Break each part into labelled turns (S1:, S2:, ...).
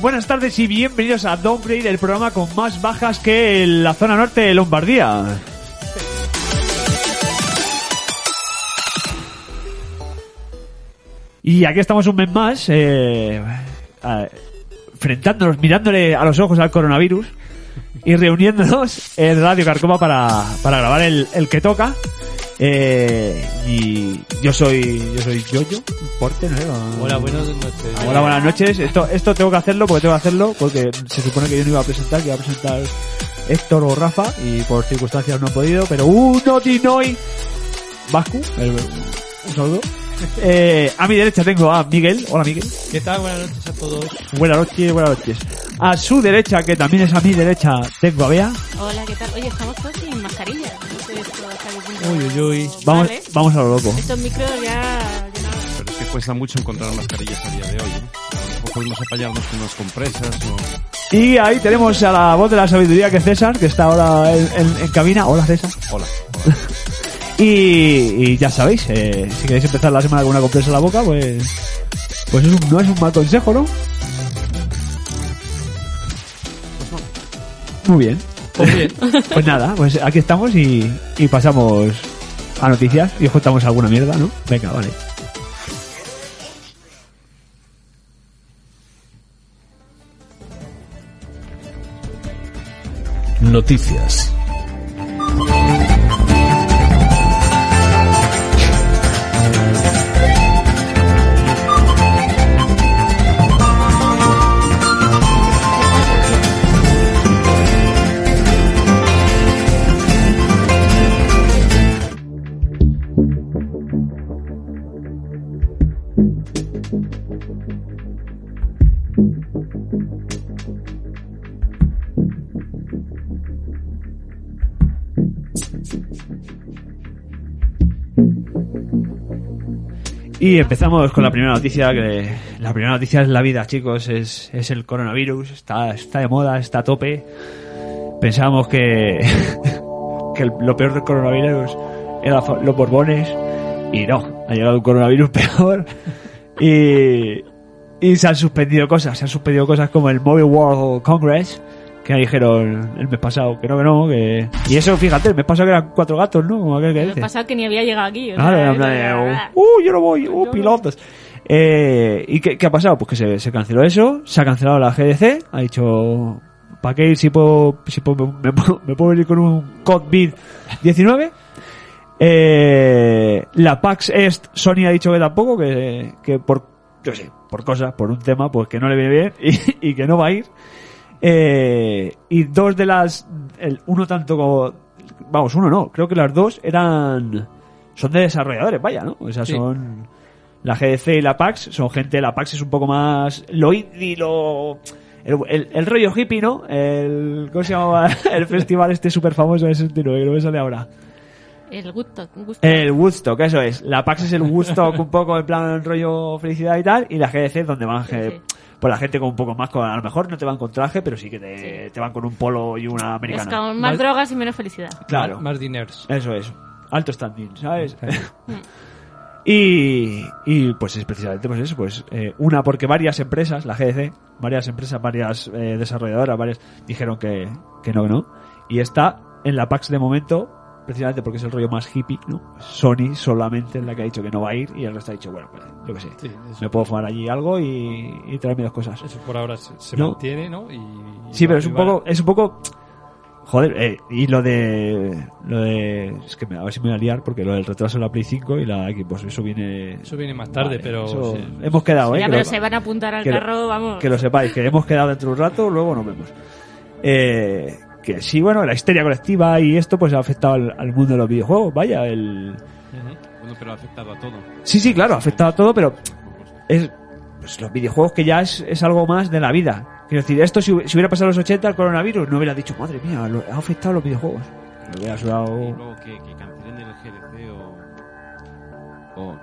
S1: Buenas tardes y bienvenidos a Downgrade, el programa con más bajas que la zona norte de Lombardía. Y aquí estamos un mes más, eh, a- enfrentándonos, mirándole a los ojos al coronavirus y reuniéndonos en Radio Carcoma para, para grabar el, el que toca. Eh, y yo soy yo soy Yoyo, porte, no sé, o-
S2: Hola, buenas noches.
S1: Hola, buenas noches. Esto, esto tengo que hacerlo porque tengo que hacerlo porque se supone que yo no iba a presentar, que iba a presentar Héctor o Rafa y por circunstancias no he podido, pero un notinoi Vascu, el- un saludo. Eh, a mi derecha tengo a Miguel. Hola, Miguel.
S2: ¿Qué tal? Buenas noches a todos.
S1: Buenas noches, buenas noches. A su derecha, que también es a mi derecha, tengo a Bea.
S3: Hola, ¿qué tal? Oye, estamos todos sin mascarilla. No sé esto hasta qué punto.
S2: Uy, uy, uy.
S1: Vamos,
S3: Vale.
S1: vamos a lo loco.
S3: Estos micros ya. ya no-
S4: Pero es que cuesta mucho encontrar mascarillas a día de hoy. ¿eh? A lo mejor podemos apañarnos con unas compresas o...
S1: Y ahí tenemos a la voz de la sabiduría que es César, que está ahora en, en- en cabina. Hola, César.
S4: Hola.
S1: Y, y ya sabéis, eh, si queréis empezar la semana con una compresa en la boca, pues pues es un- no es un mal consejo, ¿no? Muy bien.
S2: Pues bien.
S1: Pues nada, pues aquí estamos y, y pasamos a noticias y os contamos alguna mierda, ¿no? Venga, vale.
S5: Noticias.
S1: Y empezamos con la primera noticia, que la primera noticia es la vida, chicos, es, es el coronavirus, está, está de moda, está a tope. Pensábamos que, que el- lo peor del coronavirus eran los borbones, y no, ha llegado un coronavirus peor. Y, y se han suspendido cosas, se han suspendido cosas como el Mobile World Congress, que dijeron el mes pasado que no, que no, que... Y eso, fíjate, el mes pasado que eran cuatro gatos, ¿no? Como aquel que
S3: Lo
S1: dice.
S3: he pasado que ni había llegado aquí. o sea,
S1: Claro, en plan de,
S3: era-
S1: uh, yo no voy, uh,
S3: Yo no.
S1: pilotos. Eh, ¿Y qué, qué ha pasado? Pues que se, se canceló eso, se ha cancelado la GDC, ha dicho, ¿para qué ir si puedo, si puedo- me, puedo- me puedo venir con un COVID-19? Eh, la PAX Est, Sony ha dicho que tampoco, que, que por, yo sé, por cosas, por un tema, pues que no le viene bien y, y que no va a ir. Eh, y dos de las, el, uno tanto como, vamos, uno no, creo que las dos eran, son de desarrolladores, vaya, ¿no? O sea,
S2: Sí.
S1: son, la GDC y la PAX son gente, la PAX es un poco más lo indie, lo... El, el- el rollo hippie, ¿no? El, ¿Cómo se llamaba? El festival este súper famoso de 69, que no me sale ahora.
S3: El gusto. gusto.
S1: El Woodstock, eso es. La PAX es el Woodstock un poco en plan rollo felicidad y tal. Y la GDC es donde van eh, pues la gente con un poco más con... A lo mejor no te van con traje, pero sí que te, te van con un polo y una
S3: es
S1: americana.
S3: con más
S2: Mal-
S3: drogas y menos felicidad.
S1: Claro.
S2: Más, más diners.
S1: Eso es. Alto standing, ¿sabes? y, y pues es precisamente pues eso, pues eh, una porque varias empresas, la GDC, varias empresas, varias eh, desarrolladoras, varias dijeron que, que no, que no. Y está en la PAX de momento, precisamente porque es el rollo más hippie, ¿no? Sony solamente es la que ha dicho que no va a ir y el resto ha dicho, bueno, pues, yo qué sé.
S2: Sí, eso,
S1: Me puedo fumar allí algo y, y traerme dos cosas.
S2: eso por ahora se, se
S1: No.
S2: mantiene, ¿no? Y, y
S1: Sí, pero
S2: va-
S1: es
S2: y
S1: un
S2: va-
S1: poco, es un poco, joder, eh, y lo de, lo de, es que me, a ver si me voy a liar porque lo del retraso de la Play 5 y la Xbox, eso viene...
S2: Eso viene más tarde,
S1: Vale,
S2: pero...
S1: eso-
S2: sí.
S1: hemos quedado, eh,
S3: ya,
S1: que
S3: pero
S1: lo-
S3: se van a apuntar al
S1: que lo-
S3: carro, vamos.
S1: que lo sepáis, que hemos quedado dentro de un rato, luego nos vemos. Eh, que sí, bueno, la histeria colectiva y esto pues ha afectado al, al mundo de los videojuegos, vaya, el...
S2: Ujú.
S4: Bueno, pero ha afectado a todo.
S1: Sí, sí, claro, ha afectado a todo, pero es pues, los videojuegos que ya es, es algo más de la vida. Quiero decir, esto si, hu- si hubiera pasado en los 80 el coronavirus, no hubiera dicho, madre mía, lo- ha afectado a los videojuegos. Me hubiera
S4: Y
S1: sudado-
S4: luego que, que cancelen el GDC o... o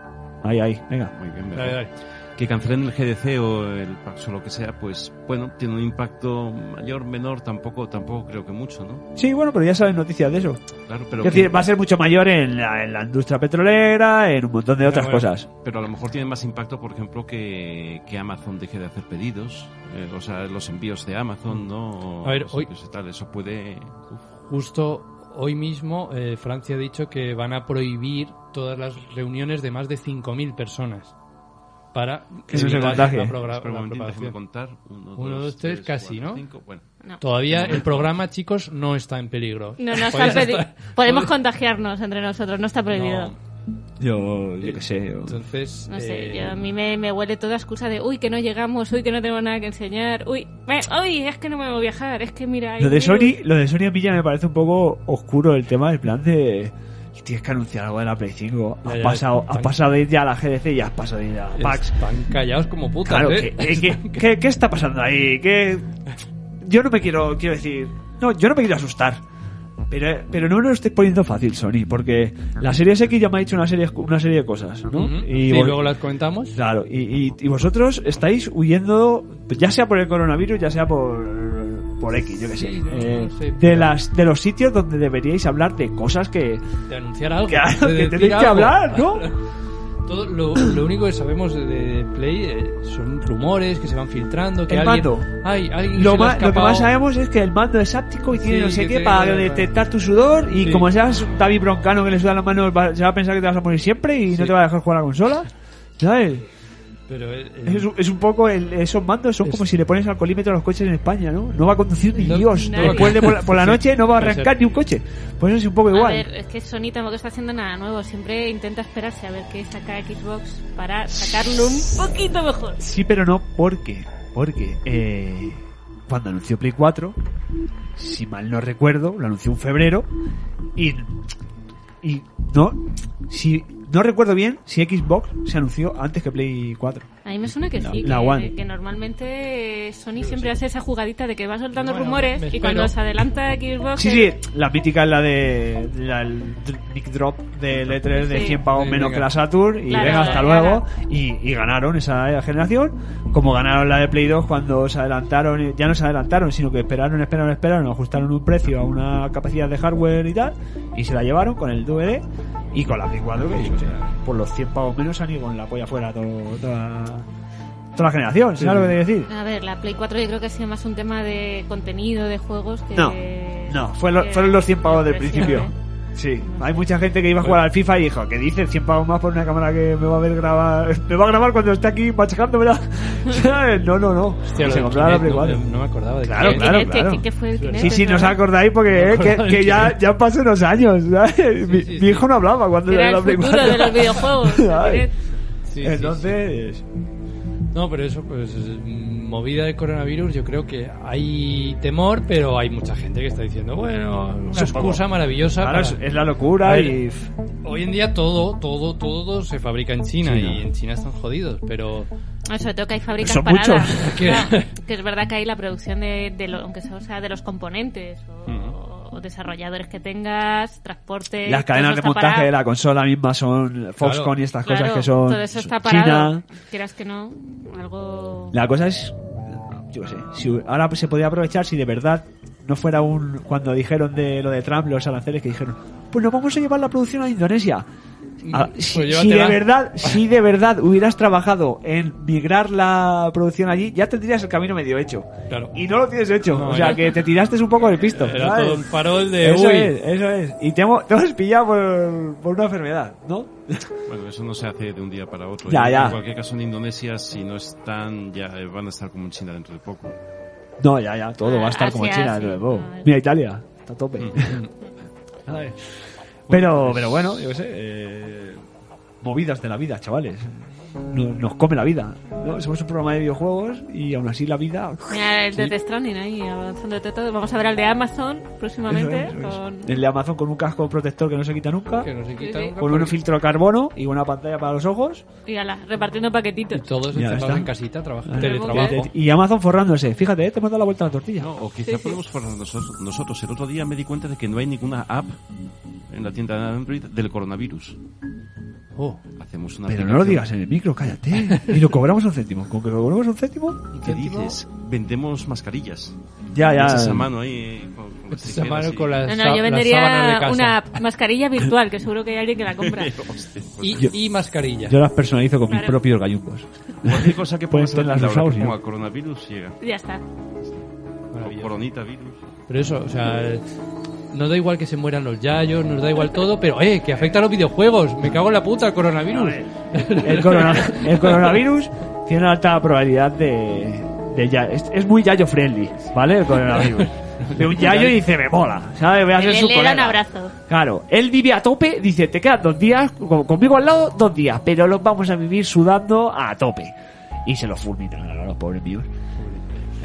S1: Ahí, ahí, venga.
S4: Oh, Muy bien,
S2: Dale,
S4: ¿verdad?
S2: dale.
S4: Que cancelen el GDC o el Pax o lo que sea, pues bueno, tiene un impacto mayor, menor, tampoco, tampoco creo que mucho, ¿no?
S1: Sí, bueno, pero ya sabes noticias de eso.
S4: Claro, pero,
S1: es
S4: que-
S1: decir, va a ser mucho mayor en la, en la industria petrolera, en un montón de otras
S2: bueno.
S1: cosas.
S4: pero a lo mejor tiene más impacto, por ejemplo, que, que Amazon deje de hacer pedidos, eh, o sea, los envíos de Amazon, ¿no? O
S2: A ver,
S4: los
S2: hoy-
S4: envíos y tal, eso puede...
S2: Justo hoy mismo eh, Francia ha dicho que van a prohibir todas las reuniones de más de 5.000 personas para
S1: Que no se
S2: evitar
S1: contagie.
S2: la progra-
S4: Espera un
S2: la
S4: momentito, déjame
S2: propagación.
S4: contar. Uno,
S2: Uno, dos, tres, casi,
S4: cuatro,
S2: ¿no?
S4: cinco, bueno.
S3: No.
S2: Todavía el programa, chicos, no está en peligro.
S3: No, no está
S2: Podéis
S3: prohibido.
S2: estar-
S3: Podemos
S2: podéis-
S3: contagiarnos entre nosotros, no está prohibido.
S2: No,
S1: Yo, yo qué sé. yo-
S2: entonces...
S3: No sé,
S2: eh,
S3: yo- a mí me, me huele toda excusa de uy, que no llegamos, uy, que no tengo nada que enseñar, uy, me- uy, es que no me voy a viajar, es que mira. hay
S1: Lo de
S3: virus".
S1: Sony, lo de Sony a mí ya me parece un poco oscuro el tema, el plan de tienes que anunciar algo de la Play 5. Has
S2: Ya, ya,
S1: pasado, has
S2: tan-
S1: pasado de ir ya a la GDC y has pasado de ir a la PAX.
S2: Están callados como putas,
S1: Claro,
S2: ¿eh?
S1: ¿qué, qué, qué- qué está pasando ahí? ¿Qué- Yo no me quiero, quiero decir, no, yo no me quiero asustar. Pero, pero no me lo estés poniendo fácil, Sony, porque la serie X ya me ha dicho una serie, una serie de cosas, ¿no?
S2: Ujú.
S1: Y
S2: Sí,
S1: vol-
S2: luego las comentamos.
S1: Claro, y, y- y vosotros estáis huyendo, ya sea por el coronavirus, ya sea por, por X, yo qué sé,
S2: Sí, no,
S1: eh,
S2: sí.
S1: de, las, de los sitios donde deberíais hablar de cosas que,
S2: De anunciar algo.
S1: que, que
S2: de decir
S1: tenéis que
S2: algo.
S1: hablar, ¿no?
S2: Todo lo, lo único que sabemos de, de Play eh, son rumores que se van filtrando. Que
S1: El
S2: alguien,
S1: mando.
S2: Ay, alguien
S1: Lo,
S2: se le ha
S1: ma- lo que
S2: escapado.
S1: más sabemos es que el mando es áptico y tiene
S2: Sí,
S1: no sé
S2: que
S1: qué
S2: tiene
S1: para
S2: que-
S1: detectar tu sudor y
S2: Sí.
S1: como seas David Broncano que le sudan las manos va- se va a pensar que te vas a morir siempre y no
S2: Sí.
S1: te va a dejar jugar a la consola. ¿Sabes?
S2: Pero eh, eh,
S1: Es, un- es un poco, el- esos mandos son
S2: Es-
S1: como si le pones alcoholímetro a los coches en España, ¿no? No va a conducir ni
S2: No-
S1: Dios.
S3: no.
S1: Después de por la, por la noche no va a
S2: Puede
S1: arrancar
S2: ser.
S1: ni un coche. Pues eso es un poco
S3: A
S1: igual.
S3: ver, es que Sony tampoco está haciendo nada nuevo, siempre intenta esperarse a ver qué saca Xbox para sacarlo un poquito mejor.
S1: Sí, pero no, porque, porque eh, cuando anunció Play 4, si mal no recuerdo, lo anunció en febrero y, y no, si no recuerdo bien si Xbox se anunció antes que Play 4.
S3: A mí me suena que
S1: La-
S3: sí,
S1: la
S3: que,
S1: One.
S3: que normalmente eh, Sony siempre hace esa jugadita de que va soltando
S2: Bueno,
S3: rumores
S2: me
S3: y cuando
S2: espero.
S3: se adelanta Xbox...
S1: Sí, sí,
S3: eh,
S1: la mítica es la de la el dr- mic drop de letreros de
S3: Sí.
S1: 100 pavos
S2: Sí,
S1: menos
S2: venga.
S1: que la Saturn y
S3: Claro,
S1: venga hasta
S3: claro.
S1: luego y, y ganaron esa generación como ganaron la de Play 2 cuando se adelantaron eh, ya no se adelantaron sino que esperaron esperaron esperaron ajustaron un precio a una capacidad de hardware y tal y se la llevaron con el DVD y con la Play 4 que o sea, por los 100 pavos menos han ido con la polla fuera todo- toda, toda la generación ¿sabes lo que te quiero decir?
S3: A ver, la Play 4 yo creo que ha sido más un tema de contenido, de juegos que...
S1: No, no, fue lo-
S3: que-
S1: fueron los 100 pavos del
S3: que
S1: principio.
S3: precio, ¿eh?
S1: Sí, hay mucha gente que iba a jugar al FIFA y dijo, que dice 100 pavos más por una cámara que me va a ver grabar, me va a grabar cuando esté aquí machacándome la... ¿Sabes? no, no, no.
S2: hostia,
S1: Y
S2: lo
S1: se
S2: de
S1: compraba la
S2: Kinect,
S1: Play
S2: no,
S1: 4.
S2: eh, No, me acordaba de
S1: Claro,
S2: Kinect.
S1: claro,
S3: Kinect, ¿qué-
S1: claro.
S3: qué- qué fue el Kinect?
S1: Sí, sí, no os
S3: ¿Verdad?
S1: acordáis porque
S2: Me
S1: eh, que,
S2: acordaba
S1: que
S2: del
S1: ya,
S2: Kinect.
S1: ya han pasado unos años, ¿sabes? mi,
S2: sí,
S1: mi
S2: sí.
S1: hijo no hablaba cuando
S3: Era
S1: la
S3: el
S1: Play
S3: futuro
S1: 4.
S3: de los videojuegos.
S1: Ay.
S3: Kinect.
S2: Sí, sí,
S1: Entonces...
S2: sí. No, pero eso, pues mm, movida del coronavirus, yo creo que hay temor, pero hay mucha gente que está diciendo, bueno, una
S1: Supongo.
S2: excusa maravillosa.
S1: Claro,
S2: para-
S1: es, es la locura
S2: A ver,
S1: y...
S2: Hoy en día todo, todo, todo se fabrica en China
S1: China.
S2: y en China están jodidos, pero
S3: Ah, Sobre todo que hay fábricas
S1: Son
S3: paradas.
S1: muchos.
S2: ¿Qué?
S3: Claro, que es verdad que hay la producción de, de lo- aunque sea, o sea, de los componentes o, o desarrolladores que tengas, transporte.
S1: Las
S3: eh, todo
S1: cadenas
S3: eso
S1: de
S3: está
S1: montaje
S3: parado.
S1: de la consola misma son Foxconn y estas
S3: Claro,
S1: cosas que son
S3: Todo eso está parado.
S1: China.
S3: Quieras que no, algo.
S1: La cosa es, yo qué sé, si ahora se podía aprovechar si de verdad no fuera un cuando dijeron de lo de Trump los aranceles que dijeron, pues nos vamos a llevar la producción a Indonesia. Ah,
S2: Pues
S1: si, si de
S2: llévatela.
S1: verdad, si de verdad hubieras trabajado en migrar la producción allí, ya tendrías el camino medio hecho.
S2: claro.
S1: Y no lo tienes hecho,
S2: No,
S1: o sea
S2: era-
S1: que te tiraste un poco de pisto.
S2: Era
S1: ¿sabes?
S2: todo un farol de
S1: eso
S2: uy.
S1: es, eso es. Y te hemos, te hemos pillado por, por una enfermedad, ¿no?
S4: Bueno, eso no se hace de un día para otro.
S1: Ya,
S4: Y
S1: ya.
S4: En cualquier caso, en Indonesia, si no están, ya eh, van a estar como en China dentro de poco.
S1: No, ya, ya, todo va a estar como
S3: Asia,
S1: China.
S3: sí,
S1: desde luego.
S3: vale.
S1: Mira, Italia, está a tope. Ay. pero, pero bueno, yo qué sé. eh, movidas de la vida, chavales. No- Nos, come la vida. ¿no? Somos un programa de videojuegos y aún así la vida.
S3: Mira, el de Death Stranding ahí, avanzando de todo. Vamos a ver al de Amazon
S1: Eso
S3: próximamente.
S1: es, eso es.
S3: con-
S1: El de Amazon con un casco protector que no se quita nunca.
S2: Que no se quita
S3: Sí, sí.
S2: nunca
S1: Con un
S2: porque-
S1: filtro de carbono y una pantalla para los ojos.
S3: Y ala, repartiendo
S2: y
S3: paquetitos.
S2: todos
S1: Ya
S2: encerrados
S1: está.
S2: en casita, trabaja,
S1: Ah,
S2: teletrabajo.
S1: Y y Amazon forrándose. Fíjate, eh, te hemos dado la vuelta a la tortilla.
S4: No, o quizá podemos forrar nosotros, nosotros. El otro día me di cuenta de que no hay ninguna app en la tienda de Android del coronavirus.
S2: Oh,
S4: Hacemos una
S1: Pero no lo
S4: aplicación.
S1: digas en el micro, cállate. Y lo cobramos un céntimo. Con que lo cobramos un céntimo,
S4: ¿Qué dices? Vendemos mascarillas.
S1: ya, ya.
S4: Hechas a mano ahí. eh, Con, con las
S2: esta
S4: tijeras
S2: mano
S4: y-
S2: Pues con las sa-
S3: No,
S2: las
S3: no, yo
S2: sábanas de
S3: vendería
S2: casa.
S3: una mascarilla virtual, que seguro que hay alguien que la compra.
S4: Hostia, pues,
S2: Y,
S1: Yo-
S2: y mascarilla.
S1: Yo las personalizo con mis
S3: Claro.
S1: propios gallumbos.
S4: Cualquier cosa que pongas
S1: Pueden
S4: en la
S1: tenerlas
S4: pila ahora
S1: usados,
S4: que
S1: ¿no?
S4: ponga coronavirus llega.
S3: Ya está.
S4: O
S2: Maravilloso.
S4: coronita virus.
S2: Pero eso, o sea, eh, nos da igual que se mueran los yayos, nos da igual todo, pero eh, que afecta a los videojuegos. Me cago en la puta, coronavirus.
S1: El, corona- el coronavirus tiene una alta probabilidad de. de ya- es, es muy yayo friendly, ¿vale? El coronavirus. Ve un yayo y dice, me mola, ¿sabes? Voy a
S3: Le-
S1: ser su
S3: le da un
S1: colega.
S3: abrazo.
S1: Claro, él vive a tope, dice, te quedan dos días, con- conmigo al lado, dos días, pero los vamos a vivir sudando a tope. Y se los fulminan a los pobres vivos.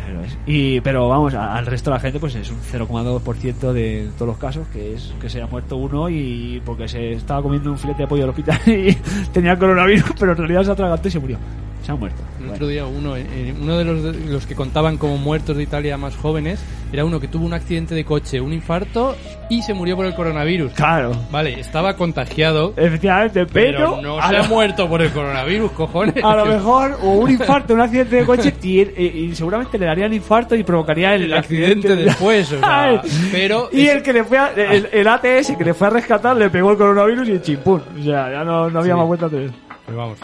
S1: Claro, es- Y, pero vamos, a- al resto de la gente pues es un 0,2% de todos los casos, que es que se ha muerto uno y porque se estaba comiendo un filete de pollo al hospital y tenía coronavirus, pero en realidad se atragantó y se murió. Se ha muerto.
S2: El
S1: Bueno.
S2: otro día uno, eh, eh, uno de los, los que contaban como muertos de Italia más jóvenes era uno que tuvo un accidente de coche, un infarto y se murió por el coronavirus.
S1: Claro,
S2: Vale, estaba contagiado,
S1: efectivamente, Eh, pero,
S2: pero, no
S1: a
S2: se
S1: lo-
S2: ha muerto por el coronavirus, cojones.
S1: A lo mejor, o un infarto, un accidente de coche, y, eh, y- y seguramente le daría el infarto y provocaría el,
S2: El accidente después, o sea, pero
S1: Y
S2: es-
S1: el que le fue a- el, el ATS que le fue a rescatar le pegó el coronavirus y chimpún. O sea, ya no, no había
S2: Sí.
S1: más vuelta a tener.
S2: Pero vamos,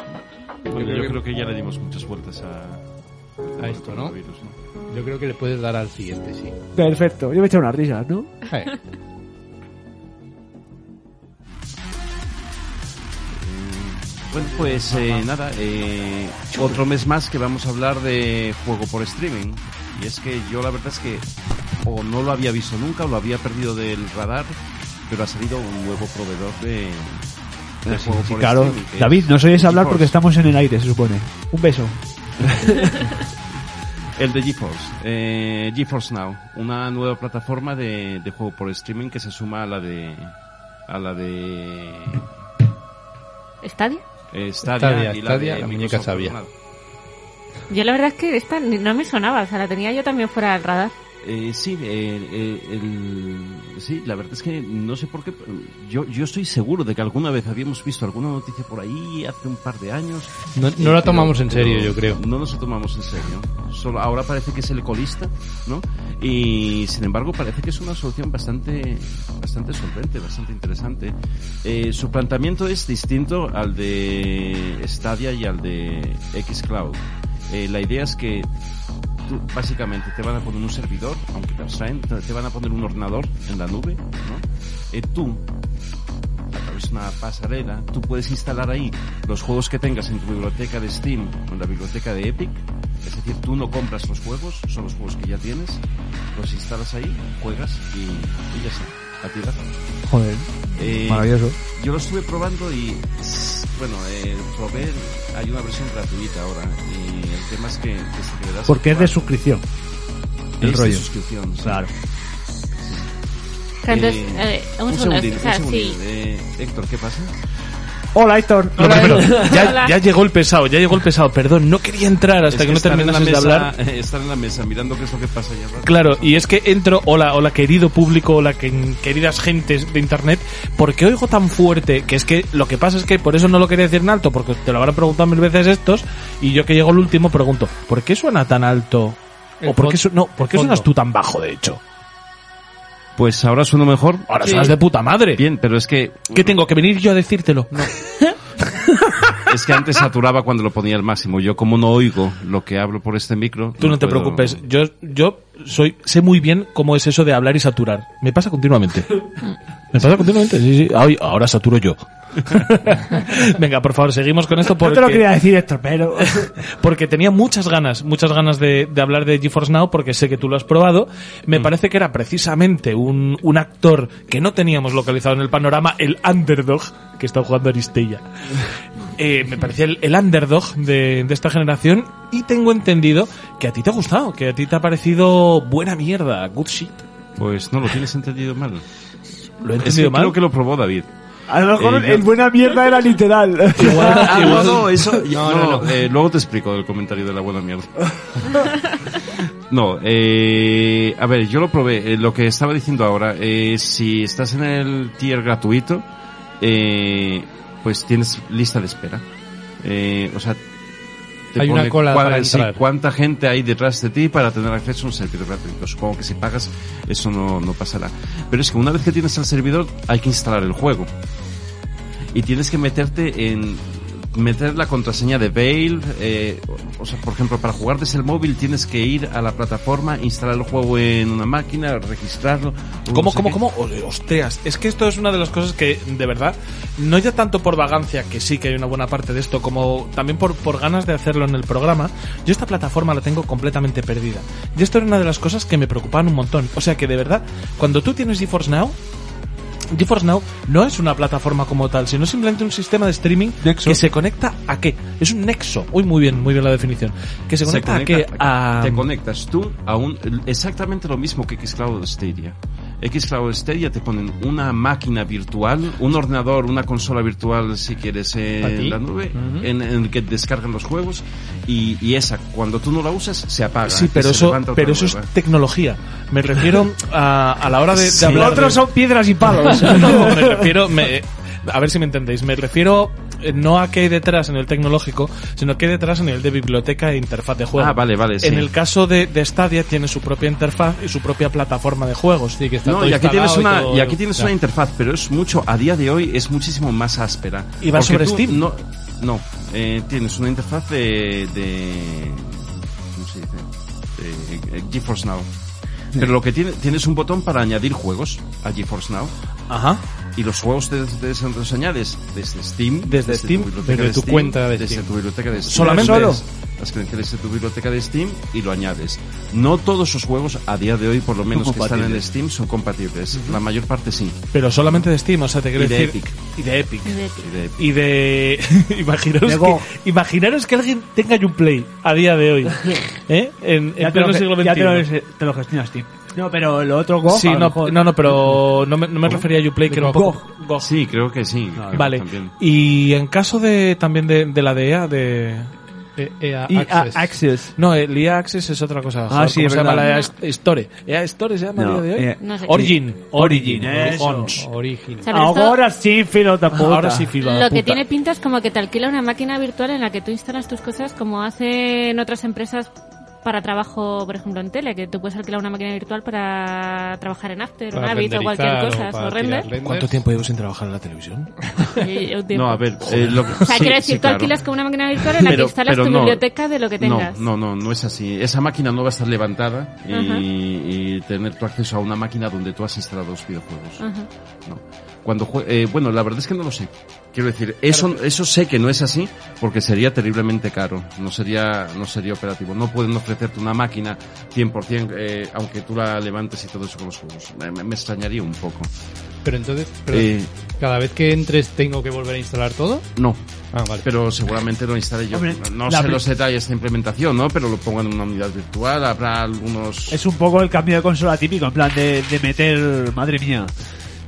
S4: Yo,
S2: creo que-
S4: creo que ya le dimos muchas vueltas a,
S2: A esto, ¿no?
S4: coronavirus, ¿no?
S2: yo creo que le puedes dar al siguiente, sí.
S1: Perfecto, yo me he echado una risa, ¿no?
S2: Eh,
S4: Bueno, pues eh, nada, eh, otro mes más que vamos a hablar de juego por streaming. Y es que yo la verdad es que o no lo había visto nunca o lo había perdido del radar, pero ha salido un nuevo proveedor de, de juego Pues, por streaming. que es GeForce.
S1: estamos en el aire, se supone. Un beso.
S4: El de GeForce, eh, GeForce Now, una nueva plataforma de, de juego por streaming que se suma a la de a la de
S3: ¿Estadia?
S4: eh, Stadia,
S2: Stadia,
S4: y la
S2: Stadia,
S4: de
S2: la muñeca
S4: Microsoft
S2: sabia.
S4: Now.
S3: Yo la verdad es que esta ni- no me sonaba, o sea, la tenía yo también fuera del radar.
S4: Eh, sí, eh, eh, el- sí, la verdad es que no sé por qué. pero Yo, yo estoy seguro de que alguna vez habíamos visto alguna noticia por ahí hace un par de años.
S2: No, no la tomamos en serio, yo creo.
S4: No nos lo tomamos en serio. Solo ahora parece que es el colista, ¿no? Y sin embargo parece que es una solución bastante, bastante solvente, bastante interesante. Eh, su planteamiento es distinto al de Stadia y al de Xcloud. Eh, la idea es que tú, básicamente te van a poner un servidor, aunque te abstraen, te te van a poner un ordenador en la nube, ¿no? Eh, tú, a través de una pasarela, tú puedes instalar ahí los juegos que tengas en tu biblioteca de Steam o en la biblioteca de Epic. Es decir, tú no compras los juegos, son los juegos que ya tienes, los instalas ahí, juegas y, y ya está. A ti
S1: Joder,
S4: Eh,
S1: maravilloso.
S4: yo lo estuve probando y, s- bueno, eh, probé, hay una versión gratuita ahora y el tema es que, que se quedará sin
S1: Porque es de
S4: jugar.
S1: suscripción. El
S4: Es de
S1: rollo.
S4: suscripción, sí.
S1: Claro.
S3: Claro, Entonces,
S4: Eh,
S3: eh, un, segundo,
S4: segundín,
S3: o sea,
S4: un segundín.
S3: sí.
S4: Eh, Héctor, ¿qué pasa?
S1: Hola, Héctor.
S5: Lo primero,
S3: Hola.
S5: ya, ya llegó el pesado, ya llegó el pesado. Perdón, no quería entrar hasta
S4: Es
S5: que, no
S4: estar en la
S5: terminases de
S4: mesa- eh,
S5: hablar.
S4: Estar en la mesa mirando qué es lo que pasa ya.
S5: Claro, y es que entro, hola, hola querido público, hola que- queridas gentes de internet, porque oigo tan fuerte que es que lo que pasa es que por eso no lo quería decir en alto, porque te lo habrán preguntado mil veces estos, y yo que llego el último pregunto, ¿por qué suena tan alto?
S2: El
S5: o por qué,
S2: fon-
S5: su- no, ¿por qué
S2: el fondo.
S5: suenas tú tan bajo, de hecho?
S4: Pues ahora suena mejor.
S5: Ahora suenas de puta madre.
S4: Bien, pero es que
S5: ¿Qué tengo que venir yo a decírtelo?
S4: es que antes saturaba cuando lo ponía al máximo. Yo como no oigo lo que hablo por este micro.
S5: Tú no te
S4: puedo-
S5: preocupes, yo, yo soy, sé muy bien cómo es eso de hablar y saturar. Me pasa continuamente. Me pasa continuamente, sí, sí. Ay, ahora saturo yo. Venga, por favor, seguimos con esto
S1: No te lo
S5: porque,
S1: quería decir, Héctor, pero.
S5: porque tenía muchas ganas, muchas ganas de, de hablar de GeForce Now porque sé que tú lo has probado.
S4: Mm.
S5: Me parece que era precisamente un, un actor que no teníamos localizado en el panorama, el underdog, que está jugando Aristella. Eh, me parecía el, el underdog de, de esta generación y tengo entendido que a ti te ha gustado, que a ti te ha parecido buena mierda, good shit.
S4: Pues no, lo tienes entendido mal.
S5: Lo he
S4: Es
S5: entendido
S4: que
S5: mal.
S4: creo que lo probó David.
S1: A lo mejor
S4: Eh, yo-
S1: el buena mierda era literal.
S5: Igual-
S4: Ah, no,
S5: igual-
S4: no, eso.
S2: No,
S4: no,
S2: no, no.
S4: eh, luego te explico el comentario de la buena mierda. No, eh, a ver, yo lo probé. Eh, lo que estaba diciendo ahora, eh, si estás en el tier gratuito, eh, pues tienes lista de espera. Eh, o sea, te
S2: Hay una
S4: pone
S2: cola
S4: cuál-
S2: para
S4: sí,
S2: entrar.
S4: cuánta gente hay detrás de ti para tener acceso a un servidor gratuito. Supongo que si pagas eso no, no pasará. Pero es que una vez que tienes el servidor hay que instalar el juego. Y tienes que meterte en meter la contraseña de Veil, eh, o sea, por ejemplo, para jugar desde el móvil tienes que ir a la plataforma, instalar el juego en una máquina, registrarlo. o no
S5: ¿Cómo,
S4: sé
S5: cómo,
S4: qué.
S5: cómo? O- Ostras, es que esto es una de las cosas que, de verdad, no ya tanto por vagancia, que sí que hay una buena parte de esto, como también por, por ganas de hacerlo en el programa, yo esta plataforma la tengo completamente perdida. Y esto era una de las cosas que me preocupaban un montón. O sea que, de verdad, cuando tú tienes GeForce Now, GeForce Now no es una plataforma como tal, sino simplemente un sistema de streaming
S2: Nexo.
S5: que se conecta a qué. Es un nexo. Uy, muy bien, muy bien la definición. Que se
S4: Se
S5: conecta,
S4: conecta
S5: a qué. Ah,
S4: Te
S5: A...
S4: conectas tú a un... Exactamente lo mismo que Xcloud Stadia. Xcloud Stadia te ponen una máquina virtual, un ordenador, una consola virtual, si quieres,
S2: ¿Para
S4: en
S2: ti?
S4: la nube, en, en el que descargan los juegos y, y esa, cuando tú no la usas, se apaga.
S5: Sí,
S4: y
S5: pero
S4: se
S5: eso,
S4: levanta otra
S5: pero eso es
S1: ¿eh?
S4: nueva.
S5: tecnología. Me refiero a, a la hora de, de hablar.
S1: Otros
S5: de-
S1: son piedras y palos.
S5: No, me refiero. me- a ver si me entendéis. Me refiero eh, no a qué hay detrás en el tecnológico, sino qué hay detrás en el de biblioteca e interfaz de juego.
S4: Ah, vale, vale, sí.
S5: En el caso de, de Stadia tiene su propia interfaz y su propia plataforma de juegos.
S2: Sí, que está
S4: No,
S2: todo
S4: y aquí tienes
S2: instalado
S4: una,
S2: todo-
S4: y aquí tienes
S2: Ya.
S4: una interfaz, pero es mucho, a día de hoy es muchísimo más áspera.
S5: ¿Y va
S4: Porque
S5: sobre
S4: tú
S5: Steam?
S4: No, no eh, tienes una interfaz de, de ¿cómo se dice? De, eh, GeForce Now. Pero lo que tiene, tienes un botón para añadir juegos a GeForce Now
S5: Ajá.
S4: y los juegos te, te- te los añades desde Steam,
S5: Desde Steam,
S4: biblioteca
S2: desde
S4: de
S2: tu cuenta de
S4: desde
S2: Steam.
S4: tu biblioteca de Steam.
S5: ¿Solamente?
S4: Solo.
S5: Solo.
S4: Las credenciales de tu biblioteca de Steam y lo añades. No todos los juegos a día de hoy, por lo menos que están en
S1: compatibles.
S4: Steam, son compatibles. La mayor parte sí.
S5: Pero solamente de Steam, o sea, te quiero
S4: Y de
S5: decir.
S4: Epic.
S5: Y de Epic.
S3: De-
S4: Y de-
S5: Y de. imaginaros,
S1: De
S5: que,
S1: Go.
S5: imaginaros que alguien tenga un play a día de hoy. ¿Eh? En, en
S1: Ya te,
S5: pleno
S1: lo,
S5: siglo
S1: ge-
S5: XXI.
S1: ya te lo- te lo gestionas, tío. No, pero lo otro Go.
S5: Sí,
S1: a lo
S5: no,
S1: mejor.
S5: no, no, pero no me, no me refería a Uplay, que era un poco... Go. Ah,
S4: Sí, creo que sí. creo que
S5: Vale.
S4: también.
S5: Y en caso de también de, de la DEA, de...
S2: E- EA
S1: Y a-
S2: Access.
S1: Access.
S5: No, el EA Access es otra cosa.
S1: Ah, sí,
S5: ¿cómo
S1: es
S5: se llama
S1: verdad.
S5: la EA Store? ¿EA Store se llama
S1: No,
S5: a día de hoy?
S1: eh,
S3: No sé.
S5: Origin.
S1: Origin, eso.
S5: Origins.
S2: Origin.
S3: O sea, pero esto-
S1: Ahora sí, filo de puta.
S5: Ahora sí, filo de
S3: Lo
S5: la
S3: que
S5: puta.
S3: tiene pinta es como que te alquila una máquina virtual en la que tú instalas tus cosas como hacen otras empresas para trabajo, por ejemplo, en tele, que tú puedes alquilar una máquina virtual para trabajar en After,
S2: Para
S3: un Avid o cualquier
S2: renderizar
S3: cosa,
S2: para
S3: o render.
S2: tirar renders.
S5: ¿Cuánto tiempo llevo sin trabajar en la televisión?
S3: Y- y un tiempo.
S4: No, a ver. eh, lo que-
S3: O sea,
S4: sí,
S3: quiero
S4: sí,
S3: decir, tú
S4: claro.
S3: alquilas con una máquina virtual en la que instalas tu
S4: no,
S3: biblioteca de lo que tengas.
S4: No, no, no, no es así. Esa máquina no va a estar levantada y,
S3: Ajá.
S4: y tener tu acceso a una máquina donde tú has instalado los videojuegos.
S3: Ajá.
S4: No. Cuando jue- eh, bueno, la verdad es que no lo sé. Quiero decir, eso, eso sé que no es así porque sería terriblemente caro. No sería, no sería operativo. No pueden ofrecerte una máquina 100% eh, aunque tú la levantes y todo eso con los juegos. Me, me- me extrañaría un poco.
S2: Pero entonces, pero
S4: Eh,
S2: cada vez que entres tengo que volver a instalar todo.
S4: no,
S2: Ah, vale.
S4: pero seguramente lo instalé yo.
S1: Hombre,
S4: no
S1: la
S4: sé
S1: pri-
S4: los detalles de implementación, ¿no? Pero lo pongo en una unidad virtual, habrá algunos...
S1: Es un poco el cambio de consola típico, en plan de, de meter, madre mía,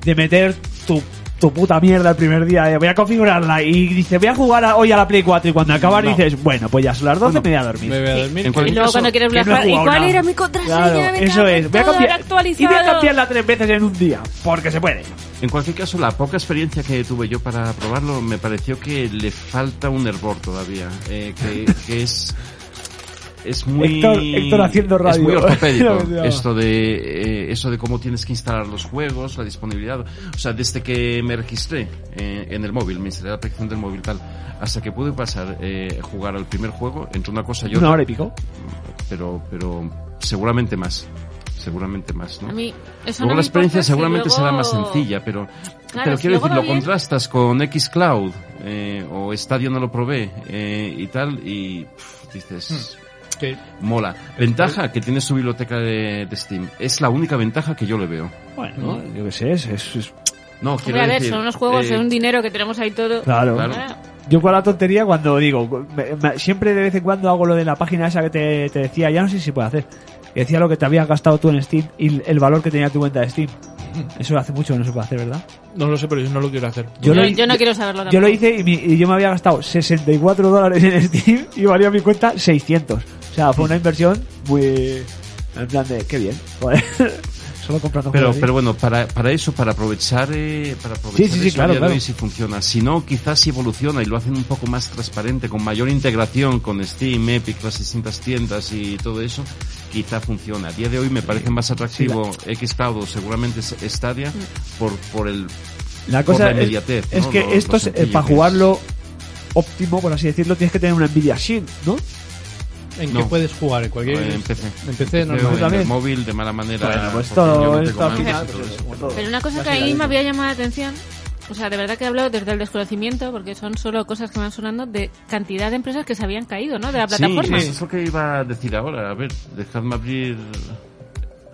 S1: de meter tu, tu puta mierda el primer día. eh, Voy a configurarla y dice, voy a jugar a- hoy a la Play 4 y cuando acabar
S4: No.
S1: dices, bueno, pues ya son las 12
S4: Bueno,
S1: me voy a dormir.
S2: me voy a
S3: Sí.
S2: dormir.
S4: En
S2: que-
S3: Y
S4: cualquier
S3: luego
S4: caso,
S3: cuando quieres
S1: que no he
S3: viajar, ¿y
S1: jugado
S3: cuál
S1: nada".
S3: era mi contraseña?
S1: Claro,
S3: Me
S1: eso
S3: cago en
S1: es. Voy a
S3: todo, ahora
S1: cambiar, y voy a
S3: actualizado.
S1: cambiarla tres veces en un día, porque se puede.
S4: En cualquier caso, la poca experiencia que tuve yo para probarlo, me pareció que le falta un hervor todavía. eh, que, que es... Es muy...
S1: Héctor- Héctor haciendo
S4: Es
S1: radio.
S4: muy ortopédico.
S1: Lo que se llama.
S4: esto de... eh, eso de cómo tienes que instalar los juegos, la disponibilidad. O sea, desde que me registré eh, en el móvil, me instalé la aplicación del móvil tal, hasta que pude pasar, eh, jugar al primer juego, entre una cosa y otra.
S1: Una hora y pico.
S4: pero pero seguramente más seguramente más ¿no?
S3: A mí, eso
S4: luego
S3: no
S4: la
S3: me
S4: experiencia
S3: importa si
S4: seguramente será
S3: luego-
S4: más sencilla pero pero
S3: si
S4: quiero
S3: luego
S4: decir
S3: va
S4: lo
S3: bien.
S4: contrastas con xCloud eh, o Stadio no lo probé eh, y tal y pff, dices
S2: que-
S4: mola ventaja que tiene su biblioteca de, de Steam es la única ventaja que yo le veo
S1: Bueno, yo qué sé, es, es- es-
S4: no
S3: Hombre,
S4: quiero
S3: a ver,
S4: decir,
S3: son unos juegos
S4: eh,
S3: de un dinero que tenemos ahí todo.
S1: Claro.
S4: Claro.
S3: Ah,
S1: Yo con la tontería cuando digo, me- me- siempre de vez en cuando hago lo de la página esa que te, te decía, ya no sé si se puede hacer, que decía lo que te habías gastado tú en Steam y el valor que tenía tu cuenta de Steam. Eso hace mucho que no se puede hacer, ¿verdad?
S5: No lo sé, pero yo no lo quiero hacer.
S3: Yo,
S1: lo
S3: yo,
S1: hi-
S3: no quiero saberlo
S1: yo
S3: tampoco.
S1: lo hice y, mi- y yo me había gastado 64 dólares en Steam y valía mi cuenta 600. O sea, fue una inversión muy... En plan de, qué bien. joder. solo compras dos
S4: Pero,
S1: juegos así.
S4: pero bueno, para, para eso, para aprovechar, eh, para aprovechar
S1: Sí, sí, sí,
S4: eso a
S1: claro,
S4: día de
S1: claro.
S4: hoy sí funciona. Si no, quizás si evoluciona y lo hacen un poco más transparente, con mayor integración con Steam, Epic, las distintas tiendas y todo eso, quizá funciona. A día de hoy me parece más atractivo Xcloud o seguramente es- Stadia por, por el...
S1: Mm. La
S4: por
S1: cosa
S4: la
S1: es-
S4: inmediatez,
S1: es,
S4: ¿no?
S1: que
S4: Lo- lo
S1: esto es, eh,
S4: sencillo
S1: para
S4: que es.
S1: jugarlo óptimo, por así decirlo, tienes que tener una Nvidia Shield, ¿no?
S2: ¿En
S4: No.
S2: qué puedes jugar? ¿En cualquier...?
S4: Eh, en PC.
S2: En PC,
S4: Veo en
S2: normal.
S1: también.
S4: el móvil de mala manera.
S1: Bueno, pues
S4: porque yo
S1: todo
S4: no
S1: esto
S4: tengo
S1: al final,
S4: Mac y todo
S1: pues,
S4: eso.
S1: como todo.
S3: Pero una cosa que a mí me había llamado la atención, o sea, de verdad que hablo desde el desconocimiento, porque son solo cosas que me van sonando de cantidad de empresas que se habían caído, ¿no? De la plataforma.
S4: Sí, eso es lo que iba a decir ahora. A ver, dejadme abrir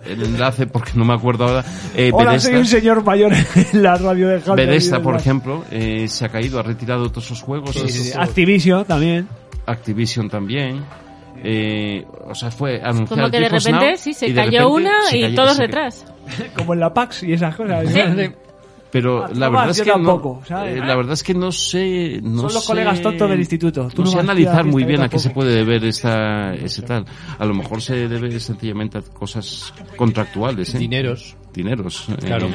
S4: el enlace porque no me acuerdo ahora. Eh,
S1: Hola,
S4: Bethesda-
S1: soy un señor mayor en la radio de Javier.
S4: Bethesda, por ejemplo, eh, se ha caído, ha retirado todos sus juegos.
S1: Activision también.
S4: Activision también. Eh, o sea, fue anunciado.
S3: Como que de
S4: People's
S3: repente,
S4: Now
S3: sí, se
S4: y de
S3: cayó
S4: repente
S3: una
S4: se
S3: y
S4: cayó-
S3: todos
S4: se ca-
S3: detrás.
S1: Como en la PAX y esas cosas.
S3: Sí.
S4: Pero
S1: Ah,
S4: la
S1: no
S4: verdad
S1: vas,
S4: es
S1: yo
S4: que
S1: tampoco,
S4: no,
S1: ¿sabes?
S4: eh, la verdad es que no sé, no
S1: Son los
S4: sé-
S1: colegas tontos del instituto. Tú
S4: no
S1: no vas a
S4: sé
S1: ir a la
S4: analizar muy
S1: fiesta,
S4: bien
S1: yo
S4: a qué se
S1: tampoco.
S4: puede deber esta, ese tal. A lo mejor se debe sencillamente a cosas contractuales, ¿eh?
S2: Dineros.
S4: dineros. eh,
S2: Claro.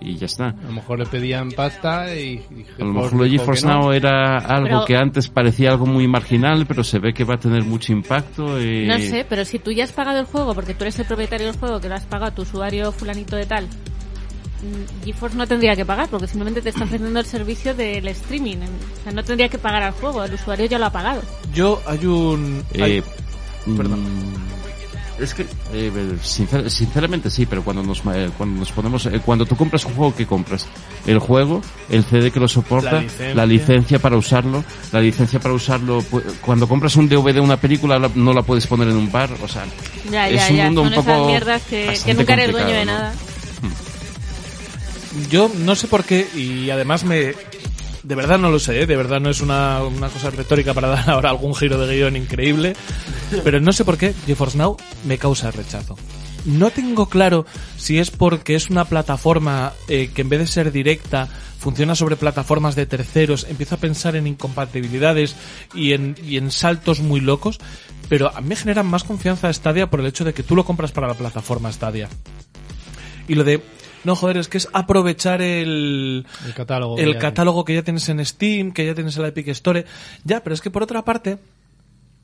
S4: y ya está.
S2: A lo mejor le pedían pasta y... y
S4: A lo mejor lo de
S2: dijo
S4: GeForce
S2: que no.
S4: Now era algo
S3: Pero-
S4: que antes parecía algo muy marginal, pero se ve que va a tener mucho impacto. eh,
S3: No sé, pero si tú ya has pagado el juego, porque tú eres el propietario del juego, que lo has pagado a tu usuario fulanito de tal, mm, GeForce no tendría que pagar, porque simplemente te está ofreciendo el servicio del streaming. O sea, no tendría que pagar al juego, el usuario ya lo ha pagado.
S5: Yo hay un... hay-
S4: eh, mm, Es que, eh, sincer- sinceramente sí, pero cuando nos, ma- eh, cuando nos ponemos, eh, cuando tú compras un juego, ¿qué compras? El juego, el CD que lo soporta,
S5: La
S4: la
S5: licencia.
S4: licencia, para usarlo, la licencia para usarlo, pu- cuando compras un DVD de una película la- no la puedes poner en un bar, o sea,
S3: Ya,
S4: Es
S3: ya,
S4: un
S3: ya.
S4: mundo
S3: Son
S4: un
S3: esas
S4: poco
S3: mierdas que, que
S4: bastante
S3: nunca eres dueño
S4: complicado,
S3: de
S4: ¿no?
S3: nada.
S5: Yo no sé por qué, y además me. De verdad no lo sé, ¿eh? de verdad no es una, una cosa retórica para dar ahora algún giro de guión increíble, pero no sé por qué GeForce Now me causa rechazo. No tengo claro si es porque es una plataforma eh, que en vez de ser directa funciona sobre plataformas de terceros, empiezo a pensar en incompatibilidades y en, y en saltos muy locos, pero a mí me genera más confianza Stadia por el hecho de que tú lo compras para la plataforma Stadia. Y lo de, no joder, es que es aprovechar el,
S2: El catálogo.
S5: el
S2: ya.
S5: catálogo que ya tienes en Steam, que ya tienes en la Epic Store. Ya, pero es que por otra parte,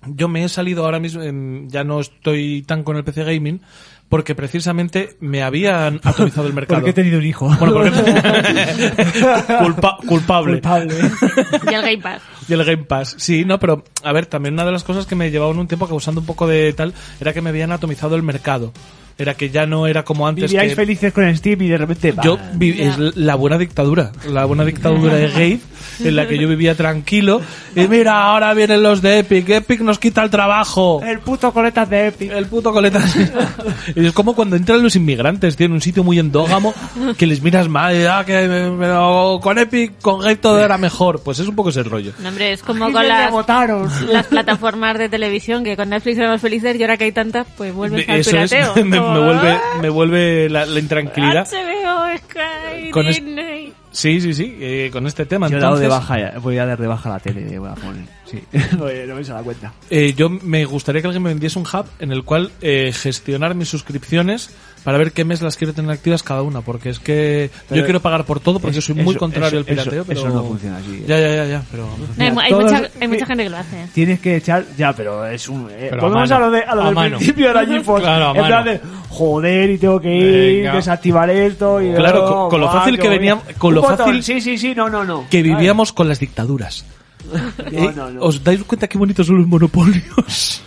S5: yo me he salido ahora mismo, em, ya no estoy tan con el PC Gaming, porque precisamente me habían actualizado el mercado.
S1: Porque he tenido un hijo.
S5: Bueno, porque... Culpa- culpable.
S1: Culpable.
S3: Y el Game Pass.
S5: Y el Game Pass. Sí, no, pero a ver, también una de las cosas que me llevaban un tiempo causando un poco de tal era que me habían atomizado el mercado. Era que ya no era como antes.
S1: Vivíais
S5: que...
S1: felices con Steam y de repente. ¡pam!
S5: Yo vi- es la buena dictadura, la buena dictadura de Gabe, en la que yo vivía tranquilo. Y mira, ahora vienen los de Epic, Epic nos quita el trabajo.
S1: El puto coletas de Epic.
S5: El puto coleta. Y es como cuando entran los inmigrantes, tío, en un sitio muy endógamo, que les miras mal, y, ah, que, pero con Epic, con Gabe todo era mejor. Pues es un poco ese rollo.
S3: No, hombre, es como
S1: Y
S3: con
S1: me
S3: las,
S1: agotaron.
S3: las plataformas de televisión, que con Netflix éramos felices y ahora que hay tantas, pues vuelves al
S5: Eso es,
S3: pirateo.
S5: me, me
S3: Como,
S5: vuelve,
S3: "Ah,
S5: me vuelve la, la intranquilidad.
S3: HBO, Sky,
S5: Con es-
S3: Disney...
S5: Sí, sí, sí, eh, con este tema.
S1: Yo he dado de
S5: entonces-
S1: baja, ya. voy a dar de baja la tele de Vodafone. Sí, Oye, no me se da cuenta.
S5: Eh, yo me gustaría que alguien me vendiese un hub en el cual eh, gestionar mis suscripciones para ver qué mes las quiero tener activas cada una, porque es que yo
S1: Pero-
S5: quiero pagar por todo porque
S1: Eso-
S5: soy muy
S1: eso-
S5: contrario al
S1: eso-
S5: pirateo,
S1: eso-
S5: pero
S1: eso no funciona así, eh.
S5: Ya, ya, ya, ya, pero
S3: No, hay, mu-
S1: Mira,
S3: hay
S1: todos-
S3: mucha, hay mucha gente que lo hace.
S1: Tienes que echar. Ya, pero es un. eh,
S2: Pero a
S1: volvemos a,
S2: mano.
S1: lo, de, a lo
S2: A
S1: del
S2: mano.
S1: principio de la GeForce.
S5: Claro, a
S1: en plan
S5: mano.
S1: de. Joder, y tengo que ir,
S2: Venga.
S1: desactivar esto. Y,
S5: Claro,
S1: oh,
S5: con- con lo
S1: guau,
S5: fácil
S1: qué
S5: que
S1: bonito.
S5: veníamos- con
S1: Un
S5: lo
S1: botón,
S5: fácil-
S1: Sí, sí, sí, no, no, no.
S5: que
S1: Ay,
S5: vivíamos con las dictaduras.
S1: No,
S5: Eh,
S1: no, no.
S5: ¿Os dais cuenta qué bonitos son los monopolios?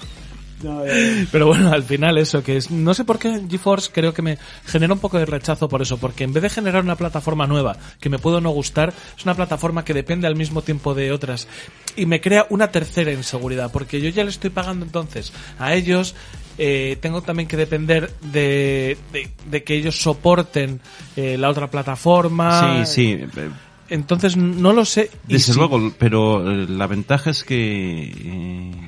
S1: No, eh,
S5: Pero bueno, al final eso, que es, no sé por qué GeForce creo que me genera un poco de rechazo por eso, porque en vez de generar una plataforma nueva que me puedo no gustar, es una plataforma que depende al mismo tiempo de otras y me crea una tercera inseguridad, porque yo ya le estoy pagando entonces a ellos, eh, tengo también que depender de, de, de que ellos soporten eh, la otra plataforma.
S4: Sí, sí. eh,
S5: Entonces no lo sé. y
S4: Desde
S5: sí,
S4: luego, pero eh, la ventaja es que, eh,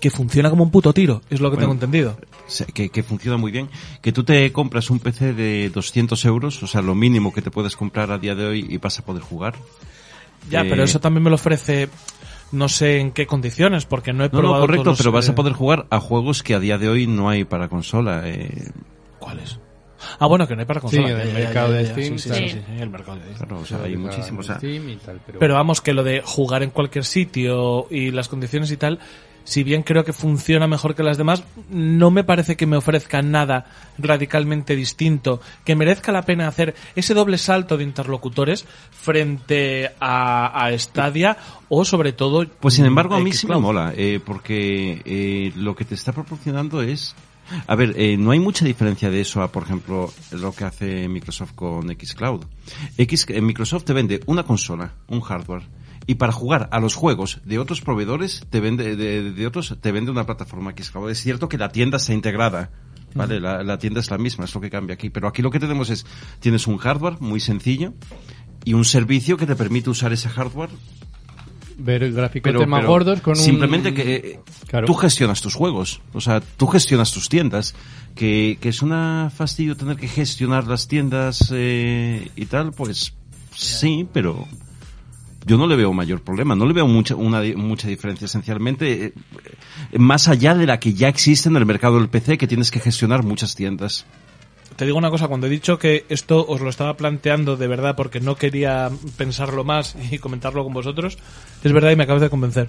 S5: Que funciona como un puto tiro, es lo que
S4: Bueno.
S5: tengo entendido.
S4: se- que, que funciona muy bien, que tú te compras un PC de 200 euros, o sea, lo mínimo que te puedes comprar a día de hoy y vas a poder jugar.
S5: Ya,
S4: Eh,
S5: pero eso también me lo ofrece no sé en qué condiciones, porque no he
S4: No,
S5: probado.
S4: no, correcto,
S5: todos los,
S4: pero vas
S5: eh,
S4: a poder jugar a juegos que a día de hoy no hay para consola. Eh,
S5: ¿Cuáles? Ah, bueno, que no hay para consola.
S2: Sí,
S5: Ya,
S2: del
S5: ya,
S2: mercado
S5: ya,
S2: de
S5: ya,
S2: Steam,
S5: Sí, sí,
S3: claro.
S5: sí, sí, el mercado de Steam.
S4: Claro, o sea, hay muchísimos. o sea,
S2: Steam y tal, pero,
S5: Pero vamos, que lo de jugar en cualquier sitio y las condiciones y tal, si bien creo que funciona mejor que las demás, no me parece que me ofrezca nada radicalmente distinto, que merezca la pena hacer ese doble salto de interlocutores frente a, a Stadia o sobre todo...
S4: Pues sin embargo, a mí sí me
S5: Xcloud.
S4: mola, eh, porque eh, lo que te está proporcionando es... A ver, eh, no hay mucha diferencia de eso a, por ejemplo, lo que hace Microsoft con Xcloud. X, eh, Microsoft te vende una consola, un hardware, y para jugar a los juegos de otros proveedores, te vende, de, de otros, te vende una plataforma Xcloud. Es cierto que la tienda está integrada. Vale, la, la tienda es la misma, es lo que cambia aquí. Pero aquí lo que tenemos es, tienes un hardware muy sencillo y un servicio que te permite usar ese hardware
S2: ver el gráfico
S4: pero-
S2: más
S4: pero
S2: gordos con un...
S4: simplemente que eh,
S2: Claro.
S4: tú gestionas tus juegos o sea tú gestionas tus tiendas que, que es una fastidio tener que gestionar las tiendas eh, y tal pues sí pero yo no le veo mayor problema no le veo mucha una di- mucha diferencia esencialmente eh, eh, más allá de la que ya existe en el mercado del PC que tienes que gestionar muchas tiendas
S5: Te digo una cosa, cuando he dicho que esto os lo estaba planteando de verdad porque no quería pensarlo más y comentarlo con vosotros, es verdad y me acabas de convencer.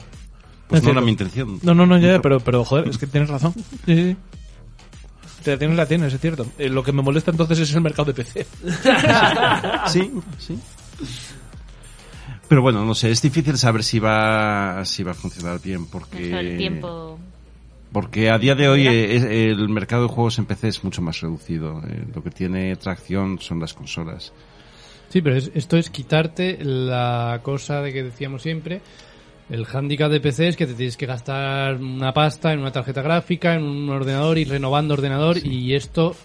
S4: pues
S5: Es
S4: no era
S5: cierto.
S4: mi intención
S5: No, no, no, ya, ya, pero, pero joder, es que tienes razón. Sí, sí. Te la tienes, la tienes, es cierto. Eh, lo que me molesta entonces es el mercado de PC.
S4: Sí, sí. Pero bueno, no sé, es difícil saber si va, si va a funcionar bien porque...
S3: Eso, el tiempo.
S4: Porque a día de hoy eh, es- el mercado de juegos en PC es mucho más reducido. eh, lo que tiene tracción son las consolas.
S2: Sí, pero es- esto es quitarte la cosa de que decíamos siempre. El hándicap de PC es que te tienes que gastar una pasta en una tarjeta gráfica, en un ordenador y renovando ordenador y esto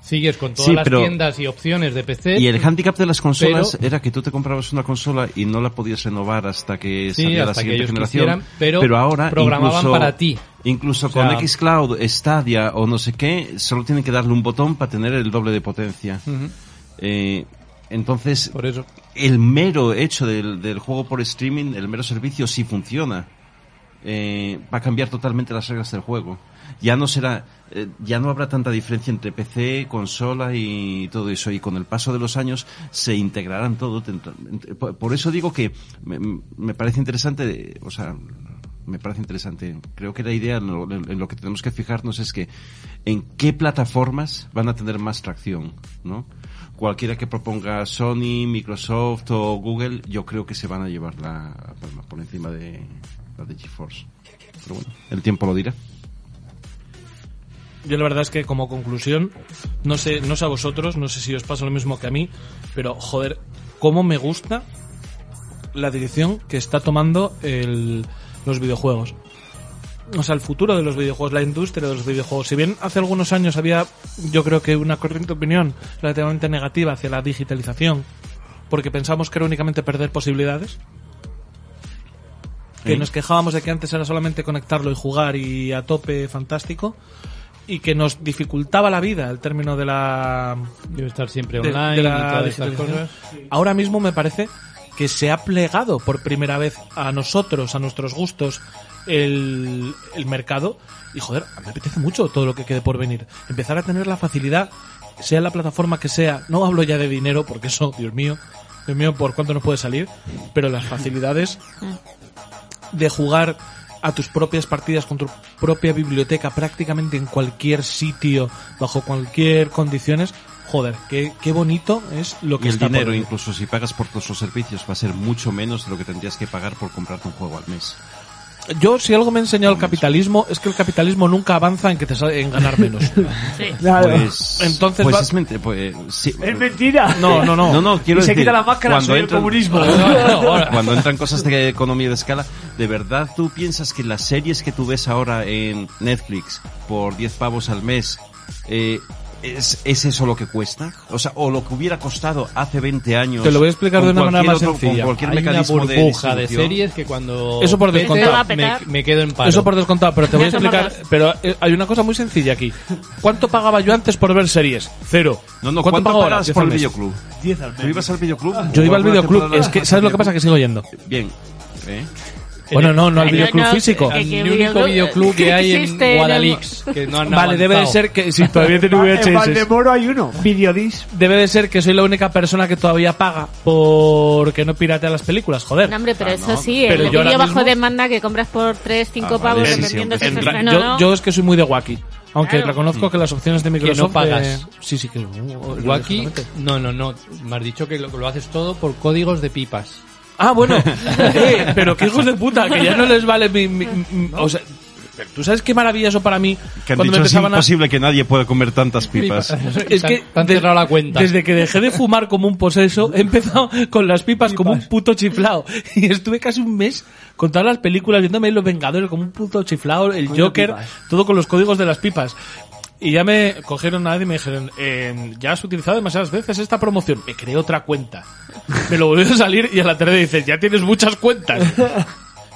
S2: sigues con todas
S4: Sí,
S2: las
S4: pero-
S2: tiendas y opciones de PC.
S4: Y el hándicap de las consolas
S2: Pero-
S4: era que tú te comprabas una consola y no la podías renovar hasta que
S2: Sí,
S4: saliera la
S2: hasta que
S4: siguiente
S2: ellos
S4: generación.
S2: quisieran, pero
S4: ahora
S2: programaban
S4: incluso-
S2: para ti.
S4: Incluso
S2: O sea-
S4: con Xcloud, Stadia o no sé qué, solo tienen que darle un botón para tener el doble de potencia.
S2: Ujú,
S4: Eh, entonces,
S2: Por eso.
S4: el mero hecho del, del juego por streaming, el mero servicio, sí funciona. Eh, va a cambiar totalmente las reglas del juego. Ya no será, eh, ya no habrá tanta diferencia entre PC, consola y todo eso. Y con el paso de los años se integrarán todo. dentro- ent- eh, Por por eso digo que me, me parece interesante, eh, o sea, me parece interesante. Creo que la idea en lo, en lo que tenemos que fijarnos es que en qué plataformas van a tener más tracción, ¿no? Cualquiera que proponga Sony, Microsoft o Google, yo creo que se van a llevar la palma por encima de la de GeForce. Pero bueno, el tiempo lo dirá.
S5: Yo la verdad es que como conclusión, no sé, no sé a vosotros, no sé si os pasa lo mismo que a mí, pero joder, cómo me gusta la dirección que está tomando el- los videojuegos. O sea, el futuro de los videojuegos, la industria de los videojuegos. Si bien hace algunos años había, yo creo que una corriente opinión relativamente negativa hacia la digitalización, porque pensamos que era únicamente perder posibilidades, que
S4: Sí.
S5: nos quejábamos de que antes era solamente conectarlo y jugar y a tope fantástico, y que nos dificultaba la vida el término de la
S2: Yo estar siempre
S5: de-
S2: online
S5: de
S2: y
S5: la
S2: todas estas
S5: digitalización.
S2: cosas.
S5: Ahora mismo me parece que se ha plegado por primera vez a nosotros, a nuestros gustos, el, el mercado. Y joder, me apetece mucho todo lo que quede por venir. Empezar a tener la facilidad, sea la plataforma que sea, no hablo ya de dinero, porque eso, Dios mío, Dios mío, por cuánto nos puede salir, pero las facilidades de jugar a tus propias partidas con tu propia biblioteca prácticamente en cualquier sitio, bajo cualquier condiciones. Joder, qué, qué bonito es lo que
S4: Y el
S5: está por
S4: dinero,
S5: venir.
S4: incluso si pagas por todos los servicios, va a ser mucho menos de lo que tendrías que pagar por comprarte un juego al mes.
S5: Yo, si algo me ha enseñado el capitalismo, es que el capitalismo nunca avanza en que te sa- en ganar menos.
S3: Sí.
S4: Pues,
S5: Entonces
S4: pues
S5: va-
S4: es mente- pues, sí.
S1: Es mentira.
S5: No, no, no.
S4: No, no, quiero
S1: Y se
S4: decir,
S1: quita la máscara,
S4: cuando
S1: soy el
S4: entran-
S1: comunismo.
S4: Cuando entran cosas de economía de escala, ¿de verdad tú piensas que las series que tú ves ahora en Netflix por 10 pavos al mes eh, es, es eso lo que cuesta? O sea, o lo que hubiera costado hace 20 años.
S5: Te lo voy a explicar
S4: con
S5: de una
S4: cualquier
S5: manera más
S4: otro- con
S5: sencilla.
S4: cualquier
S2: Hay una
S4: mecanismo de
S2: burbuja de,
S4: distribución.
S2: series que cuando
S5: Eso por
S2: pete,
S5: descontado.
S3: Eso va a
S2: me,
S3: petar.
S2: me quedo en paro.
S5: Eso por descontado, pero te voy a
S3: Eso
S5: explicar.
S3: no
S5: Pero eh, hay una cosa muy sencilla aquí. ¿Cuánto pagaba yo antes por ver series? Cero.
S4: No, no, ¿cuánto,
S5: pago ahora?
S4: pagas
S5: Diez
S4: por
S5: al
S4: el
S5: mes.
S4: videoclub? ¿Tú ibas al videoclub?
S5: Yo iba al
S4: ¿Alguna
S5: videoclub.
S4: temporada
S5: Es que,
S4: ibas
S5: ¿sabes
S4: al
S5: lo que pasa? Que sigo yendo.
S4: videoclub? Bien. ¿Eh?
S5: Bueno, no, no al
S3: Ay, no,
S5: videoclub
S3: no,
S5: físico.
S3: eh,
S2: El
S3: que
S2: único
S3: videoclub-
S2: videoclub que hay en
S3: existe en el-
S2: Guadalix. Que no han
S5: Vale, debe de
S2: avanzado.
S5: ser que si todavía tiene
S1: En
S5: VHS.
S1: Valdemoro hay uno. Videodisc.
S5: Debe de ser que soy la única persona que todavía paga porque no piratea las películas, joder.
S3: No, hombre, pero
S4: Ah,
S3: eso
S4: no.
S3: sí,
S5: Pero
S3: el
S5: yo ahora
S3: vídeo bajo
S5: mismo-
S3: demanda que compras por 3, 5
S4: Ah, vale,
S3: pavos
S4: sí,
S3: dependiendo
S4: sí,
S3: si se
S4: en plan-
S3: estrena o
S5: yo,
S3: no.
S5: yo es que soy muy de Wacky. Aunque
S3: Claro.
S5: reconozco que las opciones de Microsoft.
S2: no pagas.
S5: eh, sí, sí, que. uh,
S2: Wacky,
S5: lógicamente.
S2: no, no, no. Me has dicho que lo, lo haces todo por códigos de pipas.
S5: Ah, bueno. Eh, pero qué hijos de puta, que ya no les vale mi. mi- mi- o sea, pero ¿tú sabes qué maravilloso para mí?
S6: Que han
S5: cuando me
S6: dicho es
S5: empezaban a-
S6: imposible que nadie pueda comer tantas pipas.
S5: Es
S2: Te
S5: que
S2: han- te han
S5: de-
S2: cerrado la cuenta.
S5: Desde que dejé de fumar como un poseso, he empezado con las pipas, como un puto chiflado. Y estuve casi un mes con todas las películas viéndome Los Vengadores como un puto chiflado, el Joker, todo con los códigos de las pipas. Y ya me cogieron a nadie y me dijeron, eh, ya has utilizado demasiadas veces esta promoción, me creé otra cuenta. Me lo volvió a salir y a la tarde dices, ya tienes muchas cuentas. Hijo de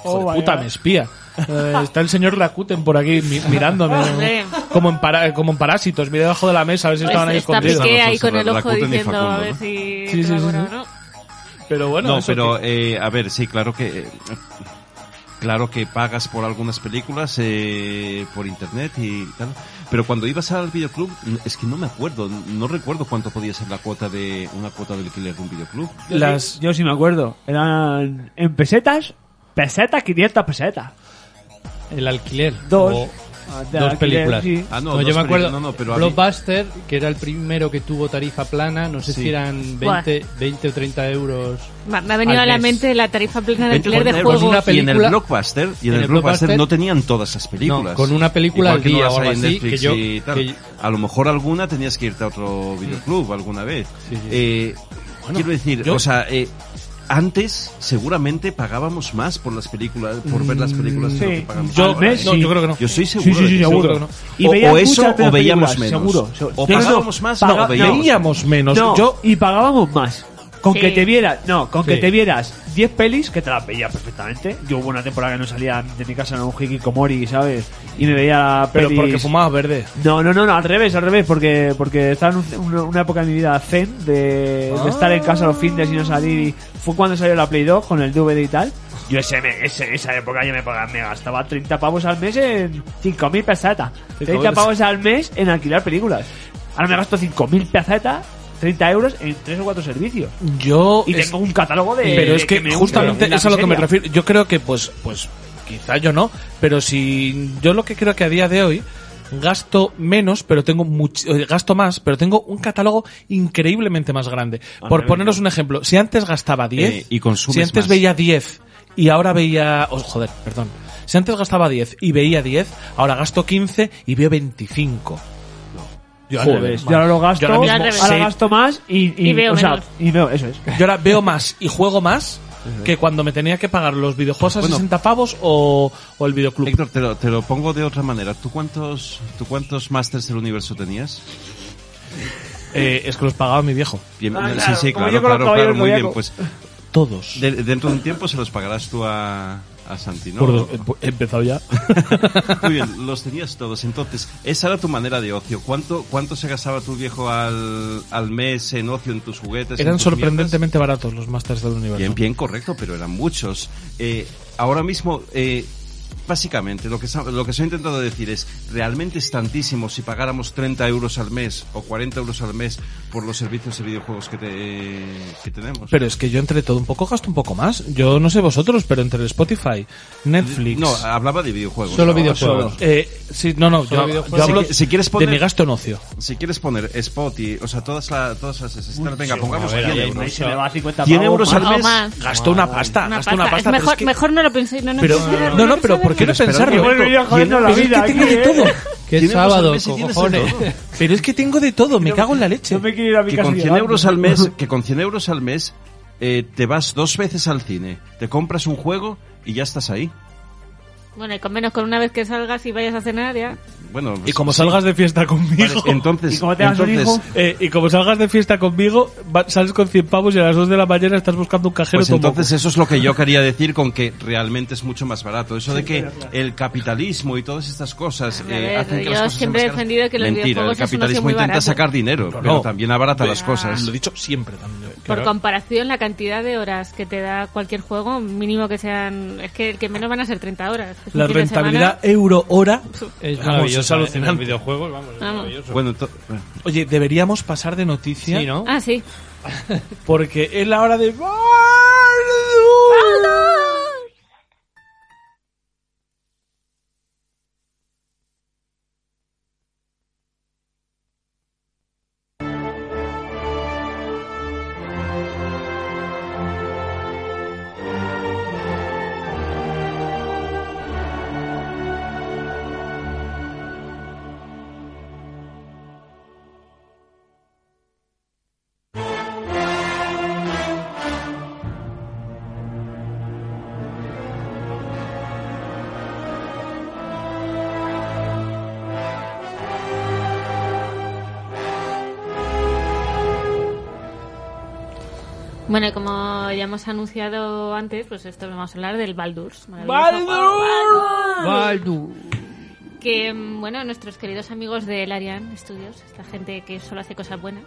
S2: Oh,
S5: puta, me espía. Eh, está el señor Rakuten por aquí mi- mirándome.
S3: Hombre.
S5: Como en, para- como en parásitos, mira debajo de la mesa a ver si estaban
S3: Pues
S5: ahí
S3: está
S5: escondidos.
S3: Piqué
S4: No,
S3: ahí
S4: son
S3: con el ojo
S4: Rakuten y
S3: diciendo
S4: Facundo,
S3: a ver
S4: ¿no?
S3: si
S5: Sí, sí, sí,
S3: colabora
S5: sí.
S3: o no.
S5: Pero bueno,
S4: No,
S5: Ah, eso
S4: pero
S5: que-
S4: eh, a ver, sí, claro que eh, claro que pagas por algunas películas eh, por internet y tal, pero cuando ibas al videoclub n- es que no me acuerdo, no recuerdo cuánto podía ser la cuota de una cuota de alquiler de un videoclub.
S5: las
S1: Yo sí me acuerdo. Eran en pesetas, pesetas, 500 pesetas.
S2: El alquiler.
S1: Dos.
S5: Oh.
S2: O-
S1: Ah, de
S2: dos
S1: alquiler,
S2: películas.
S1: sí.
S4: Ah, no,
S2: No, yo
S4: dos
S2: me acuerdo.
S4: películas, no, no, pero a mí-
S2: Blockbuster, que era el primero que tuvo tarifa plana, no sé
S4: Sí.
S2: si eran 20, 20 o 30 euros.
S3: Me me ha venido
S2: Al
S3: a la
S2: mes.
S3: mente la tarifa plena de
S4: 20,
S3: alquiler de
S4: 40 euros.
S3: juegos.
S2: Una
S4: y en el
S2: película-
S4: blockbuster y en,
S2: en
S4: el,
S2: el
S4: blockbuster,
S2: Blockbuster-
S4: no tenían todas esas películas
S2: No, con una película
S4: Igual
S2: al
S4: que no
S2: día
S4: las
S2: o algo
S4: hay en
S2: así,
S4: Netflix
S2: que yo-
S4: y tal.
S2: que-
S4: a lo mejor alguna tenías que irte a otro videoclub alguna vez
S2: Sí, sí.
S4: Eh, quiero decir
S5: yo-
S4: o sea eh, antes seguramente pagábamos más por las películas por ver las películas de lo
S1: Mm, sí.
S4: que pagamos
S5: Yo,
S4: ahora, ¿eh?
S5: no,
S1: sí.
S5: yo creo que no.
S4: yo estoy
S1: Sí,
S4: seguro
S1: sí,
S4: de
S1: sí,
S4: que
S1: seguro.
S5: seguro.
S1: Y
S4: O-
S1: veían
S4: o eso,
S1: muchas de
S4: o
S1: las
S4: veíamos
S1: películas,
S4: menos.
S1: Seguro. seguro. No,
S4: O
S1: no, no.
S4: pagábamos más,
S1: Paga-
S4: o
S1: no.
S4: veíamos
S5: Teníamos menos.
S1: No,
S5: Yo,
S1: y pagábamos más. Con
S3: Sí.
S1: que te vieras, no, con que
S2: Sí.
S1: te vieras 10 pelis, que te las veía perfectamente. Yo hubo una temporada que no salía de mi casa, no un hikikomori, ¿sabes? Y me veía
S5: pero
S1: pelis...
S5: porque fumabas verde.
S1: No, no, no, no, al revés, al revés, porque, porque estaba en un- una, una época de mi vida zen, de, de estar en casa los fines y no salir. Y fue cuando salió la Play 2 con el DVD y tal. Yo ese, me- ese- esa época yo me, pagaba, me gastaba 30 pavos al mes en 5.000 pesetas. 30 pavos al mes en alquilar películas. Ahora me gasto 5.000 pesetas, 30 euros en 3 o 4 servicios.
S5: Yo.
S1: Y
S5: es-
S1: tengo un catálogo de...
S5: pero es que,
S1: me gusta,
S5: justamente
S1: una
S5: es a lo que me
S1: miseria.
S5: refiero. Yo creo que, pues, pues, quizá yo no, pero si yo lo que creo que a día de hoy gasto menos, pero tengo much- eh, gasto más, pero tengo un catálogo increíblemente más grande. Por poneros un ejemplo, si antes gastaba 10
S4: Eh, y consumes
S5: si antes
S4: más.
S5: veía 10 y ahora veía, oh, joder, perdón. Si antes gastaba 10 y veía 10, ahora gasto 15 y veo 25. Yo al
S1: Joder,
S5: revés,
S1: yo ahora lo gasto,
S5: Yo ahora
S1: ahora,
S5: mismo
S3: Yo al revés.
S5: sé-
S1: gasto más y, y,
S3: Y veo
S1: o sea,
S3: menos.
S1: y veo, eso es.
S5: Yo ahora veo más y juego más que cuando me tenía que pagar los videojuegos a
S4: Bueno.
S5: 60 pavos o, o el videoclub.
S4: Héctor, te lo, te lo pongo de otra manera. ¿Tú cuántos, ¿Tú cuántos Masters del Universo tenías?
S5: Eh, es que los pagaba mi viejo.
S4: Bien,
S1: Ah,
S4: sí,
S1: claro,
S4: sí,
S1: como
S4: claro,
S1: yo con los
S4: claro, claro,
S1: caballeros
S4: muy bien.
S1: zodiaco.
S4: Pues
S5: Todos.
S4: de- dentro de un tiempo se los pagarás tú a, a Santi, ¿no?
S5: Por do- eh, por- he empezado ya.
S4: Muy bien, los tenías todos. Entonces, esa era tu manera de ocio. ¿Cuánto, cuánto se gastaba tu viejo al, al mes en ocio, en tus juguetes? en
S5: Eran
S4: tus mierdas?
S5: sorprendentemente baratos los Masters del Universo.
S4: Bien, bien, correcto, pero eran muchos. Eh, ahora mismo, eh, básicamente, lo que, sa- lo que os he intentado decir es, realmente es tantísimo si pagáramos 30 euros al mes o 40 euros al mes por los servicios de videojuegos que, te- que tenemos.
S5: Pero es que yo entre todo un poco gasto un poco más. Yo no sé vosotros, pero entre el Spotify, Netflix...
S4: No, hablaba de videojuegos.
S2: Solo
S4: ahora,
S2: videojuegos.
S5: eh, sí, no, no,
S2: Solo
S5: yo, yo
S2: videojuegos.
S5: hablo
S4: Si- si quieres poner-
S5: de mi gasto en ocio.
S4: Si quieres poner Spotify, o sea, todas, la- todas las... este, venga, pongamos 100
S1: Ahí
S4: euros.
S1: se me va 50
S4: 100
S1: pavos
S4: euros
S1: más.
S4: al
S3: O
S4: mes.
S3: más.
S5: Gasto una pasta,
S3: Una
S5: gasto
S3: pasta.
S5: una pasta.
S3: es
S5: pero
S3: mejor,
S5: es que-
S3: mejor no lo penséis. No, no,
S5: pero-
S3: quisiera,
S5: no, no, pero
S3: quiero
S5: ¿por qué no
S3: saberlo.
S5: pensarlo?
S1: Bueno, yo jodiendo la
S5: Pero es
S1: vida
S5: que
S1: aquí,
S5: tengo de
S1: ¿eh?
S5: todo.
S2: Que es
S4: 100 euros al
S2: sábado,
S4: mes y tienes de
S2: cojones.
S4: todo.
S5: Pero es que tengo de todo, me cago en la leche.
S1: Yo me quiero ir a mi
S4: que
S1: casa
S4: con
S1: y
S4: 100
S1: llegar.
S4: euros al mes, que con 100 euros al mes eh, te vas dos veces al cine, te compras un juego y ya estás ahí.
S3: Bueno, y con menos con una vez que salgas y vayas a cenar ya.
S4: Bueno, pues,
S5: Y como salgas de fiesta conmigo.
S4: entonces,
S1: Y como tengas un
S4: entonces, pues
S1: hijo,
S5: eh, y como salgas de fiesta conmigo, va- sales con 100 pavos y a las 2 de la mañana estás buscando un cajero
S4: pues
S5: tomoco.
S4: entonces eso es lo que yo quería decir con que realmente es mucho más barato. Eso de que el capitalismo y todas estas cosas
S3: A
S4: eh,
S3: ver,
S4: hacen que
S3: yo
S4: las cosas sean
S3: siempre he
S4: más caras.
S3: defendido que los
S4: Mentira,
S3: videojuegos
S4: el
S3: es un ocio
S4: capitalismo
S3: muy
S4: intenta
S3: barato.
S4: sacar dinero, pero
S5: no.
S4: también abarata las
S5: Ah.
S4: cosas.
S5: Lo he dicho siempre también.
S3: Por comparación, la cantidad de horas que te da cualquier juego, mínimo que sean. Es que el que menos van a ser 30 horas. Es un
S5: La
S3: fin de
S5: rentabilidad euro-hora.
S2: Es
S5: Vamos,
S2: maravilloso.
S5: es alucinante.
S2: ¿eh? En los videojuegos, vamos, es
S3: Vamos.
S2: maravilloso.
S4: Bueno, to- bueno,
S5: Oye, deberíamos pasar de noticia.
S2: sí, ¿no?
S3: semana. Ah, sí.
S5: Porque es la hora de.
S3: Bueno, y como ya hemos anunciado antes, pues esto vamos a hablar del Baldur's. maravilloso
S5: ¡Baldur!
S3: juego.
S4: Ah.
S3: Baldur.
S2: Baldur.
S3: Que, mm, bueno, nuestros queridos amigos del Arian Studios, esta gente que solo hace cosas buenas.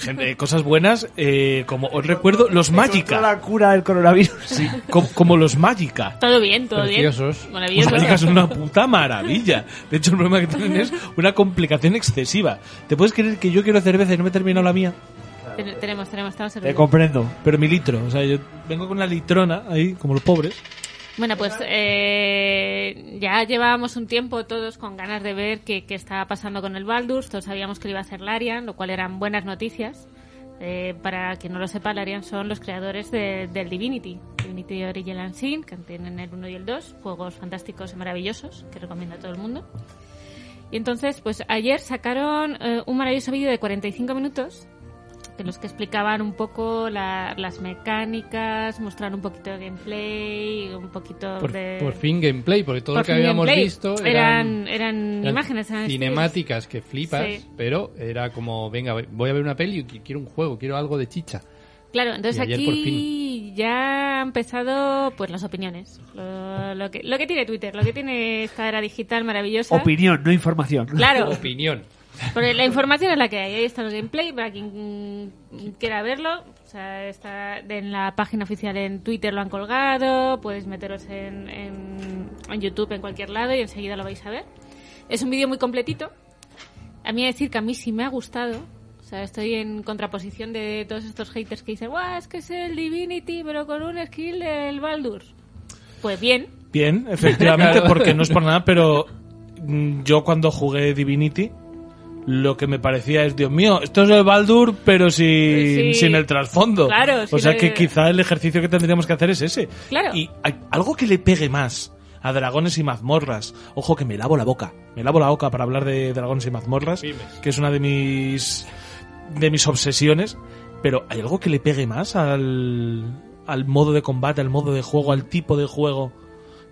S5: Gente, cosas buenas, eh, como os recuerdo, los
S1: Toda
S5: Magica.
S1: la cura del coronavirus.
S5: Como, como los Magica.
S3: Todo bien, todo
S2: Preciosos.
S3: bien.
S5: Los
S3: Maravilloso.
S5: Magica son Pues una puta maravilla. De hecho, el problema que tienen es una complicación excesiva. ¿Te puedes creer que yo quiero cerveza y no me he terminado la mía?
S3: Ten- tenemos, tenemos, estamos
S1: Te
S3: servidos.
S1: comprendo.
S5: Pero mi litro, o sea, yo vengo con la litrona ahí, como los pobres.
S3: Bueno, pues eh, ya llevábamos un tiempo todos con ganas de ver qué, qué estaba pasando con el Baldur's. Todos sabíamos que lo iba a ser Larian, lo cual eran buenas noticias. Eh, para quien no lo sepa, Larian son los creadores de- del Divinity, Divinity Original Sin, que tienen el 1 y el 2, juegos fantásticos y maravillosos que recomiendo a todo el mundo. Y entonces, pues ayer sacaron eh, un maravilloso vídeo de 45 minutos de los que explicaban un poco la- las mecánicas, mostrar un poquito de gameplay, un poquito
S2: Por,
S3: de...
S2: por fin gameplay, porque todo
S3: por
S2: lo que
S3: fin
S2: habíamos
S3: gameplay.
S2: visto
S3: eran, eran,
S2: eran
S3: imágenes, eran
S2: cinemáticas que flipas,
S3: Sí.
S2: pero era como, venga, voy a ver una peli, qu- quiero un juego, quiero algo de chicha.
S3: Claro, entonces
S2: Y ayer
S3: aquí
S2: por
S3: ya han empezado pues las opiniones. Lo, lo que, lo que tiene Twitter, lo que tiene esta era digital maravillosa.
S1: Opinión, no información.
S3: Claro,
S2: Opinión.
S3: porque la información es la que hay. Ahí está el gameplay para quien mm, quiera verlo. O sea, está en la página oficial en Twitter lo han colgado. Podéis meteros en, en, en YouTube, en cualquier lado y enseguida lo vais a ver. Es un vídeo muy completito. A mí he de decir que a mí sí me ha gustado. O sea, estoy en contraposición de todos estos haters que dicen, guau, es que es el Divinity, pero con un skill del Baldur. Pues bien,
S5: Bien, efectivamente, porque no es por nada, pero mm, yo cuando jugué Divinity, lo que me parecía es, Dios mío, esto es el Baldur, pero sin,
S3: Sí.
S5: sin el trasfondo.
S3: Claro,
S5: o
S3: sin
S5: sea
S3: el-
S5: que quizá el ejercicio que tendríamos que hacer es ese.
S3: Claro.
S5: Y hay algo que le pegue más a dragones y mazmorras. Ojo que me lavo la boca. Me lavo la boca para hablar de dragones y mazmorras, que es una de mis de mis obsesiones, pero hay algo que le pegue más al al modo de combate, al modo de juego, al tipo de juego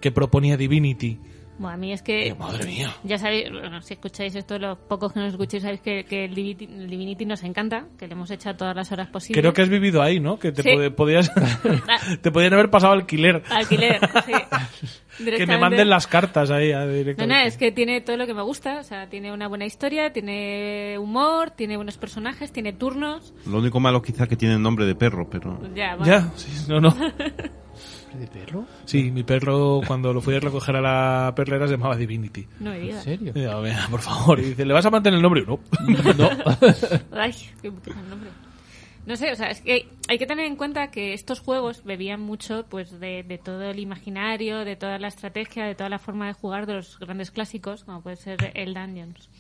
S5: que proponía Divinity.
S3: bueno, a mí es que
S5: Eh, madre mía.
S3: Ya sabéis, bueno, si escucháis esto, los pocos que nos escucháis sabéis que, que el, Divinity, el Divinity nos encanta, que le hemos echado todas las horas posibles.
S5: Creo que has vivido ahí, ¿no? Que te
S3: Sí. Ah.
S5: pod- podías te podían haber pasado alquiler.
S3: Alquiler, sí.
S5: Que me
S3: Directamente.
S5: manden las cartas ahí a-
S3: No,
S5: directamente.
S3: no, es que tiene todo lo que me gusta. O sea, tiene una buena historia, tiene humor, tiene buenos personajes, tiene turnos.
S6: Lo único malo quizá que tiene nombre de perro, pero...
S3: Ya, bueno.
S5: Ya, sí, no, no.
S2: ¿De perro?
S5: Sí, mi perro cuando lo fui a recoger a la perlera se llamaba Divinity.
S3: No me
S2: ¿En
S3: digas.
S2: serio?
S5: Y yo, "Venga, por favor, y dice, ¿le vas a mantener el nombre? No. No.
S3: Ay, qué, qué mal nombre. No sé, o sea, es que hay que tener en cuenta que estos juegos bebían mucho pues de, de todo el imaginario, de toda la estrategia, de toda la forma de jugar de los grandes clásicos, como puede ser el Dungeons.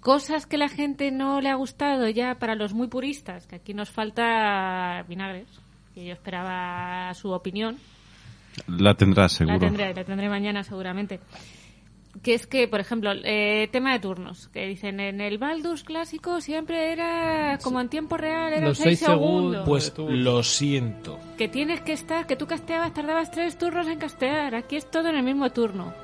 S3: Cosas que la gente no le ha gustado ya para los muy puristas, que aquí nos falta vinagres, que yo esperaba su opinión.
S6: La tendrá seguro.
S3: La tendré, la tendré mañana seguramente. Que es que, por ejemplo, eh, tema de turnos, que dicen en el Baldus clásico siempre era como en tiempo real, eran
S2: Los
S3: 6
S2: seis
S3: segundos.
S2: segundos.
S5: Pues
S2: Tú.
S5: lo siento.
S3: Que tienes que estar, que tú casteabas, tardabas tres turnos en castear, aquí es todo en el mismo turno.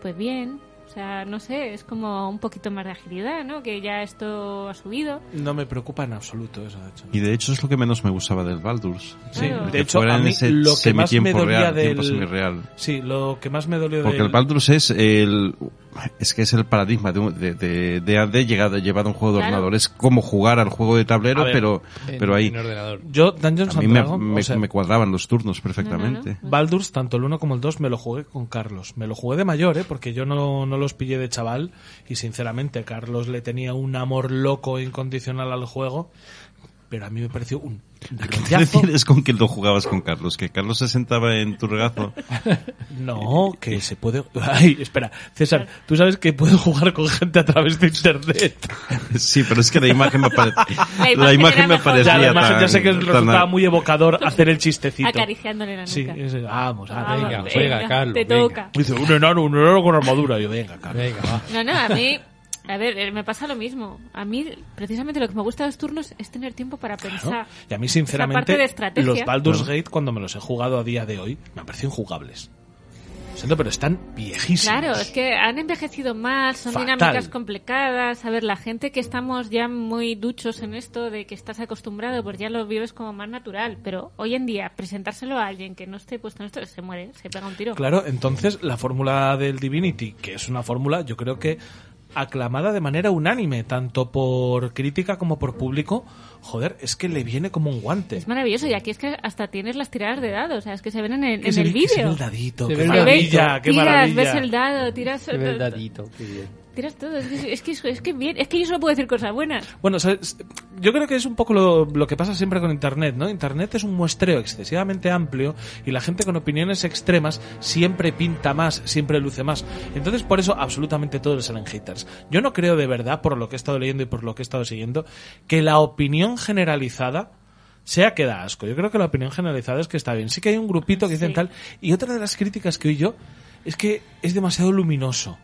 S3: Pues bien, O sea, no sé, es como un poquito más de agilidad, ¿no? Que ya esto ha subido.
S5: No me preocupa en absoluto eso, de hecho.
S6: Y de hecho es lo que menos me gustaba del Baldur's.
S5: Sí,
S3: Claro.
S5: de
S6: Que
S5: hecho,
S6: fuera
S5: a
S6: en
S5: mí
S6: ese
S5: lo que más me
S6: semitiempo
S5: dolía
S6: real,
S5: del...
S6: tiempo semirreal.
S5: Sí, lo que más me dolió
S6: Porque
S5: del...
S6: el Baldur's es el es que es el paradigma de un- de de, de AD llegado llevado a un juego de
S3: Claro.
S6: ordenador. Es como jugar al juego de tablero,
S5: A ver,
S6: pero
S2: en-
S6: pero ahí
S2: En ordenador.
S5: Yo, Dungeons
S6: a mí
S5: and
S6: me,
S5: Dragons,
S6: me-
S5: o sea,
S6: me cuadraban los turnos perfectamente.
S5: Pues- Baldur's, tanto el 1 como el 2, me lo jugué con Carlos. Me lo jugué de mayor, ¿eh? porque yo no, no los pillé de chaval. Y sinceramente, Carlos le tenía un amor loco e incondicional al juego. Pero a mí me pareció un
S6: ¿Qué
S5: rollazo.
S6: refieres con que lo jugabas con Carlos? Que Carlos se sentaba en tu regazo.
S5: No, que se puede. Ay, espera, César, tú sabes que puedo jugar con gente a través de internet.
S6: Pues Sí, pero es que la imagen me, apare-
S3: imagen
S6: la
S3: era
S6: imagen me
S3: mejor.
S6: parecía
S5: Ya, la imagen, ya
S6: tan-
S5: sé que
S6: tan-
S5: resultaba muy evocador hacer el chistecito.
S3: Acariciándole la nuca.
S5: Sí, ese, vamos, ah,
S3: Vamos,
S5: venga.
S2: juega, Carlos,
S3: Te
S2: venga.
S3: toca.
S5: Dice, un enano, un enano con armadura. Yo, venga, Carlos.
S2: Venga, va.
S3: No, no, a mí. A ver, eh, me pasa lo mismo. A mí, precisamente, lo que me gusta de los turnos es tener tiempo para pensar.
S5: Y a
S3: Esa
S5: mí,
S3: parte
S5: sinceramente,
S3: de estrategia.
S5: los Baldur's Gate, cuando me los he jugado a día de hoy, me han parecido injugables. Lo siento, pero están viejísimos.
S3: Claro, es que han envejecido mal, son
S5: Fatal.
S3: dinámicas complicadas. A ver, la gente que estamos ya muy duchos en esto, de que estás acostumbrado, pues ya lo vives como más natural. Pero hoy en día, presentárselo a alguien que no esté puesto en esto, se muere, se pega un tiro.
S5: Claro, entonces la fórmula del Divinity, que es una fórmula, yo creo que aclamada de manera unánime, tanto por crítica como por público, joder, es que le viene como un guante.
S3: Es maravilloso, y aquí es que hasta tienes las tiradas de dados, o sea, es que se ven en, el-
S5: Que
S3: en
S5: se
S3: el
S5: ve- que se ve
S3: vídeo.
S5: el dadito,
S2: Se
S5: qué
S2: ve el
S5: maravilla,
S3: Ve,
S5: qué
S3: tiras,
S5: maravilla.
S3: ves el dado, tiras,
S2: Qué verdadito, qué bien.
S3: tiras todo, es que, es que, es que bien, es que yo solo puedo decir cosas buenas.
S5: Bueno, ¿sabes? yo creo que es un poco lo, lo que pasa siempre con Internet, ¿no? Internet es un muestreo excesivamente amplio y la gente con opiniones extremas siempre pinta más, siempre luce más. Entonces, por eso absolutamente todos los salen haters. Yo no creo de verdad, por lo que he estado leyendo y por lo que he estado siguiendo, que la opinión generalizada sea que da asco. Yo creo que la opinión generalizada es que está bien. Sí que hay un grupito que dicen
S3: Sí.
S5: tal. Y otra de las críticas que oí yo es que es demasiado luminoso.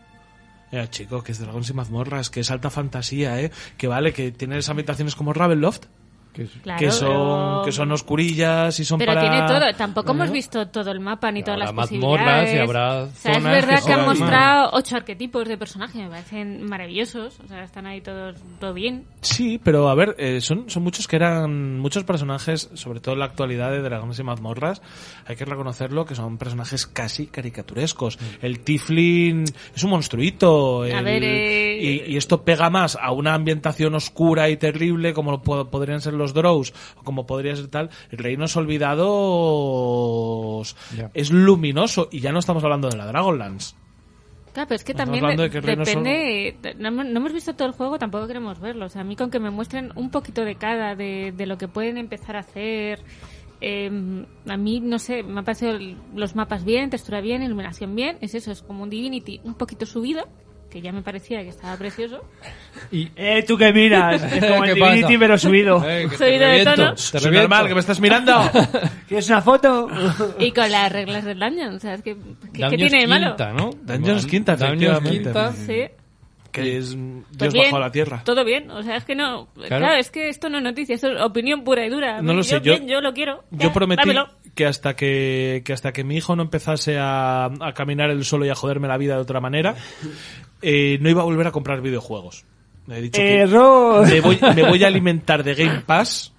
S5: Ya, Eh, chico, que es Dragons y Mazmorras, que es alta fantasía, ¿eh? Que vale, que tienes habitaciones como Ravenloft,
S2: Qué es-
S3: Claro,
S5: que, son,
S3: pero-
S5: que son oscurillas y son
S3: Pero
S5: para... ¿Eh?
S3: tiene todo, tampoco hemos
S5: ¿no?
S3: visto todo el mapa ni
S2: Y
S3: todas
S2: habrá
S3: las
S2: mazmorras
S3: posibilidades.
S2: y habrá
S3: o sea, es
S2: zonas que
S3: verdad que, han
S2: son-
S3: mostrado ocho arquetipos de personajes, me parecen maravillosos, o sea, están ahí todos todo bien.
S5: Sí, pero a ver, eh, son, son muchos que eran... Muchos personajes, sobre todo en la actualidad de Dragones y Mazmorras, hay que reconocerlo, que son personajes casi caricaturescos.
S2: Mm.
S5: El Tiflin es un monstruito. el-
S3: ver, eh,
S5: y, y esto pega más a una ambientación oscura y terrible, como lo po- podrían ser los Drows, o como podría ser tal. Reinos Olvidados
S2: Ya.
S5: es luminoso, y ya no estamos hablando de la Dragonlance.
S3: Claro, pero es que
S5: Estamos
S3: también
S5: hablando
S3: de-
S5: de que Reino
S3: depende. eh, No, hemos- no hemos visto todo el juego, tampoco queremos verlo. O sea, a mí con que me muestren un poquito de cada, de, de lo que pueden empezar a hacer. eh, a mí, no sé, me han parecido el- los mapas bien, textura bien, iluminación bien. Es eso, es como un Divinity un poquito subido, que ya me parecía que estaba precioso.
S2: Y-
S1: ¡Eh, tú que miras! Es como el
S2: ¿Qué pasa?
S1: Divinity, pero subido.
S2: Eh, que te
S3: Oh, Soy de
S2: reviento,
S3: tono.
S2: te
S5: Es
S2: reviento.
S5: normal que me estás mirando.
S1: ¿Quieres una foto? Eh,
S3: Y con las reglas del dungeon, o sea, es que, ¿qué- ¿qué,
S2: Daños
S3: tiene de malo?
S2: quinta, ¿no?
S5: Daños quinta,
S2: Daños
S5: efectivamente.
S2: quinta.
S3: Sí.
S5: que es mm,
S3: Pues
S5: Dios
S3: bien,
S5: bajo a la tierra.
S3: Todo bien, o sea, es que no. Claro, es que esto no es noticia, esto es opinión pura y dura.
S5: No lo sé, yo-
S3: bien, yo lo quiero.
S5: Yo
S3: ya,
S5: prometí
S3: dámelo.
S5: que hasta que, que hasta que mi hijo no empezase a, a caminar el solo y a joderme la vida de otra manera, eh, no iba a volver a comprar videojuegos. He dicho que
S1: ¡Error!
S5: me voy, me voy a alimentar de Game Pass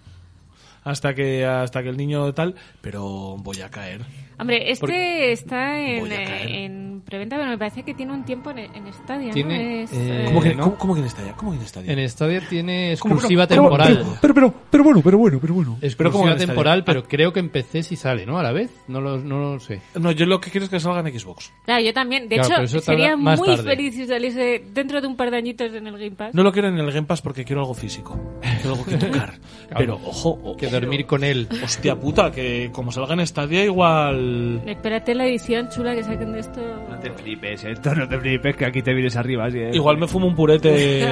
S5: hasta que hasta que el niño tal, pero voy a caer.
S3: Hombre, este
S5: Porque-
S3: está en,
S5: Voy a caer.
S3: eh, en preventa, pero me parece que tiene un tiempo en, en Stadia, ¿no?
S2: Tiene,
S3: Es,
S2: eh,
S3: eh,
S5: ¿Cómo que,
S2: ¿no?
S5: cómo, cómo que en Stadia? ¿Cómo que en Stadia?
S2: En Stadia tiene exclusiva temporal.
S5: Pero, pero, pero bueno, pero bueno, pero bueno.
S2: exclusiva
S5: como en Stadia.
S2: temporal, pero creo que en PC sí sale, ¿no? A la vez. No lo, no lo sé.
S5: No, yo lo que quiero es que salga en Xbox.
S3: Claro, yo también. De
S2: Claro, pero
S3: hecho,
S2: eso tarda
S3: sería
S2: más
S3: muy
S2: tarde.
S3: feliz si saliese dentro de un par de añitos en el Game Pass.
S5: No lo quiero en el Game Pass porque quiero algo físico. Quiero algo que tocar. Pero ojo, o-
S2: Que dormir con él.
S5: Hostia puta, que como salga en Stadia igual...
S3: Espérate la edición chula que saquen de esto.
S1: No te flipes, esto no te flipes, que aquí te vienes arriba. así, eh.
S5: Igual me fumo un purete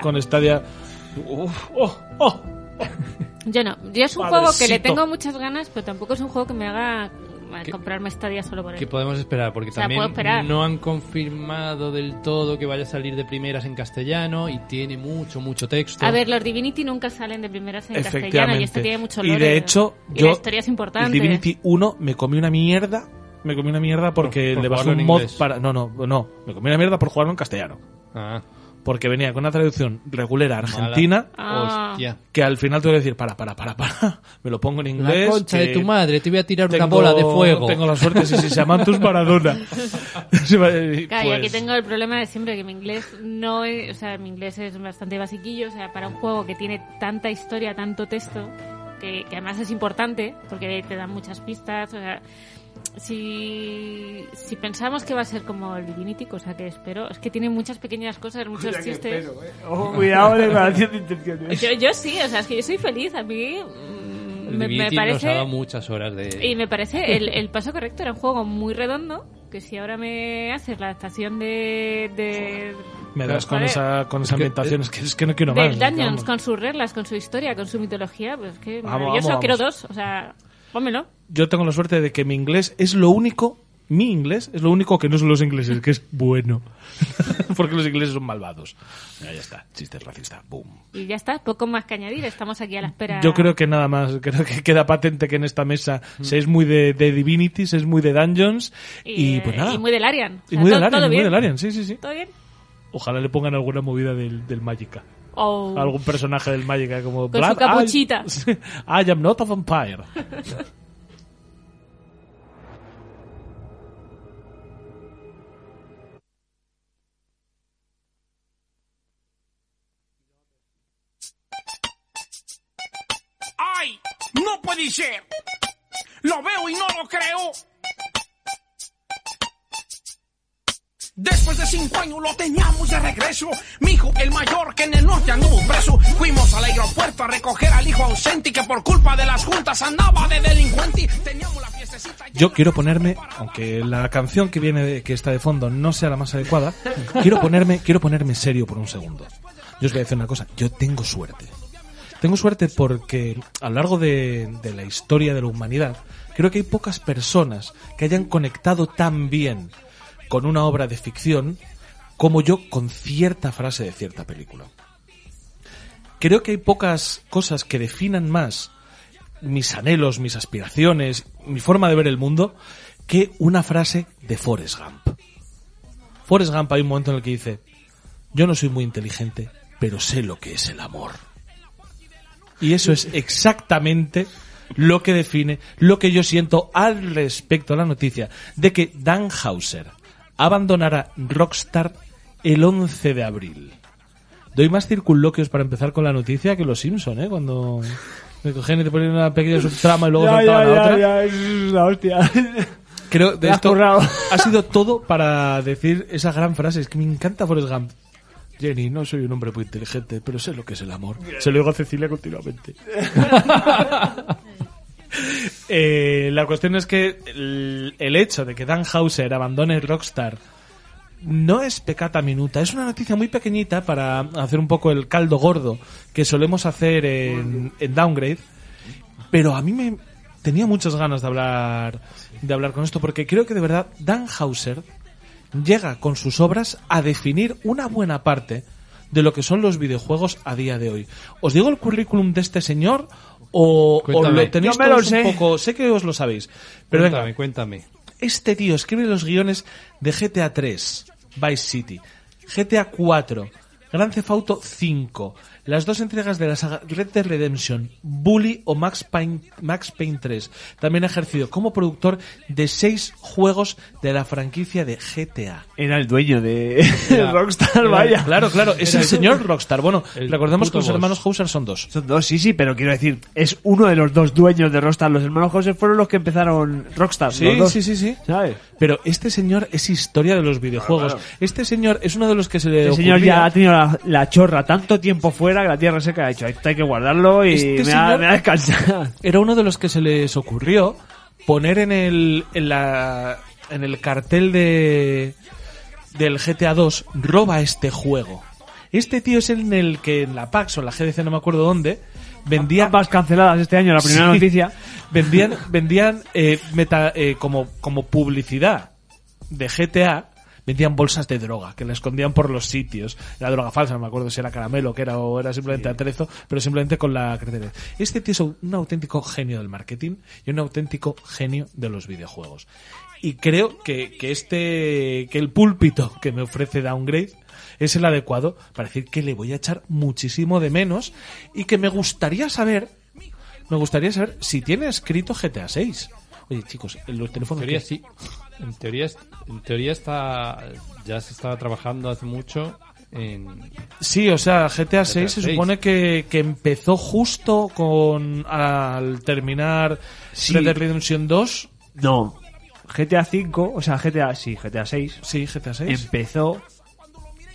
S5: con Stadia. Uf, oh, oh.
S3: Yo no. Yo es un
S5: Padrecito.
S3: juego que le tengo muchas ganas, pero tampoco es un juego que me haga eh,
S2: ¿Qué-
S3: comprarme Stadia solo por
S2: Que
S3: él.
S2: podemos esperar, porque
S3: O sea,
S2: también
S3: puedo esperar.
S2: no han confirmado del todo que vaya a salir de primeras en castellano y tiene mucho, mucho texto.
S3: A ver, los Divinity nunca salen de primeras en castellano
S5: Efectivamente.
S3: y este tiene mucho
S5: Y
S3: lore.
S5: de hecho,
S3: Y
S5: yo-
S3: la historia es importante.
S5: El Divinity 1 me comí una mierda me comí una mierda
S2: Por-
S5: porque
S2: por
S5: le bajé
S2: jugarlo en
S5: un mod
S2: inglés.
S5: para. No, no, no. Me comí una mierda por jugarlo en castellano.
S2: Ah,
S5: Porque venía con una traducción regulera argentina.
S3: Ah.
S2: hostia.
S5: Que al final tuve que decir, para, para, para, para. Me lo pongo en
S2: La
S5: inglés.
S2: concha de
S5: que
S2: tu madre, te voy a tirar una
S5: tengo-
S2: bola de fuego.
S5: Tengo la suerte si se llaman tus Maradona. Se va- eh,
S3: Claro, y aquí
S5: pues,
S3: tengo el problema de siempre, que mi inglés no es, o sea, mi inglés es bastante basiquillo, o sea, para un juego que tiene tanta historia, tanto texto, que, que además es importante, porque te dan muchas pistas, o sea, si, si pensamos que va a ser como el Divinity, cosa que espero, es que tiene muchas pequeñas cosas, muchos chistes.
S1: Ojo, cuidado, declaración de intenciones.
S3: Yo, yo sí, o sea, es que yo soy feliz, a mí mm,
S2: El
S3: me, me
S2: Divinity nos ha
S3: parece...
S2: dado muchas horas de...
S3: Y me parece el, el paso correcto. Era un juego muy redondo. Que si ahora me haces la adaptación de. de
S5: Me das con
S3: Joder,
S5: esa, con esa ambientación. Es que, eh, es que no quiero
S3: Del
S5: más.
S3: Dungeons,
S5: vamos.
S3: con sus reglas, con su historia, con su mitología. Pues que
S5: Vamos,
S3: maravilloso.
S5: vamos,
S3: Quiero
S5: vamos.
S3: dos. O sea, pónmelo.
S5: Yo tengo la suerte de que mi inglés es lo único. Mi inglés es lo único que no son los ingleses, que es bueno. Porque los ingleses son malvados. Ya, ya está. Chiste racista. Boom.
S3: Y ya está. Poco más que añadir. Estamos aquí a la espera.
S5: Yo creo que nada más, creo que queda patente que en esta mesa se es muy de, de Divinity, se es muy de Dungeons y,
S3: eh,
S5: pues nada.
S3: y muy del Arian. O
S5: Y
S3: sea,
S5: muy
S3: todo-
S5: del Arian,
S3: todo
S5: muy
S3: bien.
S5: del Arian, sí, sí, sí.
S3: ¿Todo bien?
S5: Ojalá le pongan alguna movida del, del Magica.
S3: Oh.
S5: Algún personaje del Magica como...
S3: Con su
S5: "Blood,
S3: capuchita".
S5: I, I am not a vampire.
S7: ¡Ay! ¡No puede ser! Lo veo y no lo creo. Después de cinco años lo teníamos de regreso. Mi hijo, el mayor, que en el norte anduvo preso. Fuimos al aeropuerto a recoger al hijo ausente y que por culpa de las juntas andaba de delincuente. Teníamos la fiestecita.
S5: Yo quiero ponerme, aunque la canción que viene, de- que está de fondo, no sea la más adecuada, quiero ponerme, quiero ponerme serio por un segundo. Yo os voy a decir una cosa, yo tengo suerte. Tengo suerte porque a lo largo de, de la historia de la humanidad, creo que hay pocas personas que hayan conectado tan bien con una obra de ficción como yo con cierta frase de cierta película. Creo que hay pocas cosas que definan más mis anhelos, mis aspiraciones, mi forma de ver el mundo, que una frase de Forrest Gump. Forrest Gump hay un momento en el que dice, yo no soy muy inteligente, pero sé lo que es el amor. Y eso es exactamente lo que define, lo que yo siento al respecto a la noticia de que Dan Hauser abandonará Rockstar el 11 de abril. Doy más circunloquios para empezar con la noticia que los Simpson, ¿eh? Cuando me cogían y te ponían una pequeña subtrama y luego
S1: Ya,
S5: saltaban
S1: ya,
S5: a
S1: ya,
S5: otra.
S1: ya, es la hostia.
S5: Creo de
S1: has
S5: esto
S1: currado.
S5: ha sido todo para decir esa gran frase. Es que me encanta Forrest Gump. Jenny, no soy un hombre muy inteligente, pero sé lo que es el amor. Se lo digo a Cecilia continuamente. Eh, la cuestión es que el, el hecho de que Dan Hauser abandone Rockstar no es pecata minuta, es una noticia muy pequeñita para hacer un poco el caldo gordo que solemos hacer en, en Downgrade, pero a mí me tenía muchas ganas de hablar de hablar con esto porque creo que de verdad Dan Hauser llega con sus obras a definir una buena parte de lo que son los videojuegos a día de hoy. ¿Os digo el currículum de este señor o, o
S2: Cuéntame.
S5: lo tenéis
S1: Yo me lo
S5: todos un
S1: sé.
S5: poco? Sé que os lo sabéis, pero venga,
S2: cuéntame, cuéntame.
S5: este tío escribe los guiones de GTA 3, Vice City, GTA 4, Grand Theft Auto 5, las dos entregas de la saga Red Dead Redemption, Bully o Max Payne, Max Payne 3. También ha ejercido como productor de seis juegos de la franquicia de GTA.
S1: Era el dueño de
S2: Era-
S1: Rockstar,
S2: era-
S1: vaya.
S5: Claro, claro, es
S2: Era
S5: el
S2: el-
S5: señor Rockstar. Bueno,
S2: el
S5: recordemos que
S2: puto
S5: los
S2: boss.
S5: hermanos Hauser son dos.
S1: Son dos, sí, sí, pero quiero decir, es uno de los dos dueños de Rockstar. Los hermanos José fueron los que empezaron Rockstar. los
S5: Sí,
S1: dos,
S5: sí, sí, sí.
S1: ¿Sabes?
S5: Pero este señor es historia de los videojuegos. Este señor es uno de los que se le
S1: El Este señor
S5: Eh, ocurría-
S1: ya ha tenido la, la chorra tanto tiempo fuera que la tierra seca ha hecho. Esto hay que guardarlo y
S5: Este
S1: me, ha,
S5: señor-
S1: me ha descansado.
S5: era uno de los que se les ocurrió poner en el en la en el cartel de del GTA 2 roba este juego. Este tío es en el que en la PAX o en la GDC no me acuerdo dónde vendía
S1: Ambas canceladas este año, la primera
S5: Sí.
S1: noticia.
S5: vendían vendían eh, meta eh, como como publicidad de GTA vendían bolsas de droga que la escondían por los sitios la droga falsa no me acuerdo si era caramelo que era o era simplemente atrezo pero simplemente con la cartera este tío es un auténtico genio del marketing y un auténtico genio de los videojuegos y creo que, que este que el púlpito que me ofrece Downgrade es el adecuado para decir que le voy a echar muchísimo de menos y que me gustaría saber me gustaría saber si tiene escrito GTA 6. Oye, chicos, los
S2: En
S5: teléfonos
S2: teoría
S5: que-
S2: sí. En teoría, es- en teoría está, ya se estaba trabajando hace mucho en...
S5: Sí, o sea, GTA 6 se
S2: VI.
S5: supone que, que empezó justo con al terminar
S1: Sí.
S5: Red Dead Redemption 2.
S1: No. GTA V, o sea, GTA, sí, GTA 6
S5: Sí, GTA 6.
S1: empezó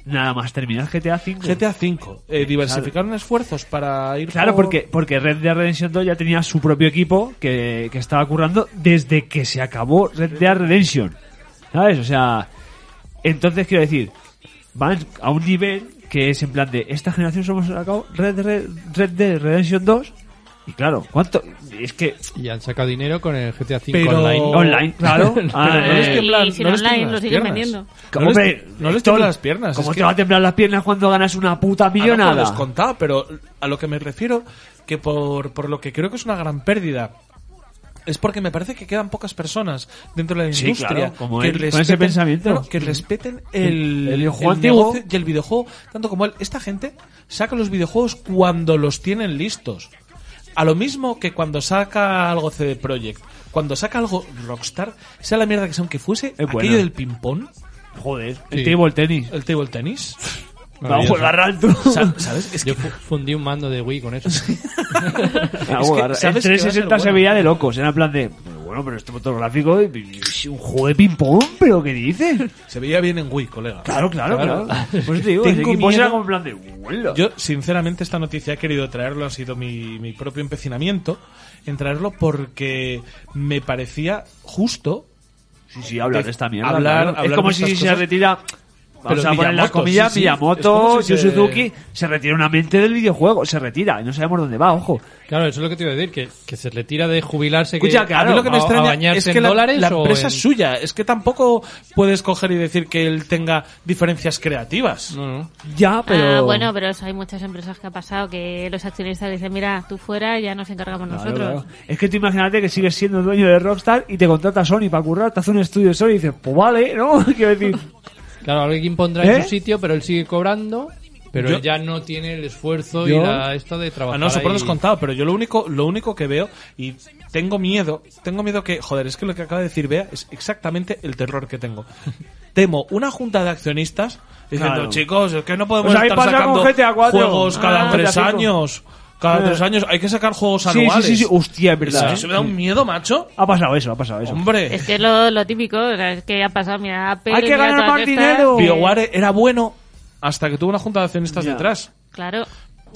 S1: nada más terminar GTA V.
S5: GTA 5. diversificaron esfuerzos para ir
S1: Claro,
S5: por-
S1: porque, porque Red Dead Redemption 2 ya tenía su propio equipo que, que estaba currando desde que se acabó Red Dead Redemption. ¿Sabes? O sea, entonces quiero decir, van a un nivel que es en plan de esta generación somos sacado Red, Red, Red Dead Redemption 2 y claro, ¿cuánto? Es que
S2: Y han sacado dinero con el GTA V
S5: Pero-
S2: Online.
S1: online, claro. Ah,
S5: no les
S1: eh,
S5: tiembla-
S3: y si
S5: no
S3: no
S5: les tiembla
S3: online
S5: las
S3: lo siguen
S5: piernas.
S3: vendiendo.
S5: No les-
S1: Hombre,
S5: no les
S1: esto-
S5: tiemblan las piernas,
S1: ¿Cómo
S5: es
S1: te
S5: que-
S1: va a temblar las piernas cuando ganas una puta
S5: Ah, no, por
S1: millonada?
S5: descontado, pero a lo que me refiero, que por, por lo que creo que es una gran pérdida, es porque me parece que quedan pocas personas dentro de la
S1: Sí,
S5: industria
S1: claro, como
S5: que
S1: él, con ese pensamiento.
S5: claro, que respeten el,
S1: El videojuego antiguo.
S5: negocio y el videojuego, tanto como él. Esta gente saca los videojuegos cuando los tienen listos. A lo mismo que cuando saca algo CD Projekt. Cuando saca algo Rockstar, sea la mierda que sea, aunque fuese
S1: bueno.
S5: aquello del ping-pong,
S1: Joder, el
S2: Sí.
S1: table tenis.
S5: el table tennis.
S1: Vamos a jugar al tú.
S5: Sa- ¿Sabes? Es
S2: Yo fu- fundí un mando de Wii con eso.
S1: Ah,
S5: Es que
S1: bueno,
S5: sabes
S1: el
S5: que va a ser
S1: 360
S5: bueno.
S1: se veía de locos, era en plan de, pero bueno, pero este fotográfico y- y- y un juego de ping-pong, pero ¿qué dices?
S5: Se veía bien en Wii, colega.
S1: Claro, claro,
S5: Claro.
S1: claro. Por eso te digo, el
S5: Tengo
S1: equipo
S5: miedo.
S1: era como en plan de, "Huela".
S5: Yo, sinceramente, esta noticia he querido traerlo, ha sido mi, mi propio empecinamiento en traerlo porque me parecía justo.
S1: sí, sí, hablar
S5: de-
S1: de esta mierda.
S5: hablar-
S1: claro.
S5: hablar
S1: es como
S5: de
S1: si
S5: estas
S1: se
S5: cosas.
S1: retira,
S5: Pero
S1: vamos a poner las
S5: Miyamoto,
S1: comillas,
S5: sí, sí. Es
S1: Miyamoto,
S5: como si
S1: Yu
S5: se-
S1: Suzuki, se retira una mente del videojuego, se retira, y no sabemos dónde va, ojo.
S2: Claro, eso es lo que te iba a decir, que, que se retira de jubilarse
S5: Escucha,
S2: que,
S5: que a mí lo que me
S2: a- a
S5: extraña
S2: bañarse
S5: es que
S2: en
S5: la,
S2: dólares
S5: la
S2: o
S5: empresa
S2: en-
S5: es suya. Es que tampoco puedes coger y decir que él tenga diferencias creativas.
S2: No, no.
S1: Ya, pero...
S3: Ah, bueno, pero eso hay muchas empresas que ha pasado que los accionistas dicen, mira, tú fuera, ya nos encargamos
S1: Claro,
S3: nosotros.
S1: claro. Es que tú imagínate que sigues siendo dueño de Rockstar y te contrata Sony para currar, te hace un estudio Sony y dices, pues vale, ¿no? Quiero decir,
S2: Claro, alguien pondrá
S1: ¿Eh?
S2: en su sitio, pero él sigue cobrando, pero
S5: Yo-
S2: él ya no tiene el esfuerzo y
S1: Yo-
S2: la esta de
S5: Ah,
S2: trabajar.
S5: no, eso por
S2: ahí.
S5: descontado, pero yo lo único, lo único que veo y tengo miedo, tengo miedo que, joder, es que lo que acaba de decir Bea es exactamente el terror que tengo. Temo una junta de accionistas diciendo,
S1: Claro.
S5: chicos, es que no podemos
S1: Pues ahí
S5: estar
S1: pasa
S5: sacando
S1: con GTA IV.
S5: juegos cada
S1: Ah,
S5: tres
S1: GTA V.
S5: años. Cada
S1: Eh.
S5: tres años hay que sacar juegos
S1: Sí,
S5: anuales.
S1: sí, sí, sí. Hostia, es verdad,
S5: Eso-
S1: ¿eh?
S5: Eso me da un miedo, macho.
S1: ha pasado eso, ha pasado eso.
S5: Hombre.
S3: Es que es lo, lo típico, o sea, es que ha pasado, mira, Apple...
S1: Hay que
S3: mira
S1: ganar
S3: todas
S1: más
S3: estas,
S1: dinero.
S3: que-
S5: BioWare era bueno hasta que tuvo una junta de accionistas
S1: Ya.
S5: detrás.
S3: Claro.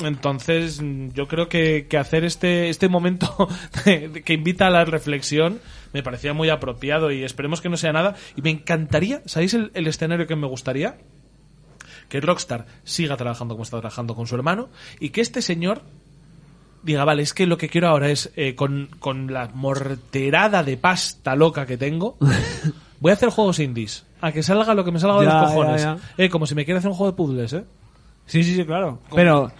S5: Entonces, mm, yo creo que, que hacer este, este momento de- de- que invita a la reflexión me parecía muy apropiado y esperemos que no sea nada. Y me encantaría, ¿sabéis el, el escenario que me gustaría? Que Rockstar siga trabajando como está trabajando con su hermano y que este señor diga, vale, es que lo que quiero ahora es, eh, con, con la morterada de pasta loca que tengo, voy a hacer juegos indies. A que salga lo que me salga de
S1: Ya,
S5: los
S1: ya,
S5: cojones.
S1: ya.
S5: Eh, como si me quiera hacer un juego de puzzles, ¿eh?
S1: Sí, sí, sí, claro. Pero,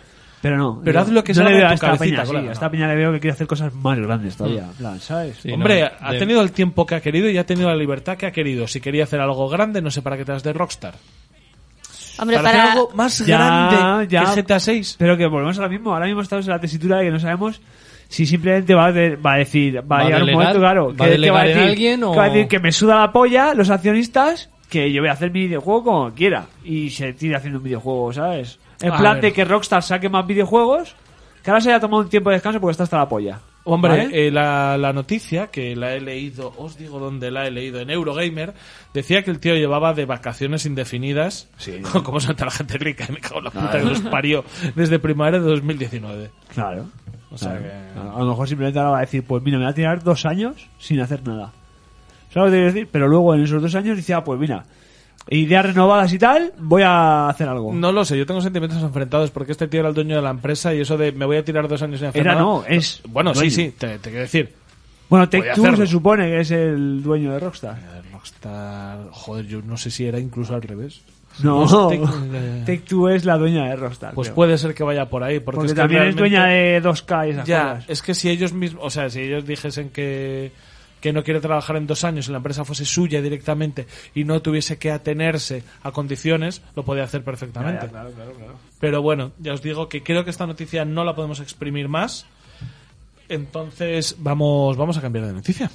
S1: pero no.
S5: Pero
S1: yo-
S5: haz lo que
S1: no
S5: salga
S1: le
S5: de
S1: veo
S5: tu
S1: a esta
S5: cabecita, Mm.
S1: peña, sí,
S5: colega,
S1: a esta
S5: no.
S1: peña le veo que quiere hacer cosas más grandes todavía. en plan, ¿sabes?
S2: Sí,
S5: Hombre,
S2: no,
S5: ha
S2: de-
S5: tenido el tiempo que ha querido y ha tenido la libertad que ha querido. Si quería hacer algo grande, no sé para qué te has de Rockstar.
S3: Hombre,
S5: para,
S3: para...
S5: hacer algo más
S1: Ya,
S5: grande
S1: ya.
S5: que GTA 6.
S1: Pero que volvemos ahora mismo. Ahora mismo estamos en la tesitura de que no sabemos si simplemente va a, de- va a decir, va, a
S2: ¿Va a
S1: llegar
S2: delegar?
S1: un momento, claro.
S2: ¿Va
S1: que-
S2: a
S1: que,
S2: delegar en
S1: decir,
S2: alguien o-
S1: que va a decir que me suda la polla los accionistas, que yo voy a hacer mi videojuego como quiera. Y se tira haciendo un videojuego, ¿sabes? En
S5: A
S1: plan
S5: ver.
S1: de que Rockstar saque más videojuegos, que ahora se haya tomado un tiempo de descanso porque está hasta la polla.
S5: Hombre,
S1: ¿Vale?
S5: eh, la, la noticia que la he leído, os digo dónde la he leído, en Eurogamer, decía que el tío llevaba de vacaciones indefinidas. como santa la gente rica, me cago en la puta que los parió desde primavera de 2019.
S1: Claro.
S5: O sea
S1: Claro.
S5: que-
S1: A a lo mejor simplemente ahora va a decir, pues mira, me va a tirar dos años sin hacer nada. ¿Sabes lo que te quiero decir? Pero luego en esos dos años dice, ah, pues mira, ideas renovadas y tal, voy a hacer algo.
S5: No lo sé, yo tengo sentimientos enfrentados porque este tío era el dueño de la empresa y eso de me voy a tirar dos años en
S1: Era no, es...
S5: Bueno, sí,
S1: dueño.
S5: sí, te, te quiero decir.
S1: Bueno,
S5: Voy a
S1: Tech Two
S5: hacerlo. Eh,
S1: se supone que es el dueño de Rockstar.
S5: Rockstar, joder, yo no sé si era incluso al revés.
S1: No,
S5: No, es pues Take-
S1: Tech Two es la dueña de Rockstar.
S5: Pues
S1: creo.
S5: puede ser que vaya por ahí, porque,
S1: Porque
S5: es que
S1: también es
S5: realmente-
S1: dueña de 2K y esas
S5: Ya,
S1: cosas.
S5: es que si ellos mismos, o sea, si ellos dijesen que que no quiere trabajar en dos años y la empresa fuese suya directamente y no tuviese que atenerse a condiciones, lo podía hacer perfectamente. Pero bueno, ya os digo que creo que esta noticia no la podemos exprimir más. Entonces vamos, vamos a cambiar de noticia.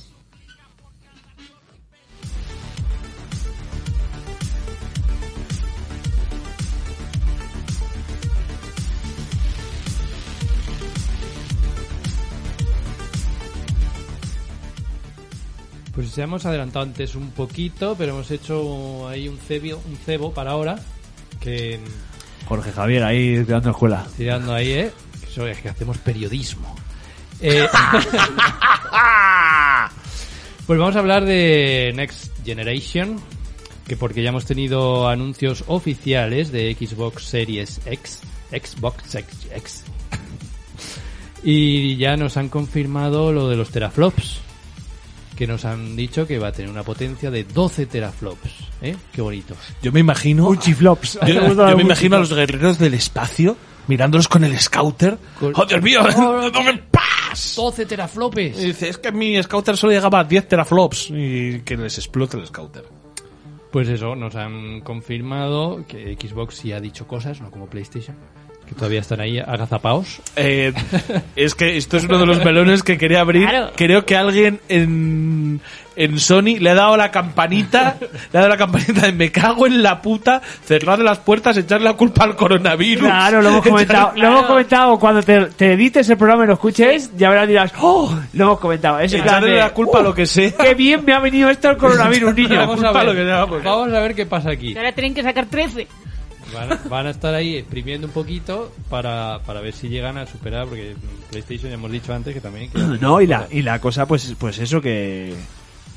S2: Pues ya hemos adelantado antes un poquito, pero hemos hecho ahí un cebo, un cebo para ahora, que
S1: Jorge Javier ahí dando escuela.
S2: tirando ahí, ¿eh? Eso es que hacemos periodismo. Eh, pues vamos a hablar de Next Generation, que porque ya hemos tenido anuncios oficiales de Xbox Series X, Xbox Series X, y ya nos han confirmado lo de los teraflops, que nos han dicho que va a tener una potencia de 12 teraflops, ¿eh? Qué bonito.
S5: Yo me imagino.
S1: Uchiflops.
S5: Yo, yo me imagino a los guerreros del espacio mirándolos con el scouter.
S2: Con-
S5: ¡Oh, Dios mío! ¡Dame paz!
S2: 12 teraflopes.
S5: Y dice, es que mi scouter solo llegaba a 10 teraflops y que les explota el scouter.
S2: Pues eso, nos han confirmado que Xbox sí ha dicho cosas, no como PlayStation, que todavía están ahí agazapaos.
S5: Eh, es que esto es uno de los melones que quería abrir.
S3: Claro.
S5: Creo que alguien en, en Sony le ha dado la campanita, le ha dado la campanita de me cago en la puta, cerrar las puertas, echar la culpa al coronavirus.
S1: Claro, lo hemos comentado. Lo hemos comentado cuando te, te edites el programa y lo escuches, ya verás dirás, ¡oh! Lo hemos comentado. Es en plan
S5: Echarle
S1: de,
S5: la culpa a lo que sea.
S1: ¡Qué bien me ha venido esto el coronavirus, niño!
S2: Vamos a
S5: culpa
S2: ver,
S5: lo que sea, pues.
S2: vamos a ver qué pasa aquí.
S3: Y ahora tienen que sacar 13.
S2: Van a, van a estar ahí exprimiendo un poquito para, para ver si llegan a superar, porque PlayStation ya hemos dicho antes que también... que-
S1: No, y la, y la cosa, pues, pues eso que.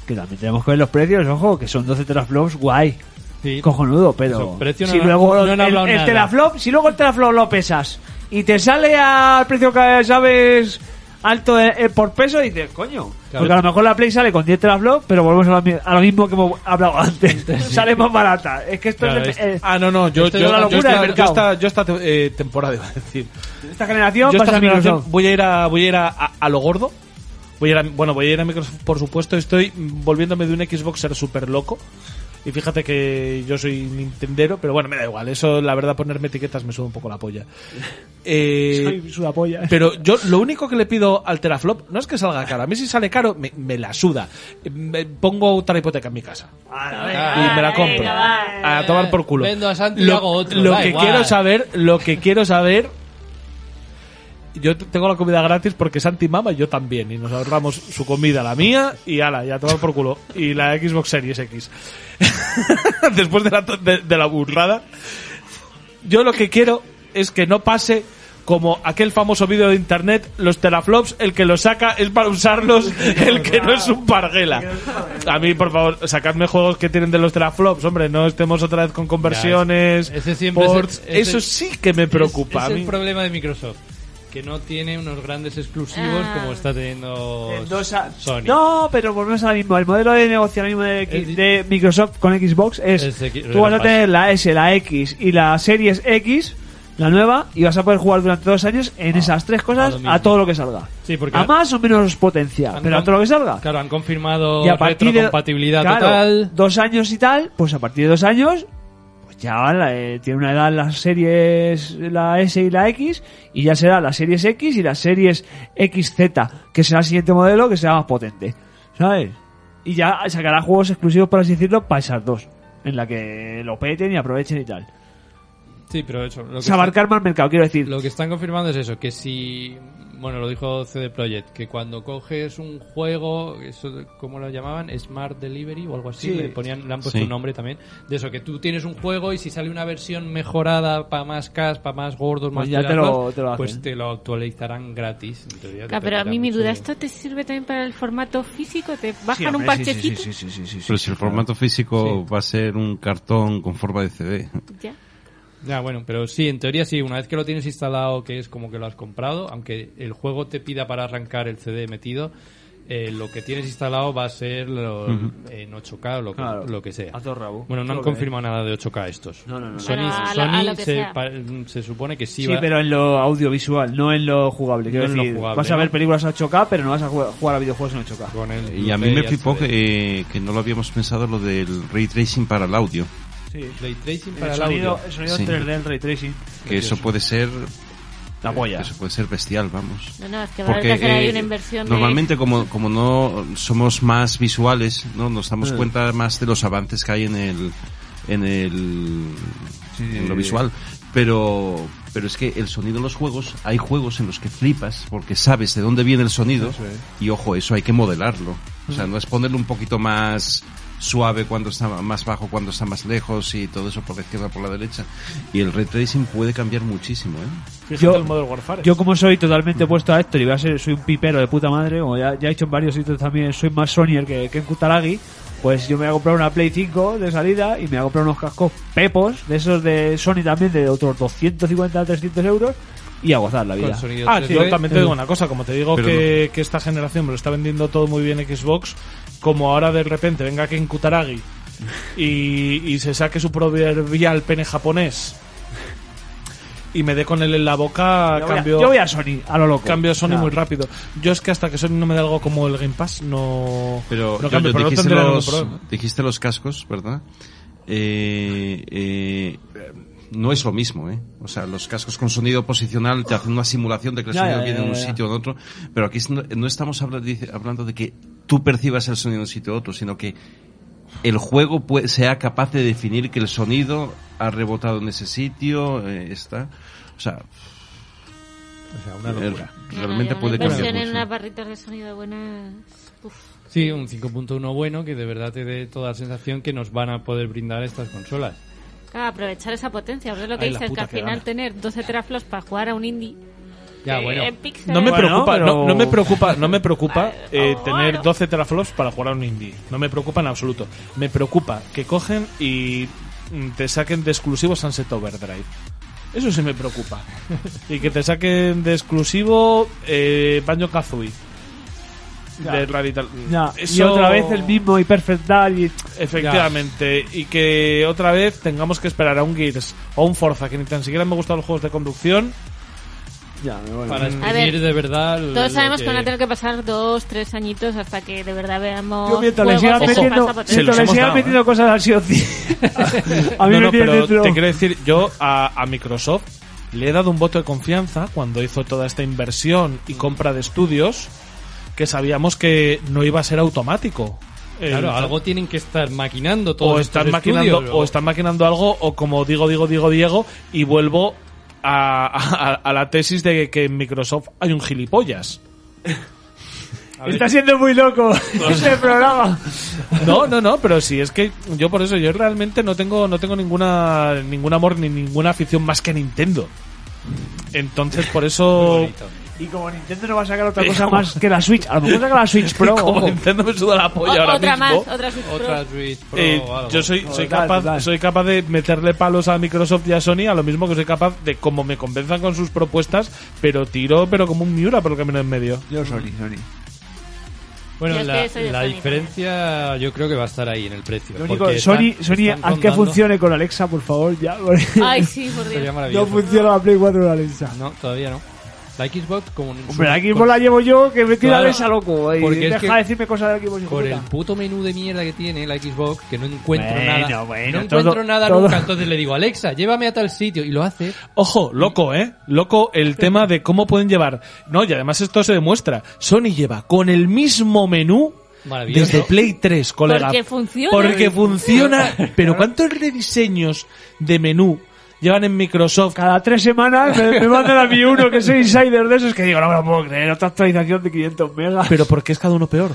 S1: Que también tenemos que ver los precios, ojo, que son 12 teraflops, guay.
S2: Sí.
S1: Cojonudo, pero.
S2: Eso, precio no
S1: si
S2: han-
S1: luego
S2: no han
S1: el,
S2: hablado
S1: el
S2: nada.
S1: teraflop, si luego el teraflop lo pesas y te sale al precio que sabes alto de- eh, por peso, dices, coño.
S2: Claro.
S1: Porque a lo mejor la Play sale con 10 teraflops, pero volvemos a lo, mi- a lo mismo que hemos hablado antes. sale más barata. Es que esto
S2: Claro,
S1: es de-
S2: es-
S1: eh,
S5: Ah, no, no, yo,
S1: Esto
S5: yo,
S1: es una
S5: yo
S1: locura
S5: esta-
S1: de
S5: yo
S1: mercado.
S5: esta, yo esta te- eh, temporada iba a decir.
S1: esta generación
S5: Yo
S1: pasa
S5: esta
S1: a
S5: generación
S1: Microsoft.
S5: voy a ir a voy a ir a, a- a lo gordo. Voy a ir a- bueno, voy a ir a Microsoft, por supuesto, estoy volviéndome de un Xboxer súper loco. Y fíjate que yo soy nintendero, pero bueno, me da igual. Eso, la verdad, ponerme etiquetas me sube un poco la polla. Eh,
S1: Soy sudapolla.
S5: pero yo lo único que le pido al Teraflop no es que salga caro. A mí si sale caro, me, me la suda. Eh, Me pongo otra hipoteca en mi casa. y me la compro.
S3: Ah, venga, va.
S5: a tomar por culo.
S2: Vendo a Santi y hago otro,
S5: lo
S2: da
S5: que
S2: igual.
S5: quiero saber, lo que quiero saber. Yo t- tengo la comida gratis porque Santi mama y yo también. Y nos ahorramos su comida, la mía, y ala, ya tomar por culo. Y la Xbox Series X. Después de la, to- de- de la burrada. Yo lo que quiero es que no pase como aquel famoso vídeo de internet, los teraflops, el que los saca es para usarlos, el que no es un parguela. A mí, por favor, sacadme juegos que tienen de los teraflops, hombre, no estemos otra vez con conversiones,
S2: Ya, ese siempre es el-
S5: ports.
S2: ese-
S5: eso sí que me preocupa.
S2: Es,
S5: a
S2: es
S5: mí.
S2: el problema de Microsoft, que no tiene unos grandes exclusivos
S3: Ah.
S2: como está teniendo
S1: Mendoza-
S2: Sony.
S1: No, pero volvemos ahora mismo. El modelo de negocio ahora mismo de, X-
S2: Es-
S1: de Microsoft con Xbox es,
S2: Es X-
S1: tú vas a
S2: Game
S1: tener la S, la X y la Series X, la nueva, y vas a poder jugar durante dos años en esas tres
S2: Ah, a lo
S1: cosas
S2: mismo.
S1: a todo lo que salga.
S2: Sí, porque-
S1: a más o menos potencia,
S2: Han
S1: pero a
S2: con-
S1: todo lo que salga.
S2: Claro, han confirmado
S1: y a partir de
S2: retrocompatibilidad
S1: claro,
S2: total.
S1: dos años y tal, pues a partir de dos años pues ya la, eh, tiene una edad las series la S y la X y ya será la series X y la series XZ que será el siguiente modelo que será más potente ¿sabes? y ya sacará juegos exclusivos por así decirlo para esas dos en la que lo peten y aprovechen y tal
S2: Sí, pero eso. Lo que
S1: o sea, abarcar más mercado quiero decir
S2: Lo que están confirmando es eso, que si, bueno, lo dijo CD Projekt, que cuando coges un juego, eso, ¿cómo lo llamaban? Smart Delivery o algo así,
S1: Sí.
S2: le, ponían, le han puesto
S6: Sí.
S2: un nombre también, de eso, que tú tienes un juego y si sale una versión mejorada para más cas, para más gordos, más
S1: Pues ya te
S2: tirados,
S1: lo- te lo
S2: pues
S1: hacen.
S2: te lo actualizarán gratis. en teoría,
S3: Claro,
S2: te
S3: Ah, pero a mí
S2: permitirán
S3: mi duda,
S2: mucho-
S3: ¿esto te sirve también para el formato físico? ¿Te bajan
S1: Sí, hombre,
S3: un
S1: sí, sí,
S3: parchecito?
S1: sí, sí, sí, sí, sí,
S6: Pero si el formato físico va a ser un cartón con forma de CD.
S3: Ya.
S2: Ya, bueno, pero sí, en teoría sí, una vez que lo tienes instalado, que es como que lo has comprado, aunque el juego te pida para arrancar el CD metido, eh, lo que tienes instalado va a ser lo- en 8K o lo, que-
S1: Claro.
S2: lo que sea.
S1: A todo rabo.
S2: Bueno, no han
S1: Lo que-
S2: confirmado nada de 8K estos.
S1: No, no, no, no.
S2: Sony,
S3: Bueno, a lo- a lo
S2: Sony
S3: que
S2: se,
S3: sea.
S2: pa- se supone que sí,
S1: Sí,
S2: va-
S1: pero en lo audiovisual, no en lo jugable. Quiero
S2: No en lo
S1: decir,
S2: jugable,
S1: vas a ver
S2: ¿no?
S1: películas a 8K, pero no vas a jue- jugar a videojuegos en 8K.
S2: con el
S4: Y a mí
S2: Blu-ray y
S4: me flipó
S2: HD.
S4: que, que no lo habíamos pensado lo del ray tracing para el audio.
S1: Sí.
S2: Ray tracing
S1: El
S2: para el audio.
S1: sonido, el sonido
S4: Sí.
S1: 3D, el ray tracing.
S4: Que eso puede ser.
S1: La
S4: que
S1: polla.
S4: Eso puede ser bestial, vamos.
S3: No, no, es que va a haber que
S4: Porque
S3: hacer ahí
S4: eh,
S3: una inversión de-
S4: normalmente como, como no somos más visuales, no nos damos
S1: Sí.
S4: cuenta más de los avances que hay en el en el en lo visual, pero pero es que el sonido en los juegos, hay juegos en los que flipas porque sabes de dónde viene el sonido y ojo, eso hay que modelarlo. O sea, no es ponerlo un poquito más suave cuando está más bajo, cuando está más lejos y todo eso por la izquierda, por la derecha. Y el ray tracing puede cambiar muchísimo, ¿eh?
S5: Fíjate
S1: Yo-
S5: el Modern Warfare.
S1: Yo como soy totalmente opuesto a Héctor y voy a ser, soy un pipero de puta madre, como ya, ya he hecho en varios sitios también, soy más Sonyer que, que en Kutaragi, pues yo me voy a comprar una Play 5 de salida y me voy a comprar unos cascos pepos, de esos de Sony también, de otros 250 300 euros, y a gozar la vida.
S2: Con sonido
S5: Ah,
S2: 3D.
S5: yo también te digo una cosa, como te digo
S4: Pero
S5: que, que esta generación me lo está vendiendo todo muy bien Xbox, como ahora de repente venga Ken Kutaragi y, y se saque su proverbial pene japonés y me dé con él en la boca,
S1: Yo voy, a,
S5: cambio,
S1: yo voy a Sony, a lo loco.
S5: cambio Sony
S1: O sea,
S5: muy rápido. Yo es que hasta que Sony no me dé algo como el Game Pass, no,
S4: Pero,
S5: no
S4: yo-
S5: cambio,
S4: yo
S5: pero no
S4: dijiste,
S5: tendré ningún
S4: los,
S5: problema.
S4: dijiste los cascos, ¿verdad? Eh, eh, no es lo mismo, ¿eh? O sea, los cascos con sonido posicional te hacen una simulación de que el
S1: Ya,
S4: sonido
S1: ya,
S4: viene
S1: ya,
S4: de un
S1: ya.
S4: sitio a otro, pero aquí es- no, no estamos habla- dice- hablando de que tú percibas el sonido de un sitio a otro, sino que el juego pue- sea capaz de definir que el sonido ha rebotado en ese sitio, eh, está... O sea,
S2: O sea, una locura.
S4: eh, realmente
S3: No, no,
S4: puede
S3: una inversión
S4: cambiar
S3: en
S4: mucho.
S3: unas barritas de sonido buenas. Uf.
S2: Sí, un 5.1 bueno que de verdad te dé toda la sensación que nos van a poder brindar estas consolas.
S3: Claro, aprovechar esa potencia, porque es lo que
S5: Ay, la
S3: dices, que
S5: puta
S3: al
S5: que
S3: final
S5: gana.
S3: tener 12 teraflops para jugar a un indie.
S2: Ya,
S3: eh,
S2: bueno.
S3: en píxeles,
S5: No me
S1: Bueno,
S5: preocupa,
S1: pero-
S5: no, no me preocupa, no me preocupa eh,
S3: Bueno.
S5: tener 12 teraflops para jugar a un indie. No me preocupa en absoluto. Me preocupa que cogen y mm, te saquen de exclusivo Sunset Overdrive. Eso sí me preocupa. y que te saquen de exclusivo eh, Banjo Kazooie. De Radical.
S1: ya. Y
S5: Eso-
S1: otra vez el mismo y Perfect Dark y...
S5: Efectivamente, y que otra vez tengamos que esperar a un Gears o un Forza, que ni tan siquiera me gustan los juegos de conducción.
S1: Ya, me voy.
S2: Para
S3: A ver,
S2: exprimir de verdad. lo
S3: Todos sabemos que... van a
S2: que-
S3: tener que pasar dos, tres añitos hasta que de verdad veamos.
S1: Yo mientras le
S3: juegos
S1: sigan
S3: de esa
S1: metiendo,
S3: pasta
S5: se
S3: potente.
S5: los
S1: mientras le
S5: hemos
S1: sigan
S5: dado, ¿eh?
S1: metiendo cosas al sí o sí. A mí
S5: No,
S1: me
S5: no,
S1: tiene
S5: pero
S1: dentro.
S5: te quiero decir, yo a, a Microsoft le he dado un voto de confianza cuando hizo toda esta inversión y compra de estudios que sabíamos que no iba a ser automático.
S2: Claro,
S5: El-
S2: algo tienen que estar maquinando todos
S5: o
S2: estos
S5: están maquinando
S2: estudios,
S5: o están maquinando algo o como digo digo digo Diego y vuelvo a, a- a la tesis de que en Microsoft hay un gilipollas.
S1: Está siendo muy loco este programa.
S5: No, no, no, pero sí, es que yo por eso, yo realmente no tengo, no tengo ninguna, ningún amor ni ninguna afición más que Nintendo. Entonces, por eso,
S1: Y como Nintendo no va a sacar otra
S5: Sí,
S1: cosa
S5: como-
S1: más que la Switch, a lo mejor saca la Switch Pro.
S5: como
S1: ojo.
S5: Nintendo me suda la
S3: O-
S5: polla ahora
S3: otra
S5: mismo,
S3: más, otra Switch Pro.
S2: Otra Switch Pro
S5: eh,
S2: o algo.
S5: yo soy, soy,
S1: Total,
S5: capaz,
S1: total.
S5: soy capaz de meterle palos a Microsoft y a Sony a lo mismo que soy capaz de, como me convenzan con sus propuestas, pero tiro, pero como un Miura por lo que menos en medio.
S1: Yo Sony, Sony.
S2: Bueno,
S3: Yo es
S2: la,
S3: que soy de
S2: la
S3: Sony,
S2: diferencia yo creo que va a estar ahí en el precio.
S1: Lo único,
S2: porque
S1: Sony,
S2: están-
S1: Sony,
S2: están
S1: haz que
S2: contando-
S1: funcione con Alexa, por favor, ya. porque
S3: Ay, sí, por
S2: Sería
S3: Dios.
S1: no
S2: maravilloso.
S1: funciona la Play 4 con Alexa.
S2: No, todavía no. La Xbox como en su-
S1: Hombre, la Xbox la llevo yo, que me tira
S2: Claro.
S1: Alexa loco. Y
S2: Porque es
S1: deja
S2: que-
S1: de decirme cosas de la Xbox. hijo
S2: por el
S1: puta.
S2: puto menú de mierda que tiene la Xbox que no encuentro
S1: Bueno,
S2: nada.
S1: bueno,
S2: no encuentro
S1: todo-
S2: nada
S1: todo-
S2: nunca, entonces le digo, "Alexa, llévame a tal sitio" y lo hace.
S5: Ojo, loco, ¿eh? Loco el tema de cómo pueden llevar. No, y además esto se demuestra. Sony lleva con el mismo menú
S2: Maravilloso.
S5: desde Play 3, colega.
S3: Porque funciona.
S5: Porque funciona. Pero ¿cuántos rediseños de menú llevan en Microsoft?
S1: Cada tres semanas me, me mandan a mí uno que soy insider de esos que digo, no me lo puedo creer, otra actualización de 500 megas.
S5: Pero porque es cada uno peor.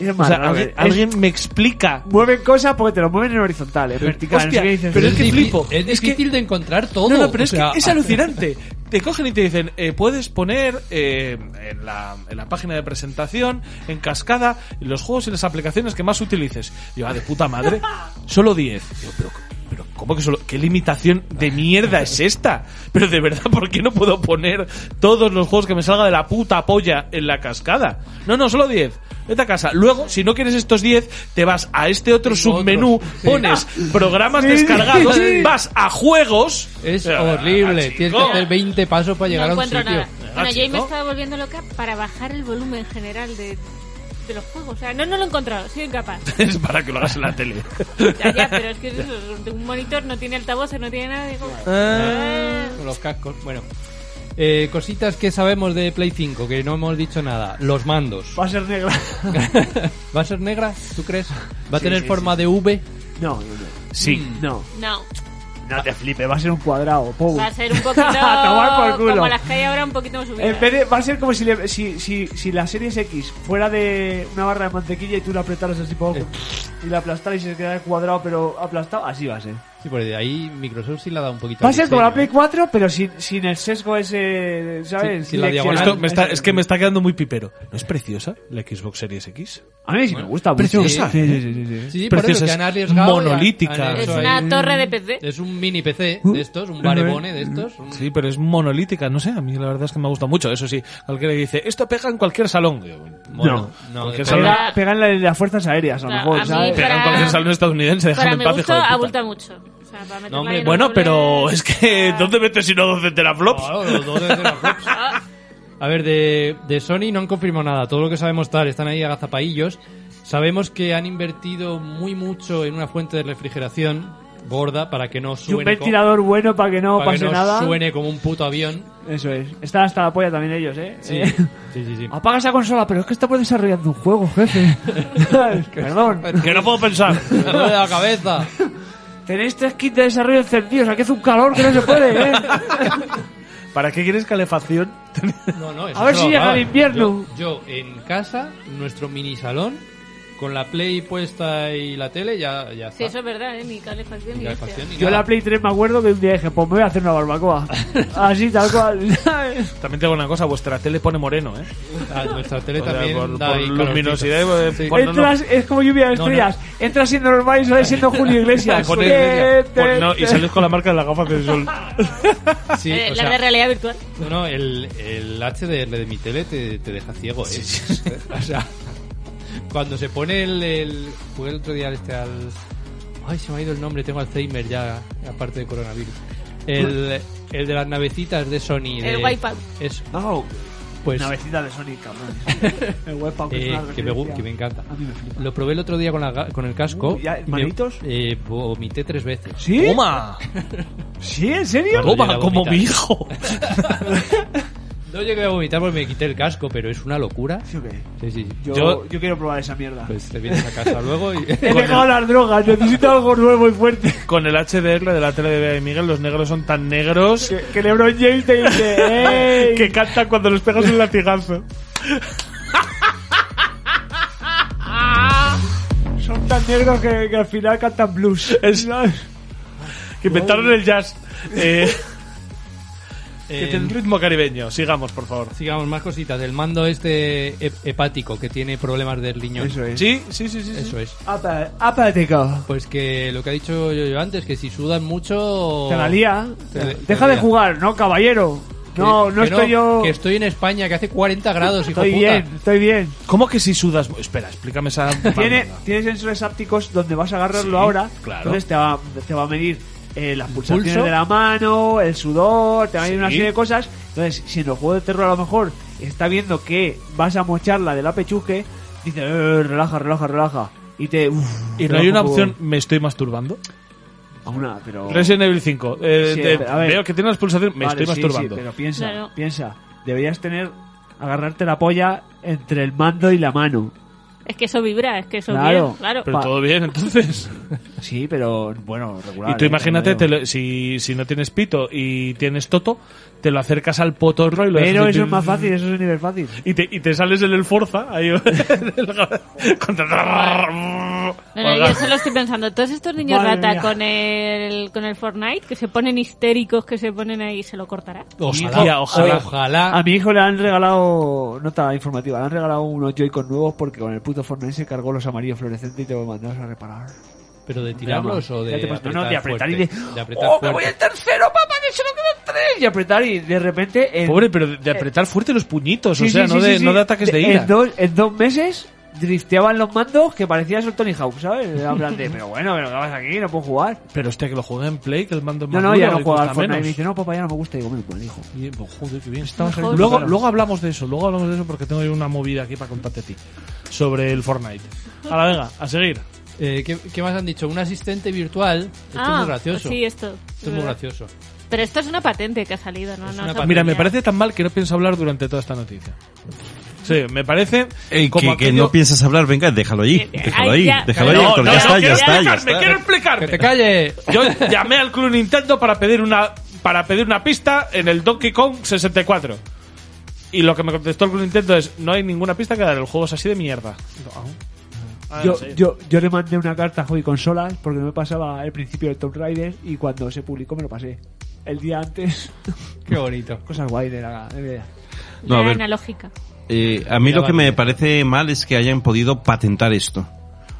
S1: Es
S5: O
S1: malo,
S5: sea,
S1: a ver, es-
S5: alguien, alguien me explica.
S1: Mueven cosas porque te lo mueven en horizontal, en vertical. no sé
S5: Hostia,
S1: qué dices.
S5: pero es que
S2: difi-
S5: flipo.
S2: Es
S5: Es que-
S2: difícil de encontrar todo.
S5: No, no, pero
S2: o
S5: es
S2: sea,
S5: que es alucinante. Te cogen y te dicen, eh, puedes poner eh, en, la, en la página de presentación, en cascada, los juegos y las aplicaciones que más utilices. Y yo, ah, de puta madre, solo 10. Digo, pero, pero ¿Cómo que solo? ¿Qué limitación de mierda es esta? Pero de verdad, ¿por qué no puedo poner todos los juegos que me salga de la puta polla en la cascada? No, no, solo 10. Vete a casa. Luego, si no quieres estos 10, te vas a este otro
S2: Tengo
S5: submenú,
S2: otros, sí. Ah.
S5: pones programas
S2: Sí,
S5: descargados,
S2: sí.
S5: vas a juegos.
S2: Es
S5: Ah,
S2: horrible.
S5: chico.
S2: Tienes que hacer 20 pasos para llegar
S3: no
S2: a un
S3: encuentro
S2: sitio.
S3: nada. Bueno, yo ahí me
S5: chico.
S3: estaba volviendo loca para bajar el volumen general de, de los juegos. O sea, no, no lo he encontrado, soy incapaz.
S5: Es para que lo hagas en la tele.
S3: Ya, ya, pero es que es eso, de un monitor no tiene altavoces, no tiene nada. Digo,
S2: Ah, con los cascos. Bueno. Eh, cositas que sabemos de Play 5, que no hemos dicho nada. Los mandos.
S1: Va a ser negra.
S2: ¿Va a ser negra? ¿Tú crees? ¿Va a tener forma de V?
S1: No, no, no. Sí.
S2: Mm.
S1: No,
S3: no,
S1: no te flipes, va a ser un cuadrado. Pou.
S3: va a ser un poquito
S1: Tomar por culo.
S3: como las que hay ahora, un poquito más
S1: En
S3: subidas.
S1: vez de- va a ser como si, le- si, si, si la Series X fuera de una barra de mantequilla y tú la apretaras así
S5: Eh.
S1: poco y la aplastaras y se quedara cuadrado pero aplastado, así va a ser.
S2: Sí, por ahí Microsoft sí la da un poquito.
S1: Va a
S2: al
S1: ser como la Play
S2: diseño,
S1: 4 pero sin, sin el sesgo ese, ¿sabes?
S2: Sí, sí, la diagonal.
S5: Esto me está- es que me está quedando muy pipero. ¿No es preciosa la Xbox Series X?
S1: A mí sí me gusta mucho.
S5: preciosa.
S1: Sí, sí, sí, sí,
S2: ¿eh?
S1: sí.
S2: Sí, sí, por eso,
S5: Preciosa,
S2: que han
S5: es
S2: arriesgado y han-
S5: monolítica.
S2: han
S3: es
S2: hecho
S3: una
S2: ahí-
S3: torre de PC.
S2: Es un mini PC de estos, un barebone de estos. un-
S5: Sí, pero es monolítica, no sé, a mí la verdad es que me gusta mucho, eso sí. Cualquiera que dice, esto pega en cualquier salón. Yo, bueno,
S2: No, depende.
S5: cualquier salón,
S1: Pega, pega en la- en las fuerzas aéreas a lo
S3: No,
S1: mejor,
S3: a mí-
S1: ¿sabes?
S5: pega en
S3: para-
S5: cualquier salón estadounidense, déjame
S3: Para
S5: en
S3: mi
S5: paz,
S3: gusto,
S5: hijo de puta.
S3: abulta mucho. O sea, para meterla
S2: hombre,
S3: ahí en los
S5: Bueno, pero
S3: dobles,
S5: es que,
S3: ah,
S5: ¿dónde metes si no 12 teraflops?
S2: Claro, los dos de los Fox. A ver, de, de Sony no han confirmado nada. Todo lo que sabemos tal, están ahí agazapaillos. Sabemos que han invertido muy mucho en una fuente de refrigeración gorda para que
S1: Y
S2: no
S1: un
S2: suene, co-
S1: ventilador bueno para que no
S2: para que
S1: pase
S2: no
S1: nada.
S2: suene como un puto avión.
S1: Eso es. Están hasta la polla también ellos, ¿eh?
S2: Sí,
S1: Eh,
S2: sí, sí. sí.
S1: Apaga esa consola, pero es que estamos desarrollando un juego, jefe. Perdón.
S5: Que no puedo pensar.
S2: Me duele la cabeza.
S1: Tenéis tres kits de desarrollo encendidos, aquí hace un calor que no se puede, ¿eh?
S5: ¿Para qué quieres calefacción?
S2: No, no, eso
S1: A ver
S2: no,
S1: si llega
S2: vale.
S1: el invierno.
S2: Yo, yo en casa, nuestro mini salón, con la play puesta y la tele, ya, ya está.
S3: Sí, eso es verdad, ¿eh? Ni calefacción Eh,
S2: Ni
S3: ni hostia.
S2: calefacción ni
S1: Yo en
S2: nada.
S1: la Play 3 me acuerdo que un día dije, pues me voy a hacer una barbacoa. Así, tal cual.
S5: También tengo una cosa, vuestra tele pone moreno, ¿eh?
S2: Ah, nuestra tele
S5: O sea,
S2: también
S5: por,
S2: da
S5: por
S2: ahí
S5: luminosidad, eh,
S2: Sí.
S5: cuando no-
S1: Entras, es como lluvia de
S2: No, no.
S1: estrellas. Entras siendo normal y sales siendo Julio Iglesias.
S5: Con el-
S1: Eh,
S5: con-
S1: te-
S5: no, y salís con la marca de las gafas de sol.
S2: calor. Sí,
S3: Eh,
S2: o
S3: la
S2: sea,
S3: de realidad virtual.
S2: no, no, el, el HDR de mi tele te, te deja ciego, ¿eh? O sea, cuando se pone el, el... Jugué el otro día este al... Ay, se me ha ido el nombre, tengo Alzheimer ya, aparte de coronavirus. El, el de las navecitas de Sony. de-
S3: El Wipeout.
S2: Eso,
S1: No,
S2: pues...
S1: una vecina de Sonic, cabrón. El Wipeout es
S2: Eh,
S1: una
S2: que, me, gu-
S1: referencia.
S2: que me encanta.
S1: A mí me flipa.
S2: Lo probé el otro día con, la ga- con el casco.
S1: Uh, ¿ya,
S2: y me-
S1: manitos?
S2: eh, vomité tres veces.
S1: ¿Sí?
S5: ¡Toma!
S1: ¿Sí? ¿En serio?
S2: Claro.
S5: ¡Toma! Como mi hijo.
S2: No llegué a vomitar porque me quité el casco, pero es una locura.
S1: ¿Sí o qué?
S2: Sí, sí. sí.
S1: Yo,
S5: Yo-
S1: yo quiero probar esa mierda.
S2: Pues te vienes a casa luego y... eh,
S1: He dejado las drogas, necesito algo nuevo y fuerte.
S5: Con el HDR de la tele de Bea y Miguel, los negros son tan negros
S1: Que, que LeBron James te dice, ¡Ey!
S5: que cantan cuando les pegas un latigazo.
S1: Son tan negros que, que al final cantan blues.
S5: Es- que inventaron el jazz. Eh, que
S2: Eh,
S5: tiene un ritmo caribeño. Sigamos, por favor.
S2: sigamos, más cositas. El mando este he- hepático que tiene problemas del riñón.
S1: es.
S5: Sí, sí, sí, sí. sí.
S2: Eso es.
S1: Apa- Apático.
S2: Pues que lo que ha dicho yo, yo antes, que si sudan mucho...
S1: Te la lía.
S2: Te-
S1: Deja
S2: te
S1: de
S2: lía.
S1: jugar, ¿no, caballero?
S2: Que-
S1: No, no
S2: que
S1: estoy yo...
S2: Que estoy en España, que hace 40 grados, hijo
S1: Estoy
S2: puta.
S1: bien, estoy bien.
S5: ¿Cómo que si sudas? Espera, explícame esa.
S1: Tiene,
S5: banda.
S1: tiene sensores ápticos donde vas a agarrarlo ahora.
S5: claro.
S1: Entonces te va, te va a medir eh, las pulsaciones
S2: pulso?
S1: de la mano, el sudor, te va a medir una
S5: Sí.
S1: serie de cosas. Entonces, si en el juego de terror a lo mejor está viendo que vas a mocharla de la pechuje, dice, "Eh, relaja, relaja, relaja. Y te... uf, te
S5: Y no hay
S1: baja
S5: una
S1: un poco.
S5: opción, me estoy masturbando.
S1: A una, pero...
S5: Resident Evil 5. eh,
S1: Sí,
S5: de-
S1: a ver.
S5: veo que tiene las pulsaciones, me
S1: Vale,
S5: estoy
S1: sí,
S5: masturbando.
S1: sí, pero piensa,
S3: Claro.
S1: piensa. Deberías tener... Agarrarte la polla entre el mando y la mano.
S3: Es que eso vibra, es que eso
S1: Claro.
S3: bien, claro.
S5: Pero
S1: Pa-
S5: todo bien, entonces.
S1: Sí, pero bueno, regular.
S5: y tú
S1: ¿eh?
S5: imagínate,
S1: No
S5: te
S1: digo-
S5: lo- si, si no tienes pito y tienes toto, te lo acercas al potorro y lo
S1: Pero
S5: dejas-
S1: eso es más fácil, eso es un nivel fácil.
S5: Y te, y te sales en el Forza, ahí. con-
S3: No, no, yo solo estoy pensando, todos estos niños
S1: Madre
S3: rata
S1: mía.
S3: con el, con el Fortnite, que se ponen histéricos, que se ponen ahí, ¿se lo cortará?
S5: Ojalá, ojalá.
S1: A mi hijo le han regalado, nota informativa, le han regalado unos Joy-Con nuevos porque con el puto Fortnite se cargó los amarillos fluorescentes y te lo mandamos a reparar.
S2: ¿Pero de tirarlos o de
S1: Ya te pasa-
S2: apretar
S1: no, no, de apretar y
S2: fuerte?
S1: de.
S2: De apretar
S1: ¡Oh, que
S2: fuerte.
S1: voy el tercero, papá! ¡Que solo quedan tres! Y apretar y de repente. en-
S5: Pobre, pero de- de apretar fuerte los puñitos,
S1: Sí,
S5: o
S1: sí,
S5: sea,
S1: sí,
S5: no, de,
S1: sí, sí.
S5: no de ataques de ira.
S1: En dos, en dos meses drifteaban los mandos que parecías el Tony Hawk, ¿sabes? En plan de, pero bueno, pero ¿qué vas aquí? No puedo jugar.
S5: Pero hostia, que lo juega en Play, que el mando es
S1: No,
S5: más
S1: no,
S5: duro,
S1: ya no
S5: le
S1: juega al
S5: cuesta
S1: Fortnite. Y me
S5: menos.
S1: dice, no, papá, ya no me gusta. Y digo, bueno, pues hijo.
S5: Y, pues, joder, qué bien.
S1: saliendo
S5: luego,
S1: caros.
S5: luego hablamos de eso, luego hablamos de eso porque tengo yo una movida aquí para contarte a ti sobre el Fortnite. A la venga, a seguir.
S2: Eh, ¿qué, qué más han dicho? Un asistente virtual. Esto
S3: Ah,
S2: es muy gracioso.
S3: Sí, esto.
S2: Esto es muy gracioso.
S3: Pero esto es una patente que ha salido, ¿no?
S2: Es
S3: No
S2: una
S3: os
S2: patente.
S5: Mira, me
S3: apoyáis.
S5: parece tan mal que no pienso hablar durante toda esta noticia. Sí, me parece
S4: Ey, que,
S5: como
S4: que
S5: aquello-
S4: no piensas hablar, venga, déjalo ahí.
S3: Eh, eh,
S4: Déjalo
S3: ahí
S4: ahí,
S3: ya.
S4: déjalo ahí,
S5: No,
S4: Héctor,
S5: no,
S4: ya
S5: no,
S4: está, ya
S5: quiero
S4: está, ya
S5: explicarme, quiero
S4: está.
S5: explicarme.
S2: ¡Que te calle!
S5: Yo llamé al Club Nintendo para pedir una para pedir una pista en el Donkey Kong 64. Y lo que me contestó el Club Nintendo es no hay ninguna pista que dar, el juego es así de mierda. Ah,
S1: Yo,
S5: sí.
S1: yo, yo le mandé una carta a Hobby Consolas porque no me pasaba el principio de Tomb Raider y cuando se publicó me lo pasé. El día antes,
S2: ¡Qué bonito!
S1: cosas guay de la de la-
S5: Eh,
S4: No, a
S3: La
S4: ver.
S3: analógica.
S4: Eh, a mí
S2: Mira,
S4: lo que
S2: vale.
S4: me parece mal es que hayan podido patentar esto.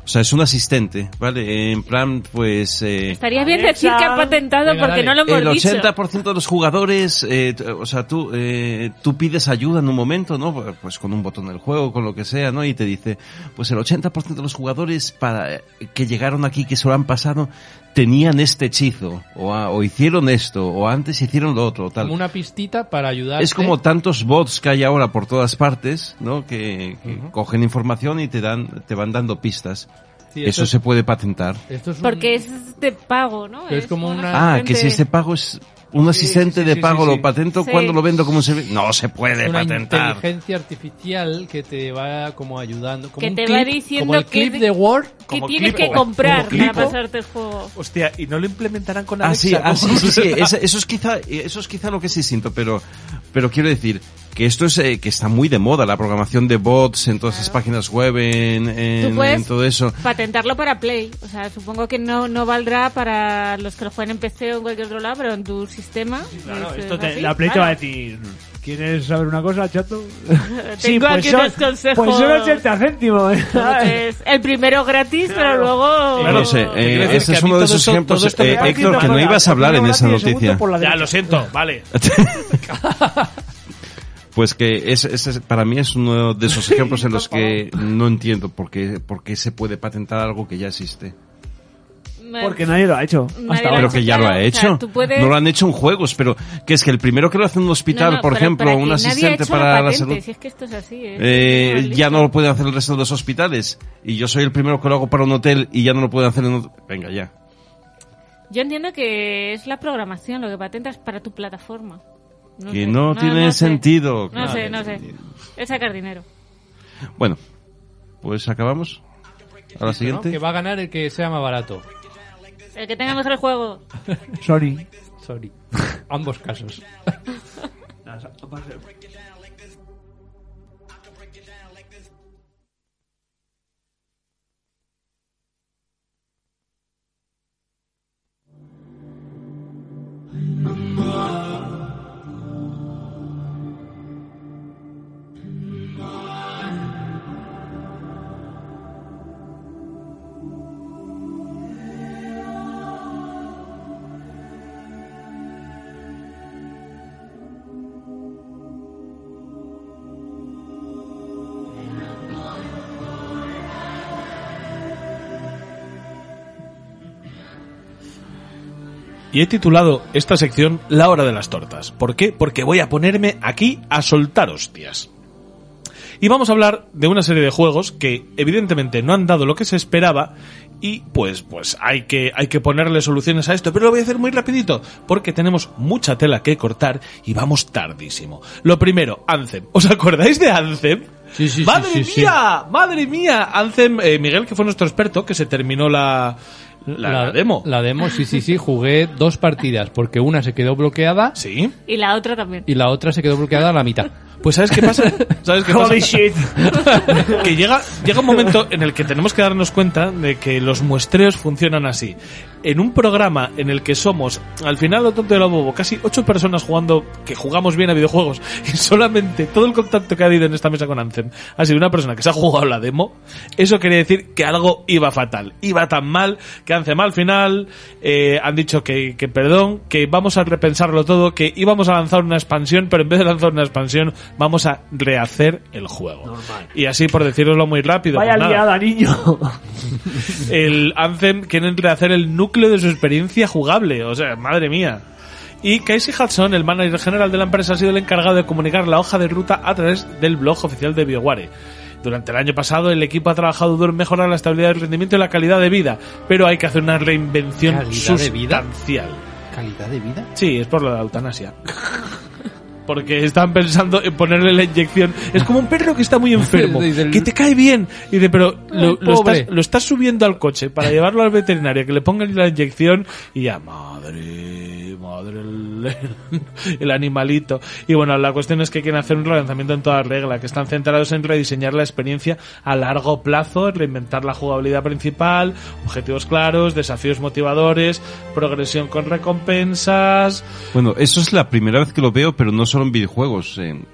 S4: O sea, es un asistente, ¿vale? En plan, pues... eh,
S3: Estaría bien
S1: Alexa.
S3: decir que ha patentado
S2: Venga,
S3: porque
S2: dale.
S3: no lo hemos
S4: el
S3: dicho.
S4: 80% de los jugadores, eh, t- o sea, tú, eh, tú pides ayuda en un momento, ¿no? Pues con un botón del juego, con lo que sea, ¿no? Y te dice, pues el 80% de los jugadores para eh, que llegaron aquí, que se lo han pasado, tenían este hechizo, o, a- o hicieron esto, o antes hicieron lo otro, tal.
S2: Como una pistita para ayudar.
S4: Es como tantos bots que hay ahora por todas partes, ¿no? Que, que cogen información y te dan, te van dando pistas. Eso se puede patentar.
S2: Esto es un-
S3: Porque es de pago, ¿no?
S2: Pero es como una-
S4: Ah, que si este pago es un asistente
S1: sí,
S4: de
S1: sí,
S4: pago,
S1: sí, sí.
S4: lo patento
S3: Sí.
S4: cuando lo vendo como un servicio. No se
S2: es
S4: puede
S2: una
S4: patentar.
S2: inteligencia artificial que te va como ayudando. Como
S3: Que
S2: un
S3: te
S2: clip,
S3: va diciendo
S2: como el
S3: que-
S2: clip de Word.
S3: Que
S5: como
S3: tienes
S5: clipo,
S3: que comprar
S5: como clipo.
S3: para pasarte el juego.
S5: Hostia, y no lo implementarán con
S4: Ah, sí,
S5: Alexa.
S4: ah, sí, sí, sí. Esa- eso es quizá, eso es quizá lo que sí siento, pero, pero quiero decir que esto es, eh, que está muy de moda, la programación de bots en todas las páginas web, en, en-
S3: Tú puedes-
S4: en todo eso.
S3: Patentarlo para Play. O sea, supongo que no, no valdrá para los que lo juegan en PC o en cualquier otro lado, pero en tu sistema.
S1: Claro,
S3: es,
S1: esto
S3: es
S1: te-
S3: así,
S1: la Play te
S3: claro.
S1: va a decir, ¿quieres saber una cosa, chato?
S3: Tengo aquí
S1: son,
S3: unos consejos.
S1: Pues son 80 céntimos.
S3: Entonces, el primero gratis, pero luego.
S4: Claro, no sé, eh,
S5: quiero decir
S4: ese
S5: que
S4: es
S5: a mí
S4: uno de
S5: todo
S4: esos
S5: esto-
S4: ejemplos,
S5: todo esto me
S4: eh,
S5: parece
S4: Héctor, que no
S5: una-
S4: ibas a hablar en esa noticia.
S5: Ya, lo siento, vale.
S4: Pues que es, es- es- para mí es uno de esos ejemplos en los que no entiendo por qué, por qué se puede patentar algo que ya existe.
S3: Me-
S1: Porque nadie lo ha hecho. hasta
S3: Nadie lo ha
S1: ahora.
S4: Pero que ya lo
S3: claro,
S4: ha
S3: o sea,
S4: hecho.
S3: tú puedes-
S4: No lo han hecho en juegos, pero que es que el primero que lo hace en un hospital,
S3: No, no,
S4: por
S3: pero
S4: ejemplo,
S3: para que
S4: un
S3: nadie ha
S4: asistente
S3: hecho
S4: para la
S3: patente,
S4: salud,
S3: Si es que esto es así. es-
S4: eh,
S3: es
S4: ya
S3: listo.
S4: no lo pueden hacer el resto de los hospitales. Y yo soy el primero que lo hago para un hotel y ya no lo pueden hacer en otro. Venga, ya.
S3: Yo entiendo que es la programación lo que patentas para tu plataforma. No
S4: Que
S3: sé.
S4: no tiene
S3: sé.
S4: sentido,
S3: No
S4: claro.
S3: sé, no sé. Es sacar dinero.
S4: Bueno, pues acabamos. A la
S2: ¿no?
S4: siguiente.
S2: Que va a ganar el que sea más barato.
S3: El que tenga mejor el juego.
S1: Sony.
S2: Sorry. Ambos casos.
S5: Y he titulado esta sección La hora de las tortas. ¿Por qué? Porque voy a ponerme aquí a soltar hostias. Y vamos a hablar de una serie de juegos que evidentemente no han dado lo que se esperaba y pues pues hay que hay que ponerle soluciones a esto, pero lo voy a hacer muy rapidito porque tenemos mucha tela que cortar y vamos tardísimo. Lo primero, Anthem. ¿Os acordáis de Anthem?
S2: Sí, sí, sí,
S5: madre
S2: sí, sí.
S5: mía, madre mía, Anthem eh, Miguel que fue nuestro experto que se terminó la la, la demo.
S2: La demo, sí, sí, sí. Jugué dos partidas porque una se quedó bloqueada
S5: Sí.
S3: Y la otra también.
S2: y la otra se quedó bloqueada a la mitad.
S5: Pues ¿sabes qué pasa? ¿Sabes qué pasa?
S1: Holy shit.
S5: que llega, llega un momento en el que tenemos que darnos cuenta de que los muestreos funcionan así. En un programa en el que somos, al final lo tonto de lo bobo, casi ocho personas jugando, que jugamos bien a videojuegos, y solamente todo el contacto que ha habido en esta mesa con Anthem ha sido una persona que se ha jugado la demo, eso quería decir que algo iba fatal. Iba tan mal que Anthem al final eh, han dicho que, que perdón, que vamos a repensarlo todo, que íbamos a lanzar una expansión, pero en vez de lanzar una expansión, vamos a rehacer el juego. Y así, por deciroslo muy rápido,
S1: Vaya
S5: pues
S1: liada,
S5: nada,
S1: niño.
S5: el Anthem quieren rehacer el núcleo de su experiencia jugable. O sea, madre mía. Y Casey Hudson, el manager general de la empresa, ha sido el encargado de comunicar la hoja de ruta a través del blog oficial de BioWare. Durante el año pasado, el equipo ha trabajado duro en mejorar la estabilidad del rendimiento y la calidad de vida, pero hay que hacer una reinvención
S2: ¿Calidad de vida?
S5: sustancial.
S2: ¿Calidad de vida?
S5: Sí, es por la eutanasia. Porque están pensando en ponerle la inyección. Es como un perro que está muy enfermo,
S2: Dice el-
S5: que te cae bien. Y dice, pero
S2: Ay,
S5: lo, lo
S2: pobre.
S5: estás, lo estás subiendo al coche para llevarlo al veterinario, que le pongan la inyección y ya, madre, madre, el, el animalito. Y bueno, la cuestión es que quieren hacer un relanzamiento en toda regla, que están centrados en rediseñar la experiencia a largo plazo, reinventar la jugabilidad principal, objetivos claros, desafíos motivadores, progresión con recompensas,
S6: Bueno, eso es la primera vez que lo veo, pero no solo en videojuegos. En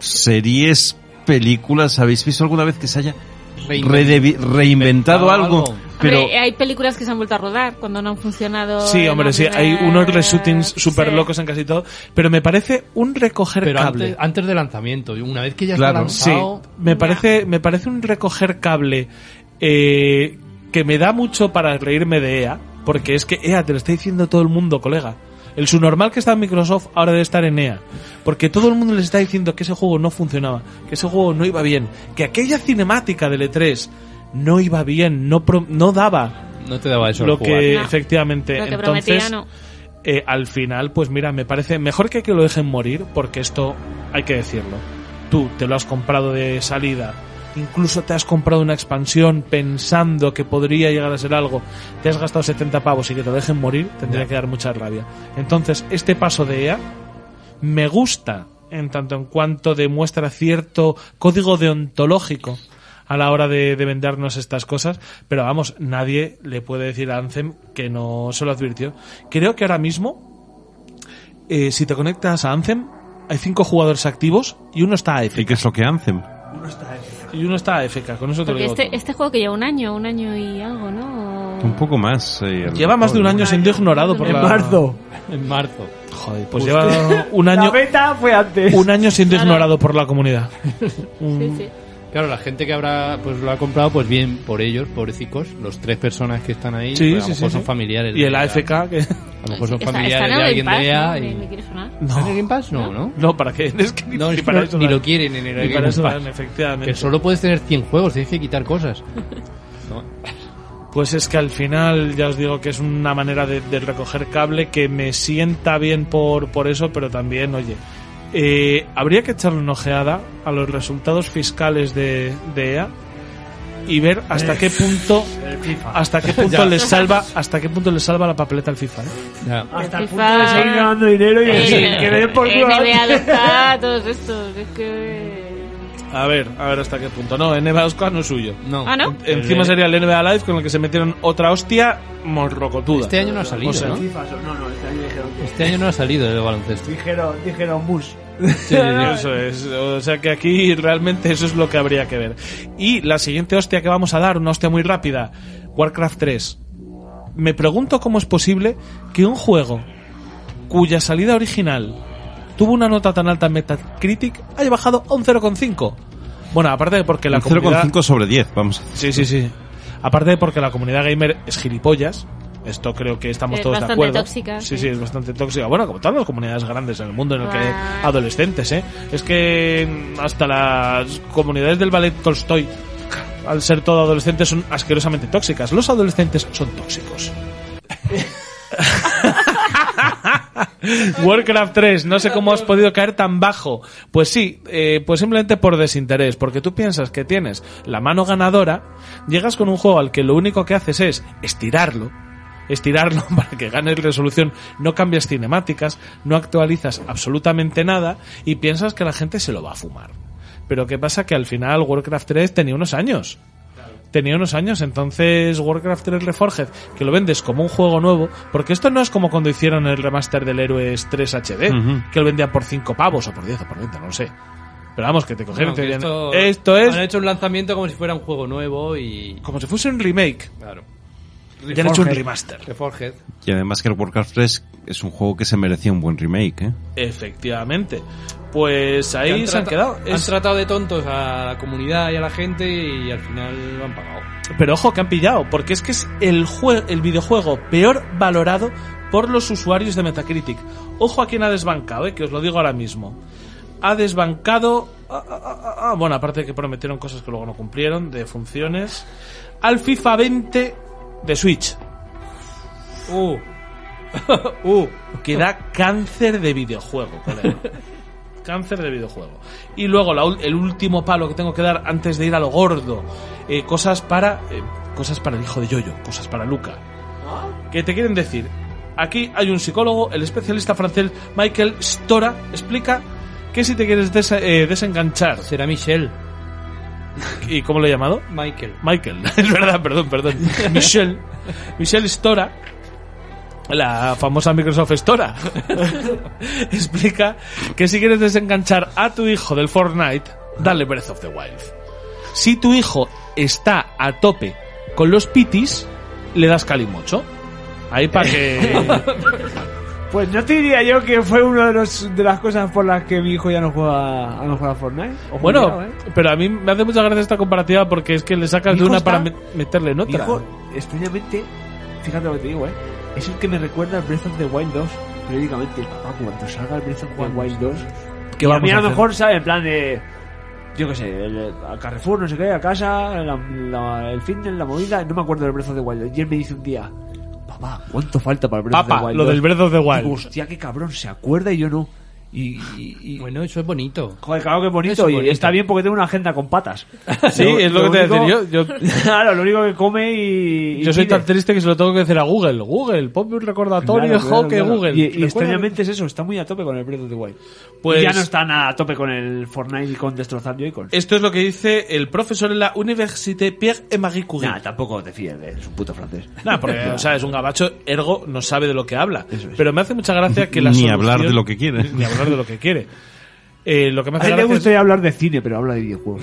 S6: series, películas. ¿Habéis visto alguna vez que se haya redevi- reinventado
S2: Inventado
S6: algo?
S2: algo.
S6: Pero
S5: eh,
S3: Hombre, hay películas que se han vuelto a rodar cuando no han funcionado.
S5: Sí,
S3: en
S5: hombre,
S3: la
S5: sí, hay
S3: primera-
S5: unos reshootings súper
S3: Sí.
S5: locos en casi todo, pero me parece un recoger
S2: Pero
S5: cable.
S2: antes, antes de lanzamiento, una vez que ya
S6: Claro,
S5: Sí,
S2: está lanzado,
S5: me parece, me parece un recoger cable eh, que me da mucho para reírme de EA, porque es que EA te lo está diciendo todo el mundo, colega. El subnormal que está en Microsoft ahora debe estar en EA. Porque todo el mundo les está diciendo que ese juego no funcionaba, que ese juego no iba bien, que aquella cinemática del E3 no iba bien, no, pro- no daba
S2: no te daba eso al
S5: lo
S2: jugar.
S5: que
S3: No.
S5: efectivamente.
S3: Lo que
S5: Entonces,
S3: prometía, no.
S5: eh, al final, pues mira, me parece mejor que, que lo dejen morir, porque esto hay que decirlo. Tú te lo has comprado de salida, incluso te has comprado una expansión pensando que podría llegar a ser algo, te has gastado 70 pavos y que te lo dejen morir, tendría
S2: Ya.
S5: que dar mucha rabia. Entonces, este paso de EA me gusta en tanto en cuanto demuestra cierto código deontológico a la hora de, de vendernos estas cosas, pero vamos, nadie le puede decir a Anthem que no se lo advirtió. Creo que ahora mismo, eh, si te conectas a Anthem, hay cinco jugadores activos y uno está
S6: ¿y
S5: AFK.
S6: qué es lo que hacen?
S5: Y uno está AFK, con eso te lo
S3: Porque
S5: digo.
S3: este,
S5: todo.
S3: este juego que lleva un año, un año y algo, ¿no?
S6: Un poco más. eh, a lo
S5: Pues Lleva más de un
S6: mejor,
S5: año siendo ignorado por
S1: En
S5: la...
S1: marzo.
S2: En marzo.
S5: Joder, pues lleva un
S1: La
S5: año,
S1: beta fue antes.
S5: un año siendo
S3: Claro.
S5: ignorado por la comunidad.
S3: Sí, sí.
S2: Claro, la gente que habrá pues lo ha comprado, pues bien por ellos, pobrecicos, los tres personas que están ahí,
S5: Sí,
S2: pues, a
S5: sí,
S2: lo
S5: sí,
S2: mejor
S5: sí.
S2: son familiares.
S5: Y
S2: de-
S5: el E AFK que...
S2: A lo mejor son
S3: Está-
S2: familiares
S3: está en
S2: de
S3: el
S2: alguien
S3: Game
S2: de
S3: Pass,
S2: EA.
S3: ¿no?
S2: y-
S3: Me- me quiere sonar.
S2: ¿Está en el Game Pass? No, ¿no?
S5: No, ¿para qué? Es que ni,
S2: No,
S5: ni
S2: es que
S5: para
S2: no-
S5: eso
S2: ni
S5: dan.
S2: lo quieren en el
S5: Ni para
S2: Game
S5: eso
S2: Pass.
S5: dan, efectivamente.
S2: Que solo puedes tener 100 juegos, tienes que quitar cosas.
S5: Pues es que al final ya os digo que es una manera de, de recoger cable que me sienta bien por, por eso, pero también, oye, eh, habría que echarle una ojeada a los resultados fiscales de, de EA y ver hasta qué punto hasta qué punto
S2: Ya.
S5: les salva hasta qué punto les salva la papeleta al FIFA ¿eh?
S2: Ya.
S1: Hasta el
S3: FIFA.
S1: punto de seguir ganando dinero
S3: Eh,
S1: y decir que le den por culo.
S3: NBA lo está, todos estos. Es que.
S5: a ver a ver hasta qué punto no NBA Oscar no es suyo
S2: No.
S3: Ah, ¿no?
S5: En- encima sería el NBA Live con el que se metieron otra hostia morrocotuda
S2: Este año no ha salido,
S5: O sea,
S2: ¿no?
S1: FIFA, no, no, este año dijeron que-
S2: Este año no ha salido el baloncesto.
S1: Dijeron, dijeron Bush.
S5: Eso es. O sea que aquí realmente eso es lo que habría que ver. Y la siguiente hostia que vamos a dar, una hostia muy rápida, Warcraft 3. Me pregunto cómo es posible que un juego cuya salida original tuvo una nota tan alta en Metacritic haya bajado a un 0,5. Bueno, aparte de porque la
S6: Un
S5: comunidad...
S6: 0,5 sobre 10, vamos.
S5: Sí, sí, sí. Aparte de porque la comunidad gamer es gilipollas. Esto creo que estamos
S3: Es
S5: todos de
S3: bastante
S5: acuerdo.
S3: tóxica,
S5: sí,
S3: sí.
S5: sí, es bastante tóxica. Bueno, como todas las comunidades grandes en el mundo en el que hay
S3: Ah.
S5: adolescentes, ¿eh? Es que mm, hasta las comunidades del ballet Tolstoy, al ser todo adolescentes, son asquerosamente tóxicas. Los adolescentes son tóxicos. Warcraft 3, no sé cómo has podido caer tan bajo. Pues sí, eh, pues simplemente por desinterés, porque tú piensas que tienes la mano ganadora, llegas con un juego al que lo único que haces es estirarlo, estirarlo para que ganes resolución, no cambias cinemáticas, no actualizas absolutamente nada y piensas que la gente se lo va a fumar. Pero ¿qué pasa? Que al final Warcraft 3 tenía unos años. Tenía unos años, entonces Warcraft 3 Reforged, que lo vendes como un juego nuevo, porque esto no es como cuando hicieron el remaster del Héroes 3 HD, que lo vendían por 5 pavos o por 10 o por 20, no lo sé. Pero vamos, que te cogieron y te
S2: Aunque
S5: decían,
S2: esto,
S5: esto es
S2: Han hecho un lanzamiento como si fuera un juego nuevo y.
S5: como si fuese un remake.
S2: Claro.
S5: Ya han hecho un remaster.
S2: Reforged.
S4: Y además que el Warcraft 3 es un juego que se merecía un buen remake, ¿eh?
S5: Efectivamente. Pues ahí
S2: Que han
S5: se han
S2: trata-
S5: quedado.
S2: Han
S5: Es-
S2: tratado de tontos a la comunidad y a la gente y al final lo han pagado.
S5: Pero ojo que han pillado, porque es que es el, jue- el videojuego peor valorado por los usuarios de Metacritic. Ojo a quién ha desbancado, eh, que os lo digo ahora mismo. Ha desbancado... ah, ah, ah, ah, bueno, aparte de que prometieron cosas que luego no cumplieron, de funciones. Al FIFA 20 de Switch,
S2: Uh. uh.
S5: que da cáncer de videojuego, colega. cáncer de videojuego. Y luego la ul- el último palo que tengo que dar antes de ir a lo gordo, eh, cosas para eh, cosas para el hijo de Yoyo, cosas para Luca. Que te quieren decir, aquí hay un psicólogo, el especialista francés Michael Stora explica que si te quieres desa- eh, desenganchar
S2: Será Michelle.
S5: y cómo lo he llamado,
S2: Michael.
S5: Michael, es verdad, perdón, perdón. Michelle, Michelle Stora, la famosa Microsoft Stora, explica que si quieres desenganchar a tu hijo del Fortnite, dale Breath of the Wild. Si tu hijo está a tope con los pitis, le das calimocho. Ahí para que...
S1: Pues no te diría yo que fue una de, los- de las cosas por las que mi hijo ya no juega, ya no juega a Fortnite. Ojo,
S5: Bueno,
S1: cuidado, ¿eh?
S5: pero a mí me hace mucha gracia esta comparativa porque es que le sacas
S1: Mi
S5: de
S1: hijo
S5: una
S1: está-
S5: para met- meterle en
S1: Mi
S5: otra.
S1: hijo, extrañamente, fíjate lo que te digo, ¿eh? Es el que me recuerda al Breath of the Wild 2. Periódicamente, papá, cuando salga el Breath of the Wild 2,
S5: ¿Qué
S1: y a
S5: vamos
S1: mí a lo
S5: hacer?
S1: mejor, ¿sabes? En plan de. Yo qué sé, el- el- al Carrefour, no sé qué, a casa, la- la- el fitness, la movida, no me acuerdo del Breath of the Wild. Y él me dice un día, papá, ¿cuánto falta para el Breath of the
S5: Papa,
S1: Wild?
S5: lo
S1: 2?".
S5: del Breath of the Wild.
S1: Digo, hostia, qué cabrón, se acuerda y yo no. Y. y- y-
S2: Bueno, eso es bonito.
S1: Joder, claro que bonito,
S2: Es
S1: y
S2: bonito.
S1: está bien porque tengo una agenda con patas.
S5: Sí, es lo que te voy a decir, yo- yo-
S1: claro, lo único que come y. y
S5: Yo soy
S1: pide.
S5: tan triste que se lo tengo que decir a Google. Google, ponme un
S1: Claro,
S5: recordatorio,
S1: claro,
S5: jo, que
S1: claro.
S5: Google.
S1: Y- Y,
S5: Recuérdame.
S1: extrañamente es eso, está muy a tope con el Breath of the Wild.
S5: Pues- Eh,
S1: Y ya no está nada a tope con el Fortnite y con destrozar Joy-Con.
S5: Esto es lo que dice el profesor en la Université Pierre et Marie Curie.
S1: Nah, tampoco te fíes de él, es un puto francés.
S5: Nah, porque, o sea, es un gabacho, ergo, no sabe de lo que habla. Pero me hace mucha gracia que la
S4: Ni
S5: solución-
S4: hablar de lo que quiere.
S5: Ni hablar de lo que quiere. Eh, lo que me
S1: A
S5: hace
S1: él le
S5: gracia es-
S1: gustaría hablar de cine, pero habla de videojuegos.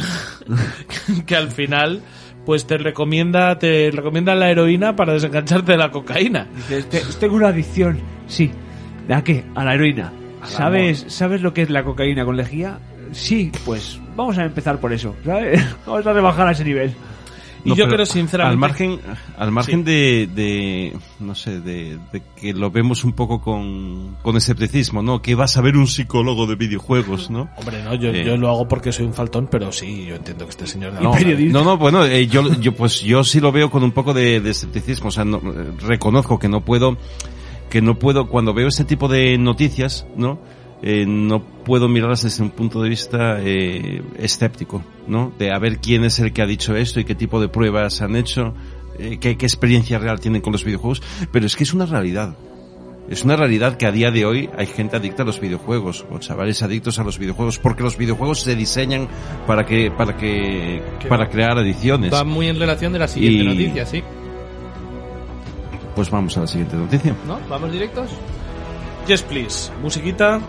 S5: que al final pues te recomienda te recomienda la heroína para desengancharte de la cocaína.
S1: Dices, tengo una adicción. Sí. ¿A qué? A la heroína. ¿Sabes, ¿Sabes lo que es la cocaína con lejía? Sí, pues vamos a empezar por eso, ¿sabes? Vamos a rebajar a ese nivel.
S5: Y
S4: No,
S5: yo
S4: pero
S5: creo sinceramente
S4: Al margen, al margen de, de- No sé, de, de que lo vemos un poco con, con escepticismo, ¿no? Que vas a ver un psicólogo de videojuegos, ¿no?
S5: Hombre, no, yo,
S4: Eh.
S5: yo lo hago porque soy un faltón, pero sí, yo entiendo que este señor...
S4: No,
S1: periodista.
S4: no, no, bueno, eh, yo, yo, pues yo sí lo veo con un poco de, de escepticismo. O sea, no, eh, reconozco que no puedo, que no puedo, cuando veo este tipo de noticias, ¿no? Eh, no puedo mirarlas desde un punto de vista eh, escéptico, ¿no? De a ver quién es el que ha dicho esto y qué tipo de pruebas han hecho, eh, qué, qué experiencia real tienen con los videojuegos. Pero es que es una realidad. Es una realidad que a día de hoy hay gente adicta a los videojuegos, o chavales adictos a los videojuegos, porque los videojuegos se diseñan para que, para que, para crear adicciones.
S2: Va muy en relación de la siguiente
S4: Y-
S2: noticia, ¿sí?
S4: Pues vamos a la siguiente noticia.
S2: ¿No? ¿Vamos directos?
S5: Yes, please. Musiquita.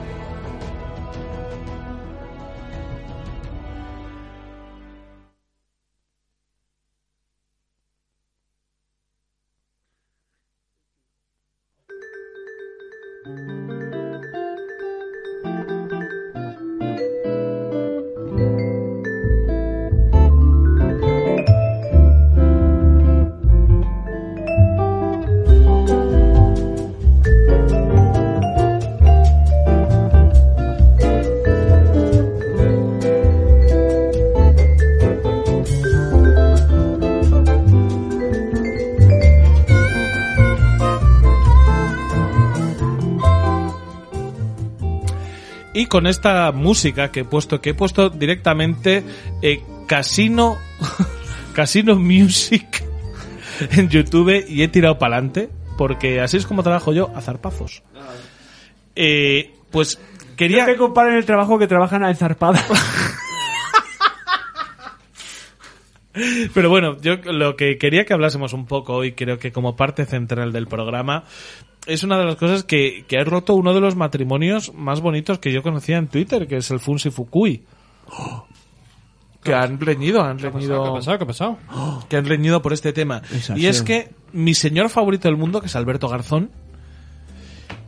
S5: Y con esta música que he puesto, que he puesto directamente eh, Casino, Casino Music en YouTube y he tirado para adelante. porque así es como trabajo yo a zarpazos. Eh, pues quería...
S1: que comparen el trabajo que trabajan a enzarpada.
S5: Pero bueno, yo lo que quería que hablásemos un poco hoy, creo que como parte central del programa, es una de las cosas que, que ha roto uno de los matrimonios más bonitos que yo conocía en Twitter, que es el Funsi Fukui. Que han reñido, han
S2: ¿Qué ha
S5: reñido,
S2: pasado? ¿Qué ha pasado?
S5: que han reñido por este tema.
S1: Esa,
S5: Y es
S1: sí.
S5: que mi señor favorito del mundo, que es Alberto Garzón,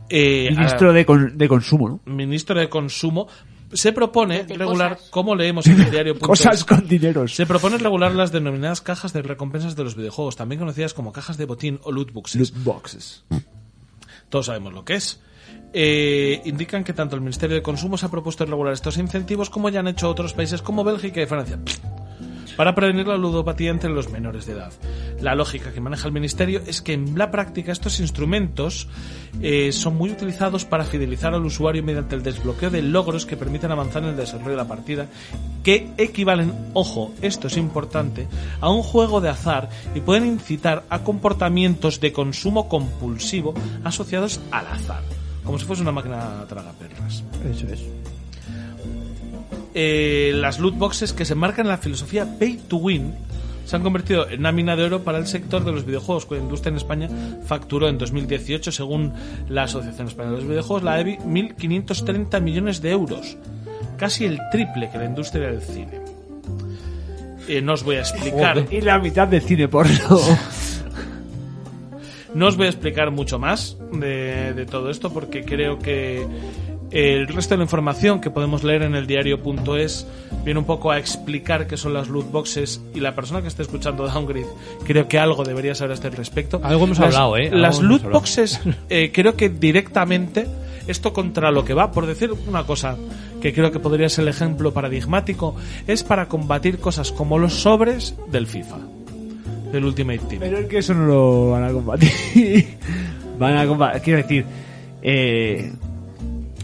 S5: eh,
S1: Ministro de, con- de consumo, ¿no?
S5: a- ministro de Consumo, se propone
S3: De
S5: regular
S3: cosas.
S5: cómo leemos en el diario. punto es.
S1: Cosas con dineros.
S5: Se propone regular las denominadas cajas de recompensas de los videojuegos, también conocidas como cajas de botín o loot boxes.
S1: boxes.
S5: Todos sabemos lo que es. Eh, indican que tanto el Ministerio de Consumo se ha propuesto regular estos incentivos como ya han hecho otros países como Bélgica y Francia. Para prevenir la ludopatía entre los menores de edad. La lógica que maneja el Ministerio es que en la práctica estos instrumentos eh, son muy utilizados para fidelizar al usuario mediante el desbloqueo de logros que permiten avanzar en el desarrollo de la partida, que equivalen, ojo, esto es importante, a un juego de azar y pueden incitar a comportamientos de consumo compulsivo asociados al azar, como si fuese una máquina traga perlas.
S2: Eso es.
S5: Eh, las loot boxes que se marcan en la filosofía pay to win se han convertido en una mina de oro para el sector de los videojuegos, cuya industria en España facturó en 2018, según la Asociación Española de los Videojuegos, la EBI, 1.530 millones de euros, casi el triple que la industria del cine. Eh, no os voy a explicar
S1: Y la mitad del cine porno.
S5: No os voy a explicar mucho más de, de todo esto porque creo que el resto de la información que podemos leer en el diario.es viene un poco a explicar qué son las loot boxes y la persona que esté escuchando Downgrade creo que algo debería saber a este respecto.
S2: Algo hemos
S5: Las-
S2: hablado, ¿eh? Algo
S5: Las
S2: hemos
S5: loot
S2: hablado.
S5: boxes eh, creo que directamente esto contra lo que va, por decir una cosa que creo que podría ser el ejemplo paradigmático, es para combatir cosas como los sobres del FIFA, del Ultimate Team.
S1: Pero es que eso no lo van a combatir. Van a combatir. Quiero decir, eh,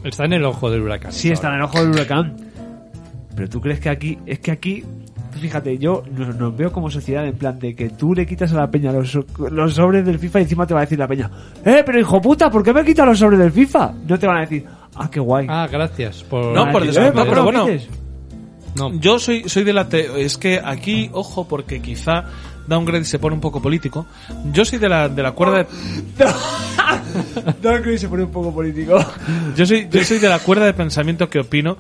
S2: Está en el ojo del huracán.
S1: sí está en el ojo del huracán. Pero tú crees que aquí. Es que aquí. Fíjate, yo no- nos, veo como sociedad en plan de que tú le quitas a la peña los, so- los sobres del FIFA y encima te va a decir la peña, ¡eh, pero hijo puta, ¿por qué me quitas los sobres del FIFA? No te van a decir, ¡ah, qué guay!
S2: Ah, gracias por...
S5: No, por
S1: Eh,
S5: descontado,
S1: ¿por qué
S5: pero
S1: lo
S5: bueno.
S1: quites?
S2: No.
S5: Yo soy, soy de la te- es que aquí, ojo, porque quizá Downgrade se pone un poco político. Yo soy de la, de la cuerda de,
S1: No, que se pone un poco político.
S5: yo soy, yo soy de la cuerda de pensamiento que opino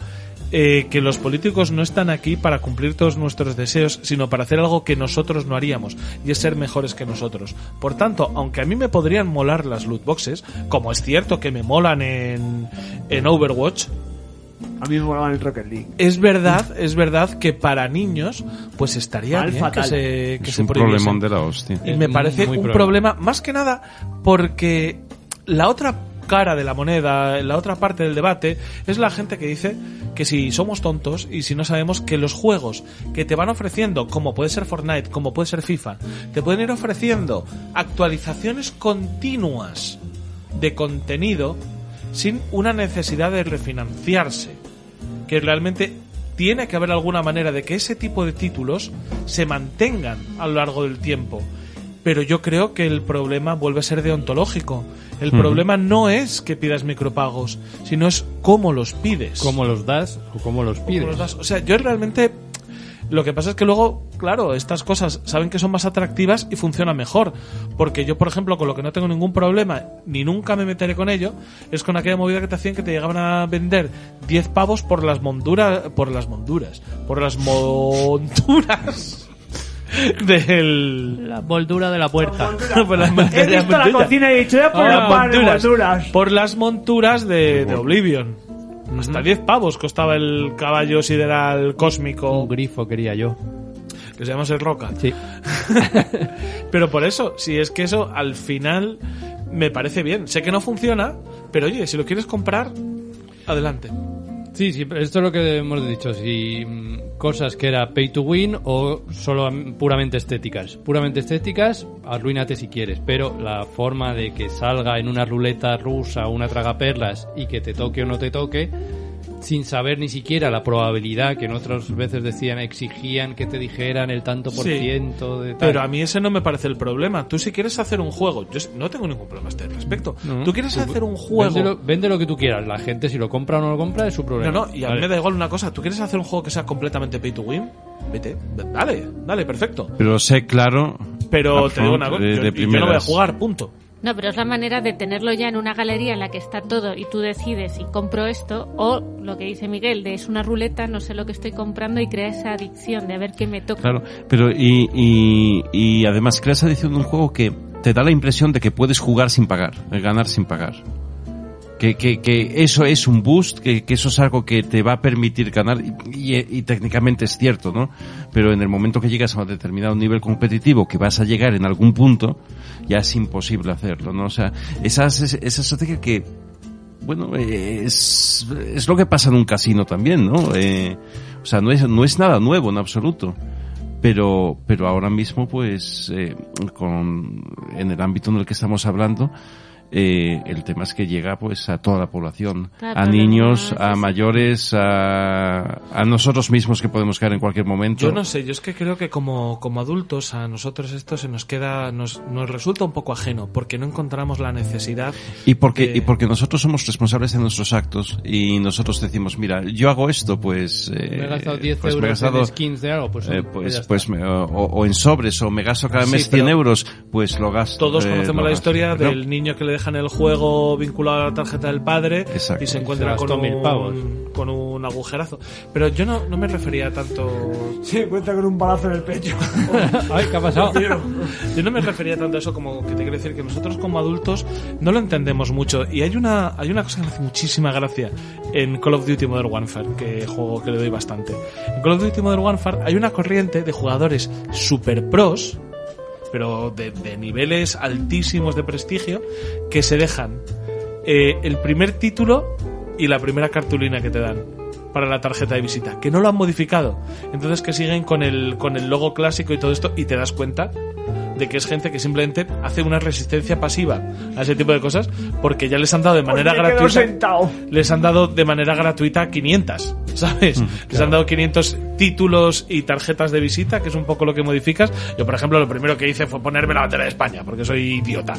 S5: eh, que los políticos no están aquí para cumplir todos nuestros deseos, sino para hacer algo que nosotros no haríamos, y es ser mejores que nosotros. Por tanto, aunque a mí me podrían molar las loot boxes, como es cierto que me molan en, en Overwatch,
S1: A mí me molaban el Rocket League.
S5: es verdad, es verdad que para niños, pues estaría
S1: Mal
S5: bien
S1: fatal.
S5: que se, que
S6: es
S5: se Eh.
S6: un
S5: prohibiesen.
S6: problemón de la hostia.
S5: Y
S2: Es
S5: me
S2: muy
S5: parece un
S2: probable.
S5: problema, más que nada, porque la otra cara de la moneda, la otra parte del debate, es la gente que dice que si somos tontos y si no sabemos que los juegos que te van ofreciendo, como puede ser Fortnite, como puede ser FIFA, te pueden ir ofreciendo actualizaciones continuas de contenido sin una necesidad de refinanciarse que realmente tiene que haber alguna manera de que ese tipo de títulos se mantengan a lo largo del tiempo. Pero yo creo que el problema vuelve a ser deontológico. El problema no es que pidas micropagos, sino es cómo los pides.
S2: ¿Cómo los das o cómo los
S5: cómo
S2: pides?
S5: los das. O sea, yo realmente... Lo que pasa es que luego, claro, estas cosas saben que son más atractivas y funcionan mejor. Porque yo, por ejemplo, con lo que no tengo ningún problema, ni nunca me meteré con ello, es con aquella movida que te hacían que te llegaban a vender 10 pavos por las monduras, por las monduras, por las monturas del...
S2: La moldura de la puerta.
S5: por las
S1: He
S5: monturas-
S1: visto la
S5: monturas.
S1: cocina y he dicho, ya por
S5: Ah,
S1: las
S5: monturas.
S1: monturas.
S5: Por las monturas de, de Oblivion. Hasta 10 pavos costaba el caballo sideral
S2: Un
S5: cósmico
S2: grifo quería yo.
S5: que se llama Ser Roca.
S2: Sí.
S5: Pero por eso, si es que eso al final me parece bien. Sé que no funciona, pero oye, si lo quieres comprar, adelante.
S2: Sí, sí, pero esto es lo que hemos dicho, si mm, cosas que era pay to win o solo mm, puramente estéticas. Puramente estéticas, arruínate si quieres, pero la forma de que salga en una ruleta rusa una tragaperlas y que te toque o no te toque, sin saber ni siquiera la probabilidad que en otras veces decían, exigían que te dijeran el tanto por
S5: Sí.
S2: ciento de tal.
S5: Pero a mí ese no me parece el problema. Tú si quieres hacer un juego, yo no tengo ningún problema a este respecto.
S2: No.
S5: Tú quieres hacer un juego...
S2: Vende lo, vende lo que tú quieras. La gente, si lo compra o no lo compra, es su
S5: No,
S2: problema.
S5: no, y a mí
S2: Vale.
S5: me da igual una cosa. ¿Tú quieres hacer un juego que sea completamente pay to win? Vete, dale, dale, perfecto.
S4: Pero sé claro.
S5: Pero te
S4: upfront,
S5: digo una cosa,
S4: de-
S5: yo,
S4: de
S5: y yo no voy a
S4: primeras.
S5: jugar, punto.
S3: No, pero es la manera de tenerlo ya en una galería en la que está todo y tú decides si compro esto o lo que dice Miguel, de es una ruleta, no sé lo que estoy comprando y crea esa adicción de a ver qué me toca.
S4: Claro, pero y, y, y además creas la edición de un juego que te da la impresión de que puedes jugar sin pagar, eh, ganar sin pagar. Que, que, que eso es un boost, que, que eso es algo que te va a permitir ganar, y, y- y técnicamente es cierto, ¿no? Pero en el momento que llegas a un determinado nivel competitivo, que vas a llegar en algún punto, ya es imposible hacerlo, ¿no? O sea, esa, es- esa estrategia que, bueno, eh, es, es lo que pasa en un casino también, ¿no? Eh, o sea, no es, no es nada nuevo en absoluto pero pero ahora mismo pues eh, con en el ámbito en el que estamos hablando eh, el tema es que llega pues a toda la población
S3: Claro,
S4: a
S3: pero
S4: niños
S3: no,
S4: a
S3: sí, sí.
S4: mayores a, a nosotros mismos que podemos caer en cualquier momento
S5: Yo no sé, yo es que creo que como, como adultos a nosotros esto se nos queda, nos, nos resulta un poco ajeno, porque no encontramos la necesidad.
S4: y porque
S5: de-
S4: y porque nosotros somos responsables de nuestros actos y nosotros decimos mira yo hago esto pues eh,
S2: Me he gastado 10
S4: pues me he
S2: euros
S4: gastado-
S2: en skins de algo, pues,
S4: Eh,
S2: ya
S4: pues,
S2: está.
S4: pues me- o, o en sobres, o me gasto cada
S5: Sí,
S4: mes
S5: pero
S4: 100 euros, pues lo gasto.
S5: Todos
S4: eh,
S5: conocemos
S4: lo
S5: la
S4: gasto.
S5: historia
S4: Pero-
S5: del niño que le dejan el juego vinculado a la tarjeta del padre
S4: Exacto.
S5: y se
S2: Se
S5: encuentra
S2: gastó
S5: con un,
S2: mil pavos.
S5: con un agujerazo. Pero yo no, no me refería tanto
S1: Se encuentra con un balazo en el pecho.
S2: Ay, ¿qué ha pasado?
S5: Yo no me refería tanto a eso como que te quiero decir que nosotros como adultos no lo entendemos mucho. Y hay una, hay una cosa que me hace muchísima gracia en Call of Duty Modern Warfare, que juego que le doy bastante. En Call of Duty Modern Warfare hay una corriente de jugadores super pros, pero de, de niveles altísimos de prestigio, que se dejan eh, el primer título y la primera cartulina que te dan para la tarjeta de visita, que no lo han modificado. Entonces que siguen con el, con el logo clásico y todo esto y te das cuenta de que es gente que simplemente hace una resistencia pasiva a ese tipo de cosas porque ya les han dado de manera gratuita
S1: sentado.
S5: les han dado de manera gratuita 500, ¿sabes?
S1: Mm,
S5: Les han dado 500 títulos y tarjetas de visita, que es un poco lo que modificas. Yo, por ejemplo, lo primero que hice fue ponerme la bandera de España, porque soy idiota.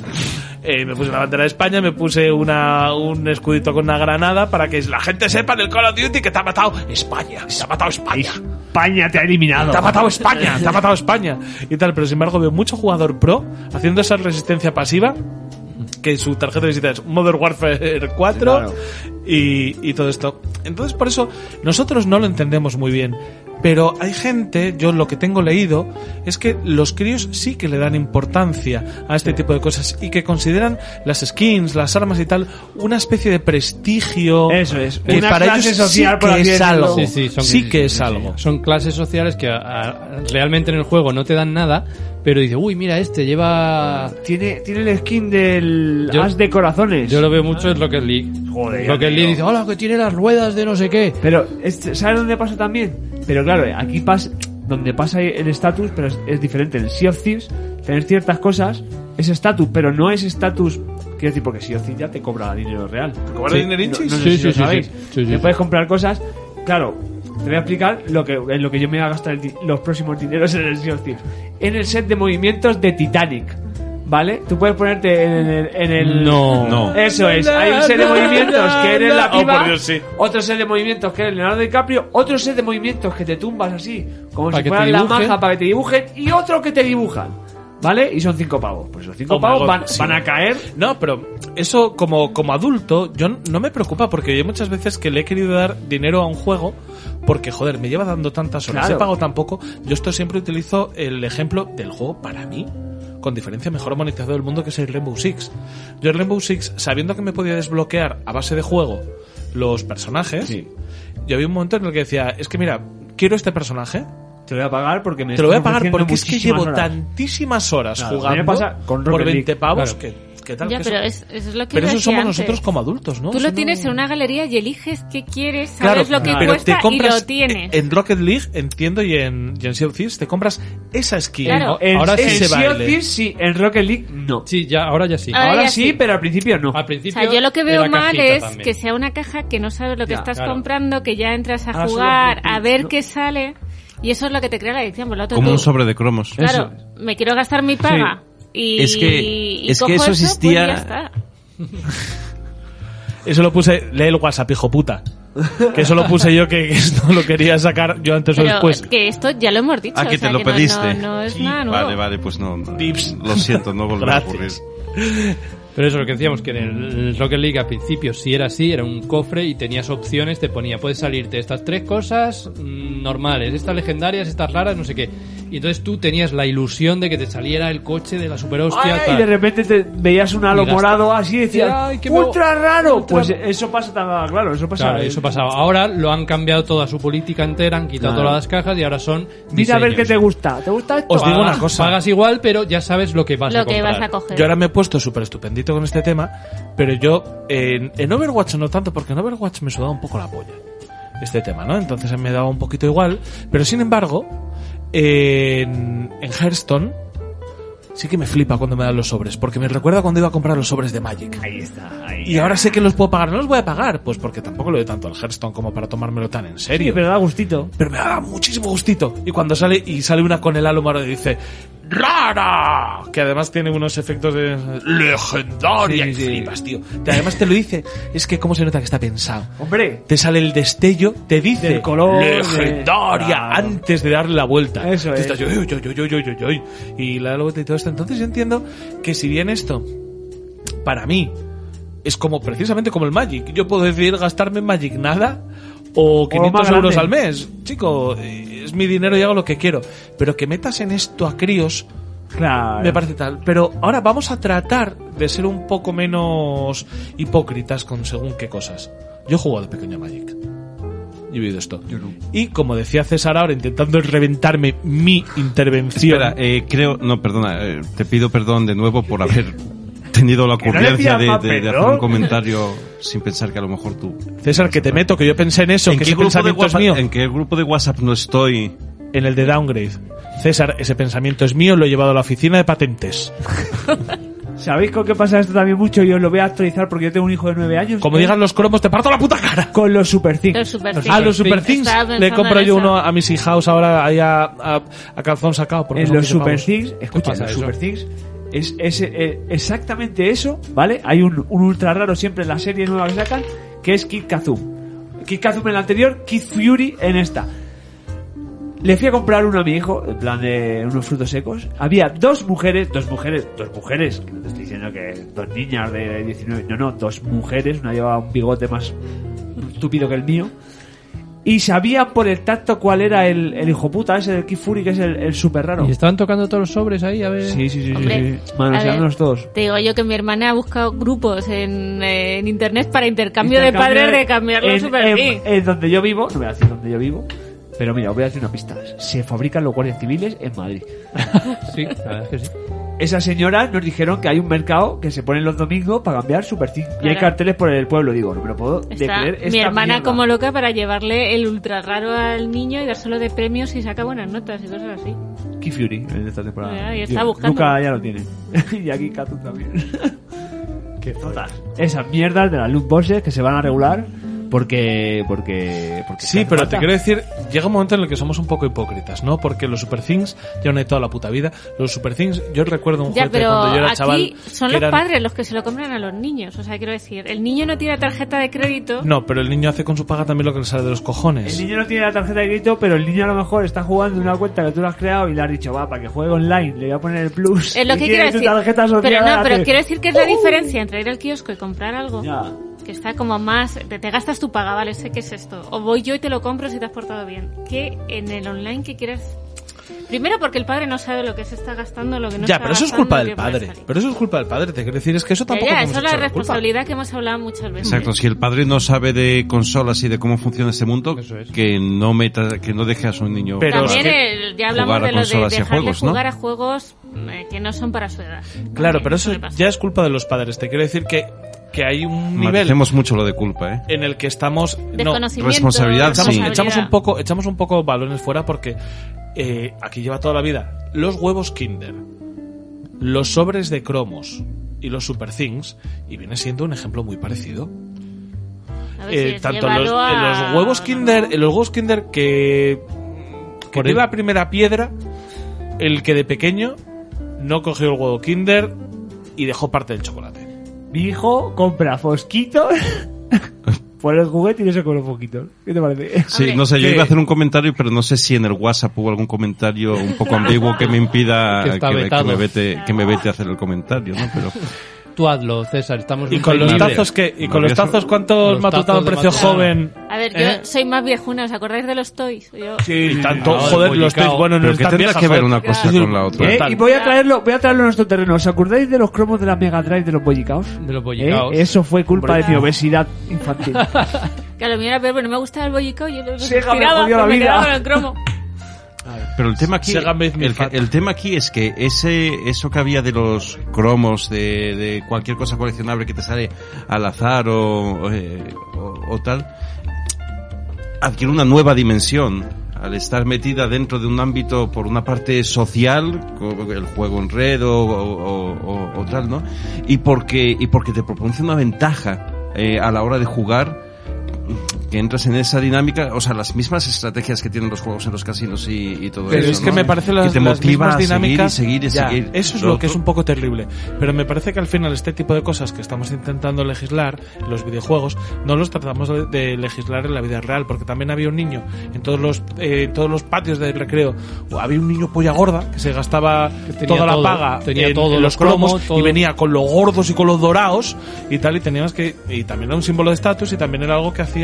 S5: Eh, me puse la bandera de España, me puse una, un escudito con una granada para que la gente sepa del Call of Duty que te ha matado España, te ha matado España.
S1: España te ha eliminado.
S5: Te ha matado España, te ha matado España. Y tal, pero sin embargo veo mucho jugador pro haciendo esa resistencia pasiva que su tarjeta de visita es Modern Warfare 4 y, y todo esto. Entonces por eso nosotros no lo entendemos muy bien. Pero hay gente, yo lo que tengo leído, es que los críos sí que le dan importancia a este tipo de cosas y que consideran las skins, las armas y tal, una especie de prestigio.
S1: Eso es,
S5: Que
S1: una
S5: para
S1: clase
S5: ellos
S1: social,
S5: sí
S1: por
S5: que
S1: así
S5: es
S1: decirlo.
S5: algo.
S2: Sí, sí, son-
S5: Sí que
S2: sí,
S5: es
S2: sí.
S5: algo.
S2: Son clases sociales que a- a- realmente en el juego no te dan nada, pero dices, uy, mira, este lleva...
S1: Tiene, tiene el skin del
S2: Yo-
S1: as de corazones.
S2: Yo lo veo mucho en Rocket League.
S1: Joder,
S2: Rocket League
S1: tío.
S2: dice, hola, que tiene las ruedas de no sé qué.
S1: Pero, este, ¿sabes dónde pasa también? Pero claro, aquí pasa donde pasa el estatus, pero es, es diferente. En Sea of Thieves, tener ciertas cosas es estatus, pero no es estatus. Quiero decir, porque Sea of Thieves ya te cobra dinero real. ¿Te
S5: cobra dinerinchis?
S1: No, no sé
S2: Sí,
S1: si
S2: sí,
S1: lo
S2: sí,
S1: sabéis.
S2: sí. Sí, sí,
S1: Te
S2: sí.
S1: puedes comprar cosas. Claro, te voy a explicar lo que, en lo que yo me voy a gastar el di- los próximos dineros en el Sea of Thieves. En el set de movimientos de Titanic. ¿Vale? Tú puedes ponerte en el... en el-
S2: No.
S4: No.
S1: Eso es, hay un set de movimientos que eres la
S5: Oh,
S1: piba,
S5: por Dios, sí.
S1: otro set de movimientos que eres Leonardo DiCaprio, otro set de movimientos que te tumbas así, como
S2: Para
S1: si
S2: que
S1: fueras
S2: te
S1: la
S2: dibujen.
S1: maja para que te dibujen, y otro que te dibujan. ¿Vale? Y son cinco pavos. Pues esos cinco
S5: Oh my
S1: pavos
S5: God,
S1: van,
S5: sí.
S1: van a caer.
S5: No, pero eso como, como adulto yo n- no me preocupa porque hay muchas veces que le he querido dar dinero a un juego porque, joder, me lleva dando tantas horas,
S1: Claro.
S5: he pagado tan poco. Yo esto siempre utilizo el ejemplo del juego para mí, con diferencia mejor monetizado del mundo que es el Rainbow Six. Yo el Rainbow Six, sabiendo que me podía desbloquear a base de juego los personajes, yo había un momento en el que decía, es que mira, quiero este personaje,
S1: Te lo voy a pagar porque me
S5: te lo voy a
S1: están
S5: pagar
S1: ofreciendo
S5: porque es que
S1: muchísimas
S5: llevo
S1: horas.
S5: tantísimas horas
S1: Claro, a mí me
S5: jugando
S1: pasa con
S5: por
S1: Rocket
S5: 20
S1: League,
S5: pavos
S2: claro.
S5: que ¿Qué tal?
S3: Ya,
S5: que
S3: pero
S5: eso-
S3: es- eso es lo que yo
S5: pero eso
S3: decía
S5: somos
S3: antes.
S5: nosotros como adultos, ¿no?
S3: Tú
S5: Eso
S3: lo
S5: no-
S3: tienes en una galería y eliges qué quieres,
S5: Claro,
S3: sabes lo que
S5: pero
S3: cuesta
S5: te compras
S3: y lo tienes.
S5: En Rocket League, entiendo, y en, y en Sea of Thieves, te compras esa skin. Oh,
S3: Claro.
S5: ¿no? Ahora
S1: en
S5: sí se
S1: Sea of
S5: baile.
S1: Thieves sí, en Rocket League no.
S2: Sí, ya, ahora ya sí.
S3: Ahora
S1: Ahora
S3: ya
S1: sí,
S3: sí.
S1: pero al principio no.
S2: Al
S3: Ah, O
S2: principio.
S3: sea, yo lo que veo
S2: era
S3: mal
S2: cajita
S3: es
S2: también.
S3: que sea una caja que no sabes lo que
S1: Ya,
S3: estás
S2: claro.
S3: comprando, que ya entras a
S1: Ah, solo
S3: jugar,
S1: que-
S3: a ver
S1: no.
S3: qué sale, y eso es lo que te crea la adicción. Por lo otro,
S6: Como
S3: tú,
S6: un sobre de cromos.
S3: Claro, me quiero gastar mi paga. Y,
S6: Es que-
S3: y
S6: es que
S3: cojo
S6: eso
S3: pues
S6: existía-
S3: ya está.
S5: Eso lo puse, lee el WhatsApp, hijo puta. Que eso lo puse yo, que, que esto lo quería sacar yo antes o
S3: Pero
S5: después.
S3: que esto ya lo hemos dicho.
S6: Ah, que
S3: o sea,
S6: te lo
S3: no-
S6: pediste.
S3: No, no es
S6: Sí,
S3: nada nuevo.
S6: Vale, vale, pues no. no.
S5: Tips.
S6: Lo siento, no volverá a ocurrir.
S5: Gracias.
S2: Pero eso, lo que decíamos, que en el Rocket League al principio sí era así, era un cofre y tenías opciones, te ponía, puedes salirte estas tres cosas mm, normales, estas legendarias, estas raras, no sé qué. Y entonces tú tenías la ilusión de que te saliera el coche de la super hostia.
S1: Ay, y de repente te veías un halo
S2: Y gasta.
S1: morado así y decías,
S2: Ay, qué
S1: ¡ultra
S2: bo-
S1: raro!
S2: ultra-
S1: Pues eso pasa tan claro, eso pasa.
S2: Claro, eso pasaba. Ahora lo han cambiado toda su política entera, han quitado
S1: Claro.
S2: todas las cajas y ahora son.
S1: Mira a ver
S2: diseños.
S1: qué te gusta. ¿Te gusta esto?
S5: Os digo
S2: Pagas-
S5: una cosa.
S2: Pagas igual, pero ya sabes lo que vas a
S3: Lo que
S2: comprar.
S3: vas a coger.
S5: Yo ahora me he puesto súper estupendito con este tema, pero yo en, en Overwatch no tanto, porque en Overwatch me sudaba un poco la polla este tema, ¿no? Entonces me daba un poquito igual, pero sin embargo, en, en Hearthstone sí que me flipa cuando me dan los sobres, porque me recuerda cuando iba a comprar los sobres de Magic.
S1: Ahí está. Ahí.
S5: Y ahora sé que los puedo pagar, no los voy a pagar, pues porque tampoco lo doy tanto al Hearthstone como para tomármelo tan en serio.
S1: Sí, pero da gustito.
S5: Pero me daba muchísimo gustito. Y cuando sale y sale una con el halo morado y dice ¡Rara! Que además tiene unos efectos de legendaria y flipas, tío. Que además te lo dice, es que cómo se nota que está pensado.
S1: Hombre,
S5: Te sale el destello, te dice
S1: Del color, de-
S5: legendaria
S1: Claro.
S5: antes de darle la vuelta.
S1: Eso
S5: Tú
S1: es.
S5: estás, "Uy, uy, uy, uy, uy, uy, uy", Y le da la vuelta y todo esto. Entonces yo entiendo que si bien esto, para mí, es como precisamente como el Magic. Yo puedo decidir gastarme en Magic nada
S1: lo
S5: o
S1: más
S5: 500 euros al
S1: grande.
S5: mes. Chico, eh, es mi dinero y hago lo que quiero. Pero que metas en esto a críos
S1: claro.
S5: me parece tal. Pero ahora vamos a tratar de ser un poco menos hipócritas con según qué cosas. Yo he jugado de pequeño a Magic. Yo he vivido esto. Y como decía César ahora, intentando reventarme mi intervención.
S6: Espera, eh, creo. No, perdona, eh, te pido perdón de nuevo por haber tenido la
S1: no le
S6: ocurrencia
S1: pidas
S6: de-
S1: más
S6: de, de hacer
S1: perdón.
S6: un comentario sin pensar que a lo mejor tú.
S5: César, que te meto, que yo pensé en eso,
S6: ¿En
S5: que
S6: qué,
S5: ese
S6: grupo de
S5: pensamiento es
S6: WhatsApp,
S5: mío.
S6: ¿En qué grupo de WhatsApp no estoy?
S5: en el de downgrade. César, ese pensamiento es mío, lo he llevado a la oficina de patentes.
S1: ¿Sabéis con qué pasa esto también mucho? Yo os lo voy a actualizar porque yo tengo un hijo de 9 años.
S5: Como digan los cromos, te parto la puta cara.
S1: Con los Super Things.
S3: Los Super
S5: A
S3: Things.
S5: los Super Things
S3: Estaba
S5: le
S3: pensando
S5: compro
S3: en
S5: yo
S3: eso.
S5: uno a mis hijos ahora ahí a, a, a calzón sacado. Porque
S1: en
S5: son
S1: los
S5: 15
S1: Super
S5: pavos.
S1: Things, escucha, en
S2: pasa
S1: los
S2: eso?
S1: Super Things es, es, eh, exactamente eso, ¿vale? Hay un, un ultra raro siempre en la serie nueva que sacan, que es Kid Kazum. Kid Kazum en la anterior, Kid Fury en esta. Le fui a comprar uno a mi hijo, en plan de unos frutos secos. Había dos mujeres, dos mujeres, dos mujeres, que no te estoy diciendo que dos niñas de 19, no, no, dos mujeres, una llevaba un bigote más tupido que el mío. Y sabían por el tacto cuál era el, el hijo puta ese del Kid Fury, que es el, el super raro.
S2: Y estaban tocando todos los sobres ahí, a ver.
S1: Sí, sí, sí,
S3: Hombre,
S1: sí, sí. Manosearnos
S3: a ver,
S1: todos.
S3: Te digo yo que mi hermana ha buscado grupos en, eh, en internet para intercambio, de padres de cambiar los
S1: en,
S3: Super
S1: en-
S3: Things.
S1: en donde yo vivo, no voy a decir donde yo vivo, pero mira, os voy a decir una pista. Se fabrican los guardias civiles en Madrid.
S2: Sí, la verdad es que sí.
S1: Esas señoras nos dijeron que hay un mercado que se pone los domingos para cambiar Super Things. Y hay
S3: Claro.
S1: carteles por el pueblo. Digo, no me lo puedo de
S3: Está
S1: creer.
S3: mi
S1: esta
S3: hermana
S1: mierda.
S3: como loca para llevarle el ultra raro al niño y dárselo de premios si saca buenas notas y cosas así.
S1: Key Fury en esta temporada.
S3: Ah, y está
S1: Yo-
S3: buscando.
S1: Luca ya lo tiene. y aquí Katun también.
S2: Qué
S1: Total. Esas mierdas de las loot boxes que se van a regular porque. porque, porque se
S5: Sí,
S1: hace
S5: pero te
S1: falta.
S5: quiero decir, llega un momento en el que somos un poco hipócritas, ¿no? Porque los Super Things, ya no hay toda la puta vida. Los Super Things, yo recuerdo un
S3: Ya,
S5: juguete
S3: pero
S5: cuando yo era
S3: aquí
S5: chaval.
S3: son
S5: que
S3: los
S5: eran-
S3: padres los que se lo compran a los niños. O sea, quiero decir, el niño no tiene tarjeta de crédito.
S5: No, pero el niño hace con su paga también lo que le sale de los
S1: El
S5: cojones.
S1: niño no tiene la tarjeta de crédito, pero el niño a lo mejor está jugando una cuenta que tú le has creado y le has dicho, va, para que juegue online, le voy a poner el plus.
S3: Es lo
S1: Y
S3: que
S1: tiene
S3: quiero
S1: tu
S3: decir.
S1: tarjeta social
S3: Pero no,
S1: gratis.
S3: pero quiero decir que
S5: ¡Uh!
S3: es la diferencia entre ir al kiosco y comprar algo.
S1: Ya.
S3: Que está como más. Te, te gastas tu paga, vale, sé qué es esto. O voy yo y te lo compro si te has portado bien. Que en el online que quieras. Primero porque el padre no sabe lo que se está gastando, lo que no
S5: ya,
S3: está
S5: pero eso es
S3: gastando,
S5: culpa
S3: qué
S5: del
S3: puede
S5: padre.
S3: salir.
S5: Pero eso es culpa del padre. Te quiero decir, es que eso
S3: Ya,
S5: tampoco
S3: ya,
S5: podemos
S3: eso es la
S5: echar la culpa.
S3: responsabilidad que hemos hablado muchas veces.
S4: Exacto, si el padre no sabe de consolas y de cómo funciona este mundo,
S2: Eso es.
S4: que no meta, que no deje a su niño.
S5: Pero es
S3: También
S5: que
S3: el- ya hablamos
S4: jugar a
S3: de lo de
S4: consolas y a
S3: dejarle
S4: juegos, ¿no?
S3: jugar a juegos eh, que no son para su edad. También,
S5: Claro, pero eso
S3: le pasa.
S5: ya es culpa de los padres. Te quiero decir que, que hay un nivel
S4: Maticemos mucho lo de culpa, ¿eh?
S5: en el que estamos. No,
S3: Desconocimiento,
S4: responsabilidad,
S5: echamos,
S4: sí.
S5: echamos un poco, echamos un poco balones fuera porque eh, aquí lleva toda la vida los huevos Kinder, los sobres de cromos y los Super Things, y viene siendo un ejemplo muy parecido.
S3: A ver
S5: Eh,
S3: si es
S5: tanto los,
S3: llevarlo
S5: en
S3: a-
S5: los huevos Kinder, en los huevos Kinder que, que
S2: Por
S5: dio
S2: el-
S5: la primera piedra, el que de pequeño no cogió el huevo Kinder y dejó parte del chocolate.
S1: Mi hijo compra fosquitos por el juguete y yo se come los fosquitos. ¿Qué te parece?
S4: Sí,
S3: Hombre.
S4: no sé, yo
S5: ¿Qué?
S4: iba a hacer un comentario, pero no sé si en el WhatsApp hubo algún comentario un poco ambiguo que me impida
S2: Que
S4: que,
S2: está
S4: me- que
S2: vetado.
S4: me vete, que me vete a hacer el comentario, ¿no? Pero
S2: Tú hazlo, César, estamos
S5: Y
S2: en
S5: con
S2: país
S5: los
S2: libre.
S5: tazos que, y con los
S4: Maravilloso.
S5: tazos cuántos
S2: Los
S5: matutado
S2: tazos
S5: en
S2: de
S5: precio
S2: Matutano.
S5: joven.
S3: A ver,
S5: ¿Eh?
S3: yo soy más viejuna, ¿os acordáis de los toys? Yo...
S5: y tanto,
S2: Ah,
S5: joder,
S2: el
S5: los
S2: bollicao.
S5: tres, bueno, no
S4: Pero ¿qué
S5: están
S4: tendrá
S5: viejas,
S4: que ver
S5: joder.
S4: una cosa
S5: Claro.
S4: con la otra?
S5: Eh,
S1: Eh,
S5: tal.
S1: y voy a traerlo, voy a traerlo a nuestro terreno. ¿Os acordáis de los cromos de las Mega Drive de los bollicaos?
S2: De los bollicaos.
S1: Eh, Eso fue culpa de mi obesidad infantil.
S3: Que a lo mío era peor, pero no me gustaba el bollicao y yo lo
S1: Sega me
S3: tiraba,
S1: jodió la
S3: me
S1: vida.
S3: quedaba con el cromo.
S4: Pero el tema aquí,
S5: Sega made me
S4: el,
S5: fat.
S4: el tema aquí es que ese, eso que había de los cromos, de, de cualquier cosa coleccionable que te sale al azar o, eh, o- o tal, adquiere una nueva dimensión al estar metida dentro de un ámbito por una parte social, co- el juego en red o, o- o- o tal, ¿no? Y porque, y porque te propone una ventaja eh, a la hora de jugar que entras en esa dinámica, o sea, las mismas estrategias que tienen los juegos en los casinos y, y todo
S5: Pero
S4: eso.
S5: es que
S4: ¿no?
S5: me parece las,
S4: que te
S5: las
S4: motiva
S5: mismas
S4: a seguir
S5: dinámicas.
S4: y seguir y
S5: Ya,
S4: seguir.
S5: Eso es
S4: Lo
S5: lo que es
S4: otro-
S5: un poco terrible. Pero me parece que al final este tipo de cosas que estamos intentando legislar, los videojuegos, no los tratamos de- de legislar en la vida real, porque también había un niño en todos los eh, en todos los patios de recreo, o había un niño polla gorda que se gastaba
S2: tenía
S5: toda la
S2: todo,
S5: paga
S2: tenía
S5: en,
S2: todo,
S5: en los
S2: los cromos,
S5: cromos y
S2: todo.
S5: venía con los gordos y con los dorados y tal y teníamos que y también era un símbolo de estatus y también era algo que hacía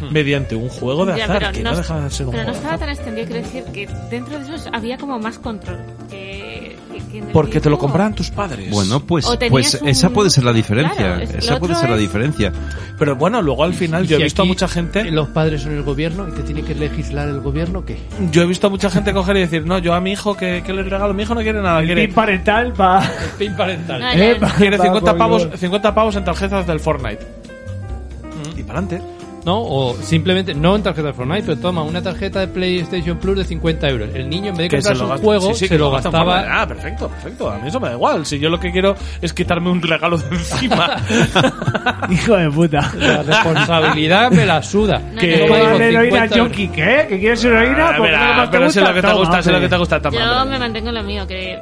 S2: Hmm.
S5: mediante un juego de
S3: Ya,
S5: azar
S3: pero
S5: que
S3: no,
S5: no, dejaba de ser un
S3: pero no
S5: juego de
S3: estaba tan
S5: azar.
S3: extendido, quiero decir que dentro de eso había como más control. Que, que- que en el
S5: Porque te lo
S3: videojuego.
S5: compraban tus padres.
S4: Bueno, pues,
S3: O tenías
S4: pues
S3: un-
S4: esa puede ser la diferencia.
S3: Claro, es- lo
S4: esa puede
S3: otro
S4: ser la
S3: es-
S4: diferencia.
S5: Pero bueno, luego al final yo he
S2: Si
S5: visto a
S2: aquí
S5: mucha gente,
S2: Los padres son el gobierno y te tiene que legislar el gobierno, ¿qué?
S5: yo he visto a mucha gente coger y decir, no, yo a mi hijo que, le regalo, mi hijo no quiere nada, quiere,
S1: Mi parental va.
S5: pin parental.
S3: No, ya-
S5: quiere
S1: Va,
S5: 50
S1: por
S5: pavos,
S1: favor.
S5: 50 pavos en tarjetas del Fortnite. Y para adelante.
S2: No, o simplemente, no en tarjeta de Fortnite, pero toma una tarjeta de PlayStation Plus de 50 euros. El niño en vez de
S5: Que se
S2: comprarse
S5: lo
S2: un
S5: gasta-
S2: juego,
S5: sí, sí,
S2: se
S5: que
S2: lo
S5: gasta en Fortnite.
S2: gastaba...
S5: Ah, perfecto, perfecto. A mí eso me da igual. Si yo lo que quiero es quitarme un regalo de encima.
S1: Hijo de puta.
S2: La responsabilidad me la suda.
S3: No,
S5: Que-
S3: no,
S1: ¿Cómo
S3: no.
S1: darle heroína a
S2: 50 euros.
S1: Jonky? ¿Qué? ¿Que quieres heroína?
S5: Ah,
S1: Porque
S5: verá,
S1: nada más te
S5: pero si
S1: gusta.
S5: lo que te
S1: Toma,
S5: gusta, si lo que te
S1: hombre.
S5: gusta, toma,
S3: Yo
S5: hombre.
S3: me mantengo en lo mío, que...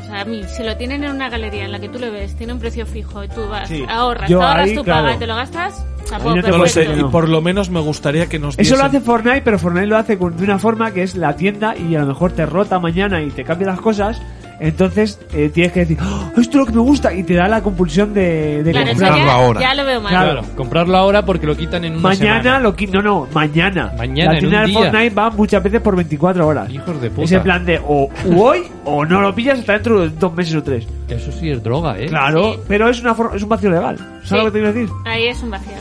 S3: O sea, a mí, si lo tienen en una galería en la que tú lo ves, tiene un precio fijo y tú vas,
S5: Sí.
S3: ahorras,
S1: Yo
S3: ahorras
S1: ahí,
S3: tu
S1: claro.
S3: paga y te lo gastas, chapó,
S1: Ahí no te
S5: No lo sé,
S3: perfecto.
S5: y por lo menos me gustaría que nos
S1: Eso
S5: diesen-
S1: lo hace Fortnite, pero Fortnite lo hace con- de una forma que es la tienda y a lo mejor te rota mañana y te cambia las cosas. Entonces eh, tienes que decir, "Oh, esto es lo que me gusta y te da la compulsión de, de
S3: Claro, eso
S1: comprarlo.
S3: ya,
S4: ahora.
S3: ya lo veo mal.
S1: Claro.
S2: Claro, comprarlo ahora porque lo quitan en una
S1: Mañana
S2: semana.
S1: lo quito. No, no, mañana.
S2: Mañana,
S1: La
S2: en
S1: tienda
S2: un
S1: de
S2: día.
S1: Fortnite va muchas veces por 24 horas.
S2: Hijos de puta.
S1: Es el plan de o u hoy o no lo pillas hasta dentro de dos meses o tres.
S2: Eso sí es droga, ¿eh?
S1: Claro,
S3: Sí.
S1: pero es, una for- es un vacío legal. ¿Sabes
S3: Sí.
S1: lo que te quiero decir?
S3: Ahí es un vacío.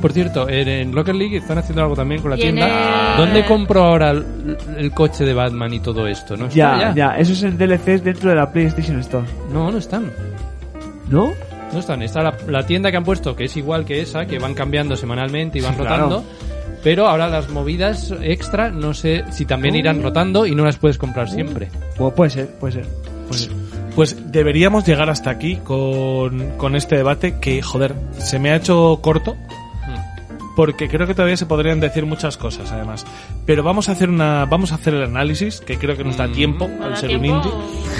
S2: Por cierto, en, en Rocket League están haciendo algo también con la
S3: Y en
S2: tienda.
S3: el-
S2: ¿Dónde compro ahora el, el coche de Batman y todo esto? ¿No está
S1: Ya, ya, Eso es en DLCs dentro de la PlayStation Store.
S2: No, no están.
S1: ¿No?
S2: No están. Está la, la tienda que han puesto, que es igual que esa, que van cambiando semanalmente y van
S1: Sí, claro.
S2: rotando. Pero ahora las movidas extra, no sé si
S1: Uh.
S2: también irán rotando y no las puedes comprar siempre.
S1: Pues puede ser, puede ser. puede ser.
S5: Pues deberíamos llegar hasta aquí con, con este debate que, joder, se me ha hecho corto. Porque creo que todavía se podrían decir muchas cosas, además. Pero vamos a hacer una, vamos a hacer el análisis, que creo que nos da
S2: Mm.
S5: tiempo
S3: No
S5: al
S3: da
S5: ser un
S3: tiempo,
S5: indie.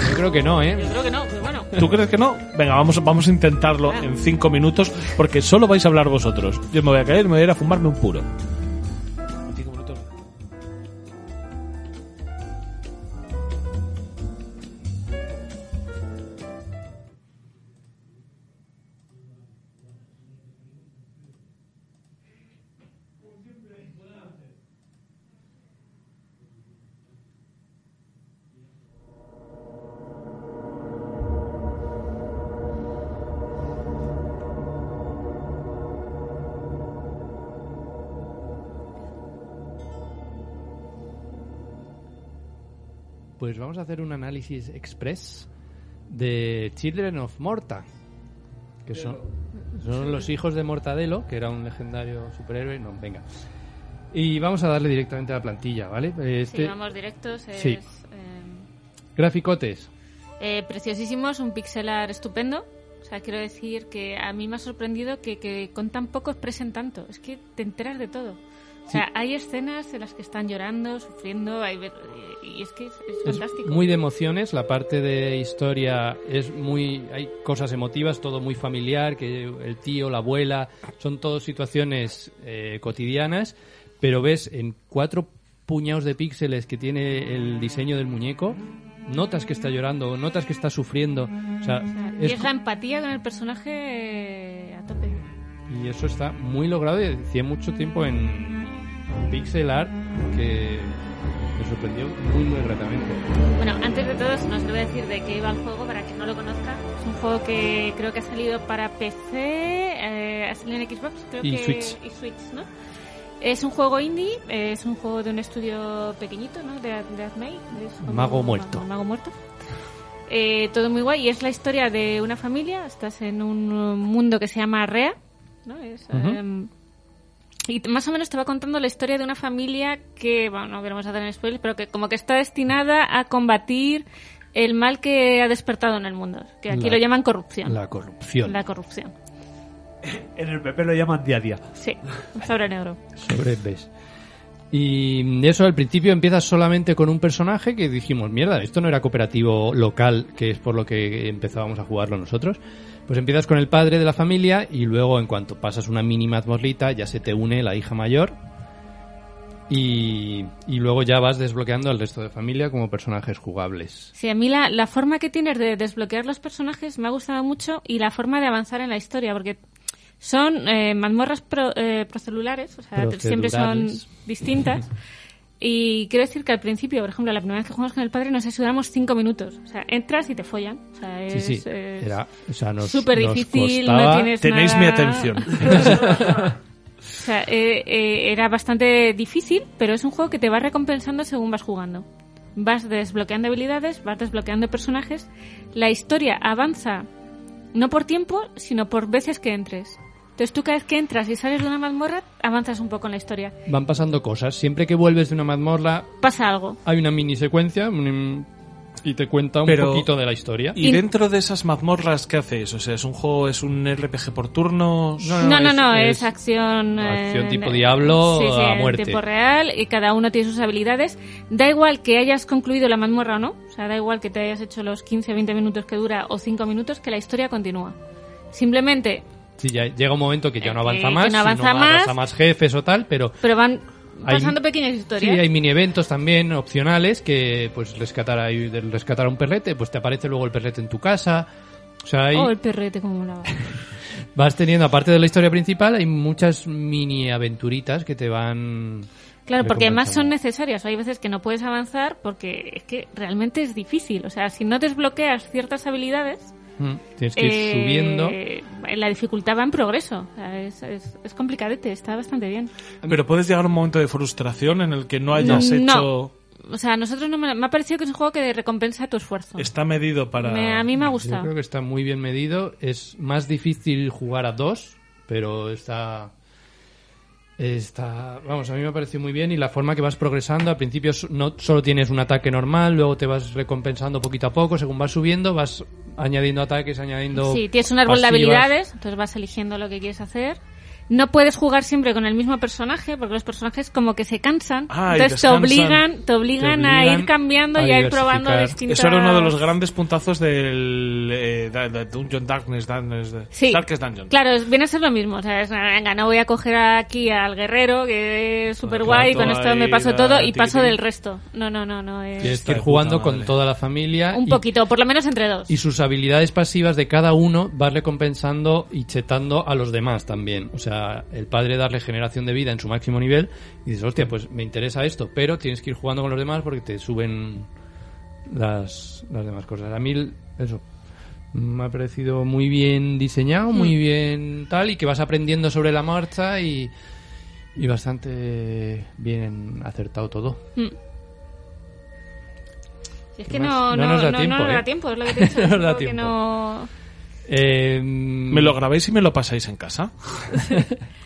S2: Yo creo que no, ¿eh?
S3: Yo creo que no, pero bueno.
S5: ¿Tú crees que no? Venga, vamos, vamos a
S3: Ah.
S5: intentarlo en cinco minutos, porque solo vais a hablar vosotros. Yo me voy a caer, me voy a ir a fumarme un puro.
S2: pues vamos a hacer un análisis express de Children of Morta, que son, son los hijos de Mortadelo, que era un legendario superhéroe. No, venga. Y vamos a darle directamente a la plantilla, ¿vale?
S3: Si
S2: Este,
S3: vamos directos, es,
S2: Sí.
S3: eh,
S2: graficotes.
S3: Eh, preciosísimos, un pixelar estupendo. O sea, quiero decir que a mí me ha sorprendido que, que con tan poco expresen tanto. Es que te enteras de todo. O sea, hay escenas en las que están llorando, sufriendo, hay ver- y es que es, es
S2: Es
S3: fantástico.
S2: muy de emociones, la parte de historia es muy... Hay cosas emotivas, todo muy familiar, que el tío, la abuela, son todas situaciones eh, cotidianas, pero ves en cuatro puñados de píxeles que tiene el diseño del muñeco, notas que está llorando, notas que está sufriendo, o sea,
S3: O sea, y
S2: es
S3: es la empatía con el personaje eh, a tope.
S2: y eso está muy logrado y decía mucho tiempo en pixel art que me sorprendió muy, muy gratamente.
S3: Bueno, antes de todo, se nos debe decir de qué iba el juego para quien no lo conozca. Es un juego que creo que ha salido para PC, eh, ha salido en Xbox, creo
S2: Y
S3: que
S2: Switch.
S3: y Switch, ¿no? Es un juego indie, eh, es un juego de un estudio pequeñito, ¿no? De, de Atmei. es como-
S2: Mago Muerto.
S3: Mago Muerto. Eh, todo muy guay. Y es la historia de una familia. Estás en un eh, mundo que se llama Rea, ¿no? Es, em, y t- más o menos te va contando la historia de una familia que, bueno, no queremos hacer en spoilers, pero que como que está destinada a combatir el mal que ha despertado en el mundo, que aquí
S2: La-
S3: lo llaman corrupción.
S2: La corrupción.
S3: La corrupción.
S1: En el PP lo llaman día a día.
S3: Sí, un sobre negro.
S2: sobre Bes. Y eso al principio empiezas solamente con un personaje que dijimos, mierda, esto no era cooperativo local, que es por lo que empezábamos a jugarlo nosotros. Pues empiezas con el padre de la familia y luego en cuanto pasas una mínima atmosfera ya se te une la hija mayor. Y, y luego ya vas desbloqueando al resto de familia como personajes jugables.
S3: Sí, a mí la, la forma que tienes de desbloquear los personajes me ha gustado mucho y la forma de avanzar en la historia, porque son eh, mazmorras pro- eh, procelulares, o sea, siempre son
S2: Procedurales.
S3: distintas. Y quiero decir que al principio, por ejemplo, la primera vez que jugamos con el padre nos aseguramos cinco minutos. O sea, entras y te follan. O sea, es,
S2: sí, sí.
S3: es
S2: Era, o sea, nos,
S3: súper
S2: nos
S3: difícil, no
S2: costaba-
S3: tienes
S5: Tenéis
S3: nada-
S5: mi atención.
S3: O sea, eh, eh, era bastante difícil, pero es un juego que te va recompensando según vas jugando. Vas desbloqueando habilidades, vas desbloqueando personajes. La historia avanza no por tiempo, sino por veces que entres. Entonces tú cada vez que entras y sales de una mazmorra, avanzas un poco en la historia.
S2: Van pasando cosas. Siempre que vuelves de una mazmorra
S3: Pasa algo.
S2: hay una mini secuencia mm, y te cuenta un
S5: Pero-
S2: poquito de la historia.
S5: ¿Y
S3: Y-
S5: dentro de esas mazmorras qué hacéis? O sea, es un juego, es un RPG por turnos.
S2: No,
S3: No, no, no,
S2: es-
S3: es,
S2: es
S3: acción... eh,
S2: acción tipo Diablo
S3: sí, sí,
S2: a
S3: en
S2: muerte.
S3: tiempo real y cada uno tiene sus habilidades. Da igual que hayas concluido la mazmorra o no, o sea, da igual que te hayas hecho los 15, 20 minutos que dura o 5 minutos, que la historia continúa. Simplemente,
S2: Sí, ya llega un momento que ya no
S3: Eh,
S2: avanza
S3: que
S2: más,
S3: no avanza
S2: sino
S3: más.
S2: arrasa más jefes o tal, pero
S3: pero van
S2: Hay-
S3: pasando pequeñas
S2: sí,
S3: historias.
S2: hay mini eventos también opcionales que pues rescatar a, del rescatar a un perrete, pues te aparece luego el perrete en tu casa. O sea, hay-
S3: Oh, el perrete como la...
S2: vas teniendo, aparte de la historia principal, hay muchas mini aventuritas que te van...
S3: Claro, porque además son
S2: recompensando.
S3: necesarias. Hay veces que no puedes avanzar porque es que realmente es difícil. O sea, si no desbloqueas ciertas habilidades,
S2: Mm, Tienes que ir
S3: eh,
S2: subiendo.
S3: la dificultad va en progreso. O sea, es, es, es complicadete, está bastante bien.
S5: Pero puedes llegar a un momento de frustración en el que no hayas
S3: No.
S5: hecho...
S3: O sea, a nosotros no me, me ha parecido que es un juego que recompensa tu esfuerzo.
S5: Está medido para...
S3: Me- a mí me ha
S2: Yo creo
S3: gustado.
S2: que está muy bien medido. Es más difícil jugar a dos, pero está. Está. Vamos, a mí me ha parecido muy bien y la forma que vas progresando. Al principio so- no solo tienes un ataque normal, luego te vas recompensando poquito a poco. Según vas subiendo, vas añadiendo ataques, añadiendo.
S3: Sí, tienes un árbol de
S2: pasivas.
S3: habilidades, entonces vas eligiendo lo que quieres hacer. No puedes jugar siempre con el mismo personaje, porque los personajes como que se cansan.
S5: Ah, y
S3: entonces te
S5: descansan.
S3: obligan, te obligan
S2: Te
S3: a
S2: obligan
S3: ir cambiando
S2: a
S3: y a ir probando
S2: diversificar.
S3: distintas...
S5: Eso era uno de los grandes puntazos del eh, da- da- Dungeon Darkness, Darkness de-
S3: Sí.
S5: Darkest Dungeon.
S3: Claro, es- viene a ser lo mismo. O sea, es, ah, venga, no voy a coger aquí al guerrero, que es súper guay,
S5: claro,
S3: con esto me
S5: ahí,
S3: paso
S5: la-
S3: todo y
S5: tiqui,
S3: paso
S5: tiqui.
S3: del resto. No, no, no, no.
S2: Tienes
S3: Es
S2: que ir
S5: de puta
S2: jugando
S5: madre.
S2: con toda la familia.
S3: un
S2: y-
S3: poquito, por lo menos entre dos.
S2: Y sus habilidades pasivas de cada uno vas recompensando y chetando a los demás también. O sea, el padre da regeneración de vida en su máximo nivel y dices, hostia, pues me interesa esto, pero tienes que ir jugando con los demás porque te suben las, las demás cosas. A mí, eso, me ha parecido muy bien diseñado,
S5: Mm.
S2: muy bien tal, y que vas aprendiendo sobre la marcha y, y bastante bien acertado todo.
S3: Mm. Sí, Es que
S2: Más.
S3: no, no, no, nos da tiempo,
S2: ¿eh?
S3: es lo que te he dicho.
S2: No nos da
S3: es que
S2: tiempo.
S3: no-
S2: Eh,
S5: ¿Me lo grabáis y me lo pasáis en casa?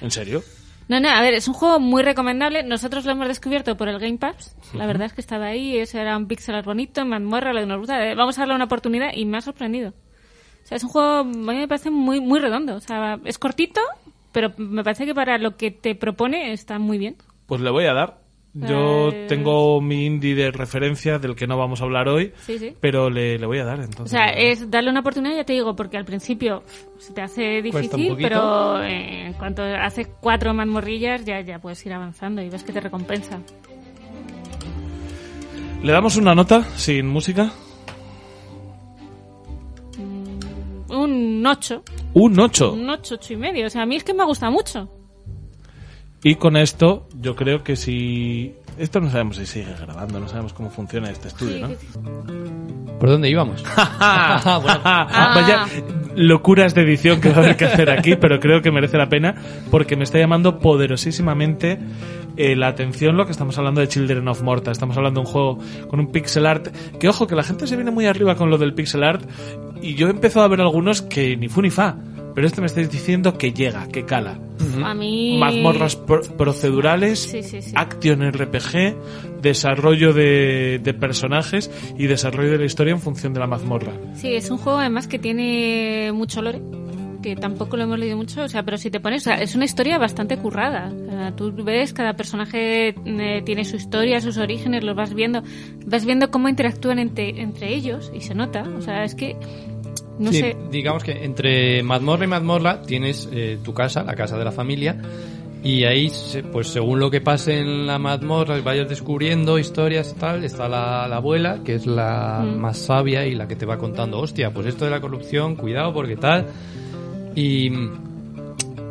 S5: ¿En serio?
S3: No, no, a ver, es un juego muy recomendable. Nosotros lo hemos descubierto por el Game Pass. La verdad es que estaba ahí, ese era un pixel art bonito, mazmorra, lo que nos gusta. Eh, Vamos a darle una oportunidad y me ha sorprendido. O sea, es un juego, a mí me parece muy, muy redondo. O sea, es cortito, pero me parece que para lo que te propone está muy bien.
S5: Pues le voy a dar. Yo
S3: Pues-
S5: tengo mi indie de referencia del que no vamos a hablar hoy,
S3: Sí, sí.
S5: pero le, le voy a dar
S3: O
S5: entonces.
S3: sea, eh. es darle una oportunidad, ya te digo, porque al principio pff, se te hace
S2: Cuesta un
S3: difícil,
S2: poquito.
S3: pero eh, en cuanto haces cuatro mazmorrillas ya, ya puedes ir avanzando y ves que te recompensa.
S5: ¿Le damos una nota sin música?
S3: Un 8,
S5: Un 8.
S3: un 8, 8 y medio. O sea, a mí es que me gusta mucho.
S5: Y con esto, yo creo que si. Esto no sabemos si sigue grabando, no sabemos cómo funciona este estudio, ¿no?
S2: Em, ¿Por dónde íbamos?
S3: Ah.
S5: Vaya Ah, pues locuras de edición que va a haber que hacer aquí, pero creo que merece la pena porque me está llamando poderosísimamente eh, la atención lo que estamos hablando de Children of Morta. Estamos hablando de un juego con un pixel art. Que ojo, que la gente se viene muy arriba con lo del pixel art y yo he empezado a ver algunos que ni fu ni fa. Pero este me estáis diciendo que llega, que cala.
S3: A mí...
S5: mazmorras pro- procedurales,
S3: Sí, sí, sí.
S5: action RPG, desarrollo de, de personajes y desarrollo de la historia en función de la mazmorra.
S3: Sí, es un juego además que tiene mucho lore, que tampoco lo hemos leído mucho, o sea, pero si te pones, o sea, es una historia bastante currada. O sea, tú ves, cada personaje eh, tiene su historia, sus orígenes, los vas viendo, vas viendo cómo interactúan entre, entre ellos y se nota, o sea, es que, no
S2: Sí,
S3: sé,
S2: Digamos que entre mazmorra y mazmorra tienes eh, tu casa, la casa de la familia, y ahí, se- pues según lo que pase en la mazmorra, vayas descubriendo historias y tal, está la, la abuela, que es la
S3: Mm.
S2: más sabia y la que te va contando, hostia, pues esto de la corrupción, cuidado porque tal. Y,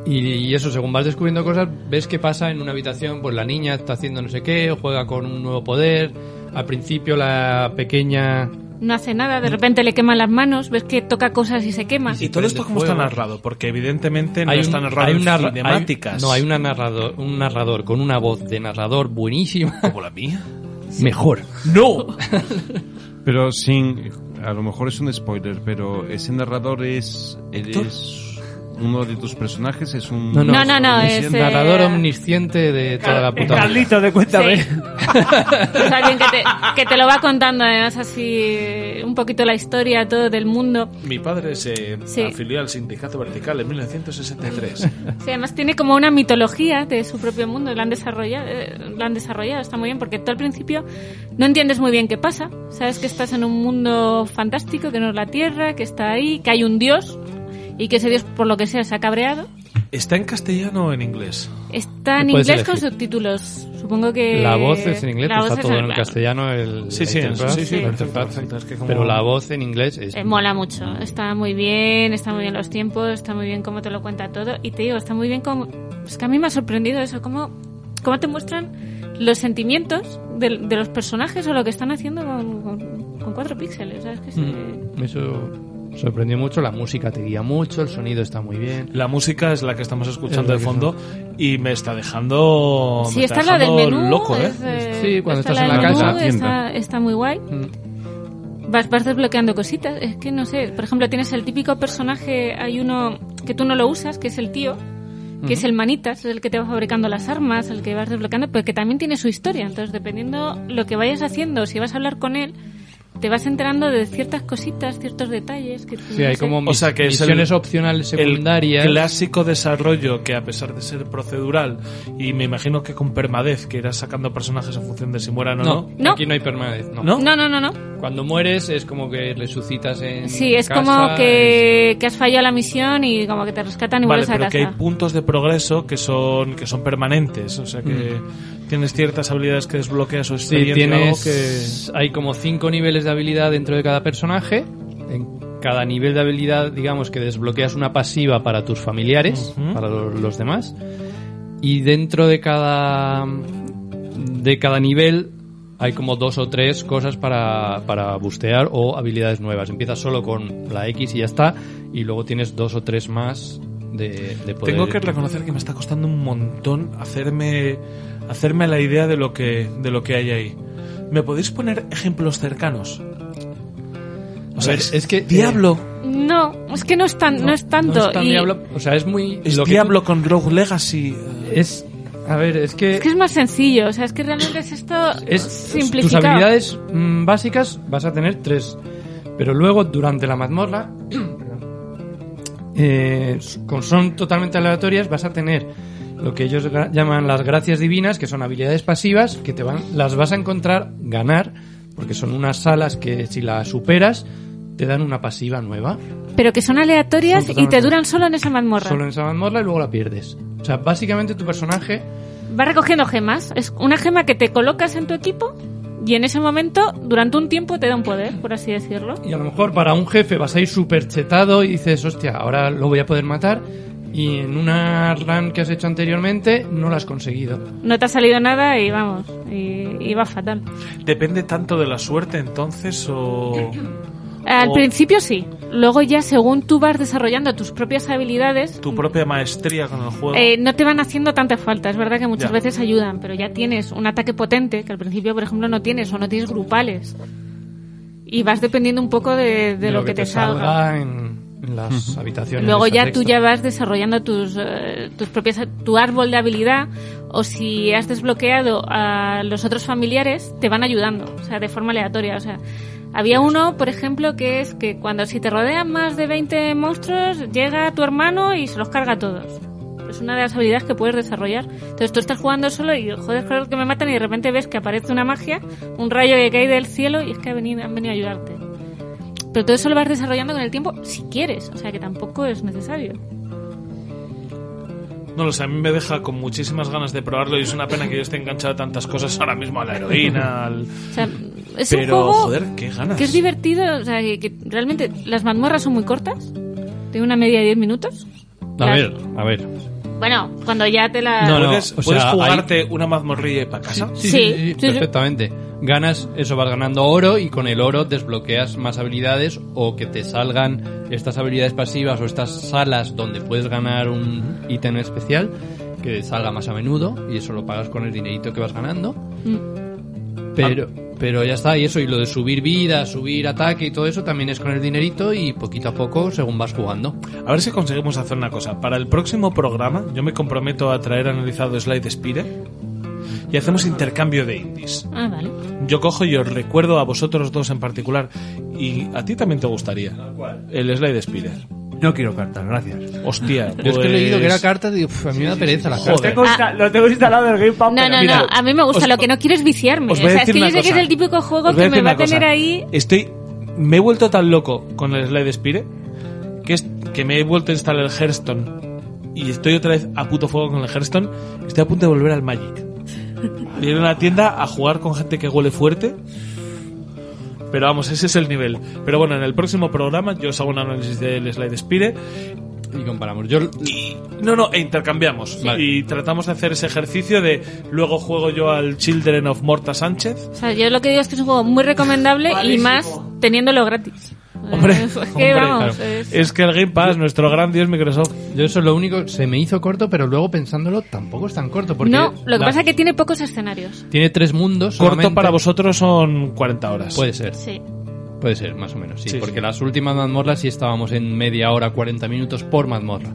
S2: y, y eso, según vas descubriendo cosas, ves que pasa en una habitación, pues la niña está haciendo no sé qué, o juega con un nuevo poder. Al principio la pequeña
S3: no hace nada, de repente le queman las manos, ves que toca cosas y se quema.
S5: Y todo esto
S2: prende
S5: cómo está
S2: fuego.
S5: narrado, porque evidentemente no
S2: un-
S5: está narrado en
S2: narra-
S5: cinemáticas.
S2: hay- no, hay una narrador, un narrador con una voz de narrador buenísima.
S5: como la mía.
S2: Mejor.
S5: No.
S6: Pero sin. A lo mejor es un spoiler, pero ese narrador es. él
S5: ¿Héctor?
S6: es uno de tus personajes, es un.
S3: no, no, no,
S2: es
S3: es,
S2: un narrador
S3: eh,
S2: omnisciente de toda la
S1: El
S2: puta vida.
S1: Carlito de Cuéntame.
S3: Sí. Es alguien que te, que te lo va contando además así eh, un poquito la historia, todo del mundo.
S5: Mi padre se
S3: Sí.
S5: afilió al sindicato vertical en 1963.
S3: Sí, además tiene como una mitología de su propio mundo, la han desarrollado, eh, la han desarrollado está muy bien, porque tú al principio no entiendes muy bien qué pasa, sabes que estás en un mundo fantástico, que no es la Tierra, que está ahí, que hay un dios y que ese dios por lo que sea se ha cabreado.
S5: ¿Está en castellano o en inglés?
S3: Está en
S2: Puedes
S3: inglés con
S2: elegir.
S3: subtítulos, supongo que...
S2: La voz es en inglés, pues
S3: la voz
S2: está
S3: es
S2: todo en
S3: claro.
S2: castellano. El,
S5: Sí, sí,
S2: la interfaz,
S5: sí, sí,
S2: la
S5: perfecto,
S2: interfaz,
S5: perfecto, es que como-
S2: Pero la voz en inglés es...
S3: Eh, mola mucho, está muy bien, está muy bien los tiempos, está muy bien cómo te lo cuenta todo y te digo, está muy bien cómo... Es que a mí me ha sorprendido eso, cómo, cómo te muestran los sentimientos de, de los personajes o lo que están haciendo con, con- con cuatro píxeles, ¿sabes? Que se-
S2: Mm. Eso sorprendió mucho, la música te guía mucho, el sonido está muy bien.
S5: La música es la que estamos
S2: Es
S5: escuchando
S2: la
S5: de
S2: que
S5: fondo y me está dejando. me
S3: Sí, está la del
S5: dejando
S3: menú,
S5: Loco, ¿eh?
S3: es, eh,
S2: Sí, cuando
S3: está
S2: estás en
S3: del
S2: la
S3: menú,
S2: casa,
S6: tienda.
S3: está, está muy guay.
S2: Mm.
S3: Vas, vas desbloqueando cositas, es que no sé, por ejemplo, tienes el típico personaje, hay uno que tú no lo usas, que es el tío, que es el manitas, es el que te va fabricando las armas, el que vas desbloqueando, pero que también tiene su historia, entonces dependiendo lo que vayas haciendo, si vas a hablar con él, te vas enterando de ciertas cositas, ciertos detalles que tú
S2: Sí,
S3: no
S2: hay
S3: sé.
S2: como
S5: O sea, que es el-
S2: misiones opcionales secundarias.
S5: El clásico desarrollo que a pesar de ser procedural y me imagino que con permadez que irás sacando personajes en función de si mueran o
S2: no,
S5: no.
S3: No.
S2: aquí no hay permanez. No.
S5: ¿No?
S3: No, no, no, no.
S2: Cuando mueres es como que resucitas en
S3: Sí, es
S2: casa,
S3: como que,
S2: es-
S3: que has fallado la misión y como que te rescatan y
S5: Vale,
S3: vuelves a
S5: pero
S3: casa.
S5: que hay puntos de progreso que son que son permanentes, o sea que tienes ciertas habilidades que desbloqueas o
S2: Mm. Sí,
S5: experiencia algo
S2: tienes... Hay como cinco niveles de habilidad dentro de cada personaje. En cada nivel de habilidad, digamos que desbloqueas una pasiva para tus familiares,
S5: Ujú.
S2: para lo- los, demás. Y dentro de cada... De cada nivel hay como dos o tres cosas para, para bustear o habilidades nuevas. Empiezas solo con la X y ya está. Y luego tienes dos o tres más de, de
S5: que
S2: poder...
S5: tengo que reconocer que me está costando un montón hacerme hacerme la idea de lo que de lo que hay ahí. ¿Me podéis poner ejemplos cercanos? O sea,
S2: A ver,
S5: es,
S2: es que, eh,
S5: Diablo.
S3: No, es que no es, tan, no, es tanto.
S2: No es tan
S3: y-
S2: Diablo, o sea, es muy...
S5: es
S2: lo que
S5: Diablo con Rogue Legacy. eh,
S2: tú- es... A ver, es que...
S3: Es que es más sencillo, o sea, es que realmente es esto
S2: es- tus
S3: simplificado.
S2: habilidades mm, básicas vas a tener tres. Pero luego, durante la mazmorra, eh, con- son totalmente aleatorias, vas a tener lo que ellos gra- llaman las gracias divinas, que son habilidades pasivas, que te van, las vas a encontrar ganar, porque son unas salas que si las superas, te dan una pasiva nueva.
S3: Pero que son aleatorias
S2: Son
S3: y te
S2: totalmente-
S3: duran solo en esa mazmorra.
S2: Solo en esa mazmorra y luego la pierdes. O sea, básicamente tu personaje
S3: Vas recogiendo gemas. Es una gema que te colocas en tu equipo y en ese momento, durante un tiempo, te da un poder, por así decirlo.
S2: Y a lo mejor para un jefe vas a ir súper chetado y dices, hostia, ahora lo voy a poder matar. Y en una run que has hecho anteriormente no lo has conseguido.
S3: No te ha salido nada y vamos, y, y va fatal.
S5: Depende tanto de la suerte, entonces, o.
S3: Al
S5: O-
S2: Oh.
S3: principio sí. Luego ya, según tú vas desarrollando tus propias habilidades,
S5: tu propia maestría con el juego.
S3: Eh, no te van haciendo tanta falta. Es verdad que muchas
S5: Ya.
S3: veces ayudan, pero ya tienes un ataque potente que al principio, por ejemplo, no tienes o no tienes grupales. Y vas dependiendo un poco de, de lo, que, te, salga.
S2: en, en las habitaciones.
S3: Luego
S2: esas
S3: ya tú
S2: extra.
S3: ya vas desarrollando tus, eh, tus propias, tu árbol de habilidad o si has desbloqueado a los otros familiares, te van ayudando, o sea, de forma aleatoria. O sea, había uno, por ejemplo, que es que cuando si te rodean más de 20 monstruos, llega tu hermano y se los carga a todos. Es una de las habilidades que puedes desarrollar. Entonces tú estás jugando solo y joder, creo que me matan y de repente ves que aparece una magia, un rayo que cae del cielo y es que ha venido- han venido a ayudarte. Pero todo eso lo vas desarrollando con el tiempo si quieres, o sea que tampoco es necesario.
S5: No lo sé, a mí me deja con muchísimas ganas de probarlo y es una pena que yo esté enganchado a tantas cosas ahora mismo, a la heroína, al...
S3: O sea, es un
S5: Pero,
S3: juego
S5: joder, qué ganas.
S3: que es divertido, o sea que, que realmente las mazmorras son muy cortas, tiene una media de 10 minutos.
S2: A
S3: Las-
S2: ver, a ver.
S3: Bueno, cuando ya te la...
S2: No, no.
S5: ¿Puedes,
S2: o sea,
S5: puedes
S2: hay-
S5: jugarte una mazmorrilla para casa?
S3: Sí, sí, sí, sí.
S2: perfectamente. Ganas, eso vas ganando oro y con el oro desbloqueas más habilidades o que te salgan estas habilidades pasivas o estas salas donde puedes ganar un ítem especial que salga más a menudo y eso lo pagas con el dinerito que vas ganando.
S3: Mm.
S2: Pero, pero ya está, y eso, y lo de subir vida, subir ataque y todo eso también es con el dinerito y poquito a poco según vas jugando.
S5: A ver si conseguimos hacer una cosa. Para el próximo programa, yo me comprometo a traer analizado Slide Spire y hacemos intercambio de indies.
S3: Ah, vale.
S5: Yo cojo y os recuerdo a vosotros dos en particular y a ti también te gustaría. El Slide Spire.
S1: No quiero cartas, gracias.
S5: Hostia.
S2: Yo es que he leído que era
S5: pues-
S2: carta y digo, "Uf, a mí me da pereza las
S5: Joder.
S2: cartas.
S1: Tengo insta- Lo tengo instalado en el Game Pass.
S3: No,
S1: pero-
S3: no,
S5: Mira,
S3: no, a mí me gusta,
S5: os-
S3: lo que no quiero es viciarme. O
S5: Os voy a
S3: sea, es
S5: decir
S3: que yo
S5: una
S3: sé que es
S5: cosa.
S3: el típico
S5: Os
S3: juego
S5: voy
S3: que me
S5: decir
S3: va a
S5: una cosa.
S3: tener ahí...
S5: Estoy. Me he vuelto tan loco con el Slide Spire que, es, que me he vuelto a instalar el Hearthstone. Y estoy otra vez a puto fuego con el Hearthstone. Estoy a punto de volver al Magic. De ir a una tienda a jugar con gente que huele fuerte. Pero vamos, ese es el nivel. Pero bueno, en el próximo programa yo os hago un análisis del Slide Spire.
S2: Y comparamos. Yo
S5: No, no, e intercambiamos.
S2: Vale.
S5: Y tratamos de hacer ese ejercicio de luego juego yo al Children of Morta Sánchez.
S3: O sea, yo lo que digo es que es un juego muy recomendable y más teniéndolo gratis.
S5: Hombre,
S3: Eh, es que,
S5: hombre,
S3: vamos,
S5: claro. Eh,
S3: es-
S5: es que el Game Pass, nuestro gran dios Microsoft,
S2: Yo eso es lo único, se me hizo corto, pero luego pensándolo tampoco es tan corto. Porque
S3: No, lo que
S2: la-
S3: pasa es que tiene pocos escenarios.
S2: Tiene tres mundos.
S5: Corto
S2: solamente. Pues,
S5: para vosotros son 40 horas.
S2: Puede ser,
S3: Sí.
S2: puede ser, más o menos, sí.
S5: Sí,
S2: porque
S5: sí.
S2: las últimas mazmorras sí estábamos en media hora, 40 minutos por mazmorra.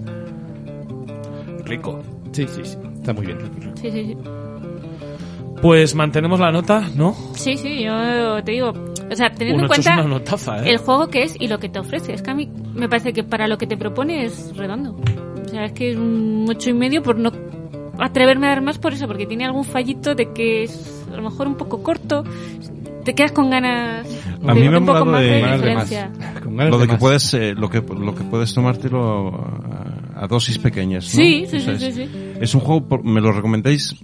S5: rico.
S2: Sí, sí, sí. Está muy bien.
S3: Sí, sí, sí.
S5: Pues mantenemos la nota, ¿no?
S3: Sí, sí, yo te digo. O sea, teniendo en
S5: Un ocho es
S3: cuenta
S5: una notaza, ¿eh?
S3: el juego que es y lo que te ofrece. Es que a mí me parece que para lo que te propone es redondo. O sea, es que es un ocho y medio por no atreverme a dar más por eso, porque tiene algún fallito de que es a lo mejor un poco corto. Te quedas con ganas
S6: A mí
S3: de
S6: me
S3: un
S6: ha molado
S3: poco más
S6: de-
S3: de
S6: ganas de
S3: diferencia.
S2: Con ganas
S6: Lo de que
S2: más.
S6: puedes, eh, lo que, lo que puedes tomártelo a, a dosis pequeñas. ¿no?
S3: Sí, sí,
S6: O sea,
S3: sí,
S6: es-
S3: sí,
S6: Es un juego, por- me lo recomendáis,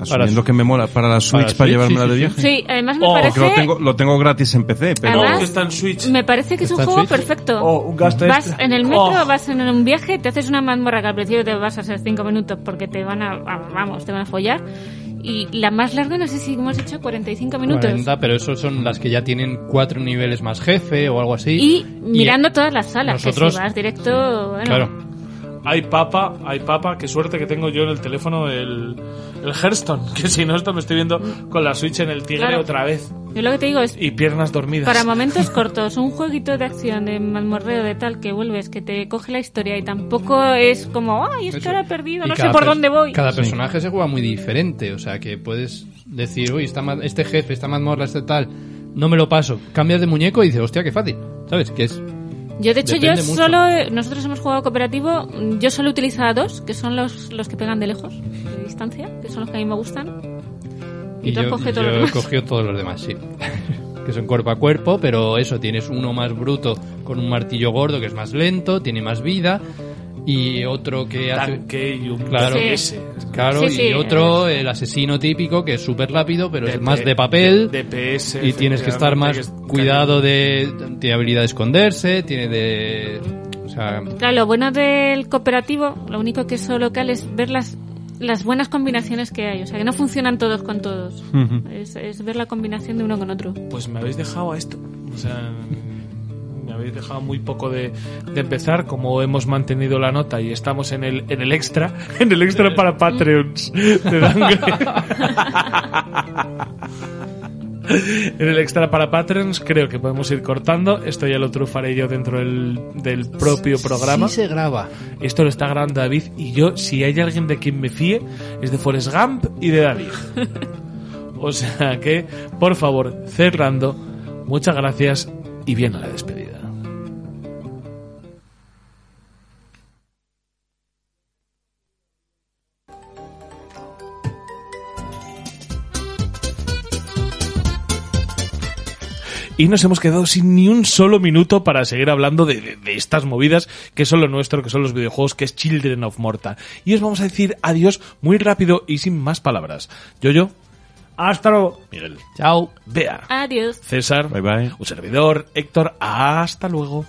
S6: asumiendo
S2: su-
S6: que me mola, para la Switch, para,
S2: Switch,
S6: llevármela
S2: sí,
S6: de
S2: sí,
S6: viaje.
S3: Sí, además me
S5: Oh, que
S6: Porque
S3: parece.
S6: lo tengo, lo tengo gratis en PC, pero
S3: Además-
S5: Oh, está en Switch.
S3: Me parece que es un
S2: ¿Está en
S3: juego
S2: Switch?
S3: perfecto.
S1: O Oh, un gasto
S3: Vas
S1: extra.
S3: en el metro,
S5: Oh.
S3: vas en un viaje, te haces una mazmorra que al principio te vas a hacer cinco minutos porque te van a, a- vamos, te van a follar. Y la más larga, no sé si hemos hecho 45 minutos.
S2: 40, pero eso son las que ya tienen cuatro niveles más jefe o algo así.
S3: Y
S2: Y,
S3: mirando todas las salas,
S2: nosotros-
S3: que si vas directo, bueno,
S2: Claro.
S5: Hay papa, hay papa. Qué suerte que tengo yo en el teléfono el, el Hearthstone. Que si no, esto me estoy viendo con la Switch en el tigre
S3: Claro.
S5: otra vez.
S3: Yo lo que te digo es,
S5: y piernas dormidas.
S3: para momentos cortos, un jueguito de acción, de mazmorreo, de tal, que vuelves, que te coge la historia y tampoco es como, ay, es que
S2: Eso.
S3: ahora he perdido,
S2: Y
S3: no sé
S2: cada
S3: por
S2: pers-
S3: dónde voy.
S2: Cada personaje se juega muy diferente, o sea que puedes decir, uy, esta ma- este jefe, esta mazmorra, este tal, no me lo paso. Cambias de muñeco y dices, hostia, qué fácil, ¿sabes? Que es
S3: Yo, de hecho, yo
S2: Depende mucho.
S3: solo. Nosotros hemos jugado cooperativo. mm, Yo solo utilizaba dos, que son los, los que pegan de lejos, de distancia, que son los que a mí me gustan. Y, tú has
S2: yo,
S3: cogido todos
S2: yo
S3: los
S2: he
S3: demás.
S2: cogido todos los demás, sí. que son cuerpo a cuerpo, pero eso, tienes uno más bruto con un martillo gordo que es más lento, tiene más vida, y otro que hace...
S5: Tanque y un
S2: Claro,
S3: Sí.
S5: ese.
S2: Claro,
S3: Sí,
S2: y
S3: sí.
S2: otro, el asesino típico, que es súper rápido, pero es
S5: DP,
S2: más de papel.
S5: DPS.
S2: y tienes que estar
S5: efectivamente,
S2: más
S5: que es-
S2: cuidado de... Tiene habilidad de esconderse, tiene de... O sea,
S3: Claro, lo bueno del cooperativo, lo único que es local es ver las, las buenas combinaciones que hay. O sea, que no funcionan todos con todos. es, es ver la combinación de uno con otro.
S5: Pues me habéis dejado a esto. O sea, me habéis dejado muy poco de, de empezar. Como hemos mantenido la nota y estamos en el, en el extra, en el
S2: Eh.
S5: extra para Patreons de Dangre. En el extra para Patreons creo que podemos ir cortando. Esto ya lo trufaré yo dentro del, del propio programa.
S2: sí se graba.
S5: Esto lo está grabando David y yo, si hay alguien de quien me fíe, es de Forrest Gump y de David. o sea que, por favor, cerrando, muchas gracias y bien a la despedida. y nos hemos quedado sin ni un solo minuto para seguir hablando de, de- de estas movidas que son lo nuestro, que son los videojuegos, que es Children of Morta. Y os vamos a decir adiós muy rápido y sin más palabras. Yo, yo,
S1: Hasta luego.
S5: Miguel,
S2: Chao.
S5: Bea,
S3: Adiós.
S5: César,
S3: Ah.
S6: Bye, bye.
S5: un servidor, Héctor, hasta luego.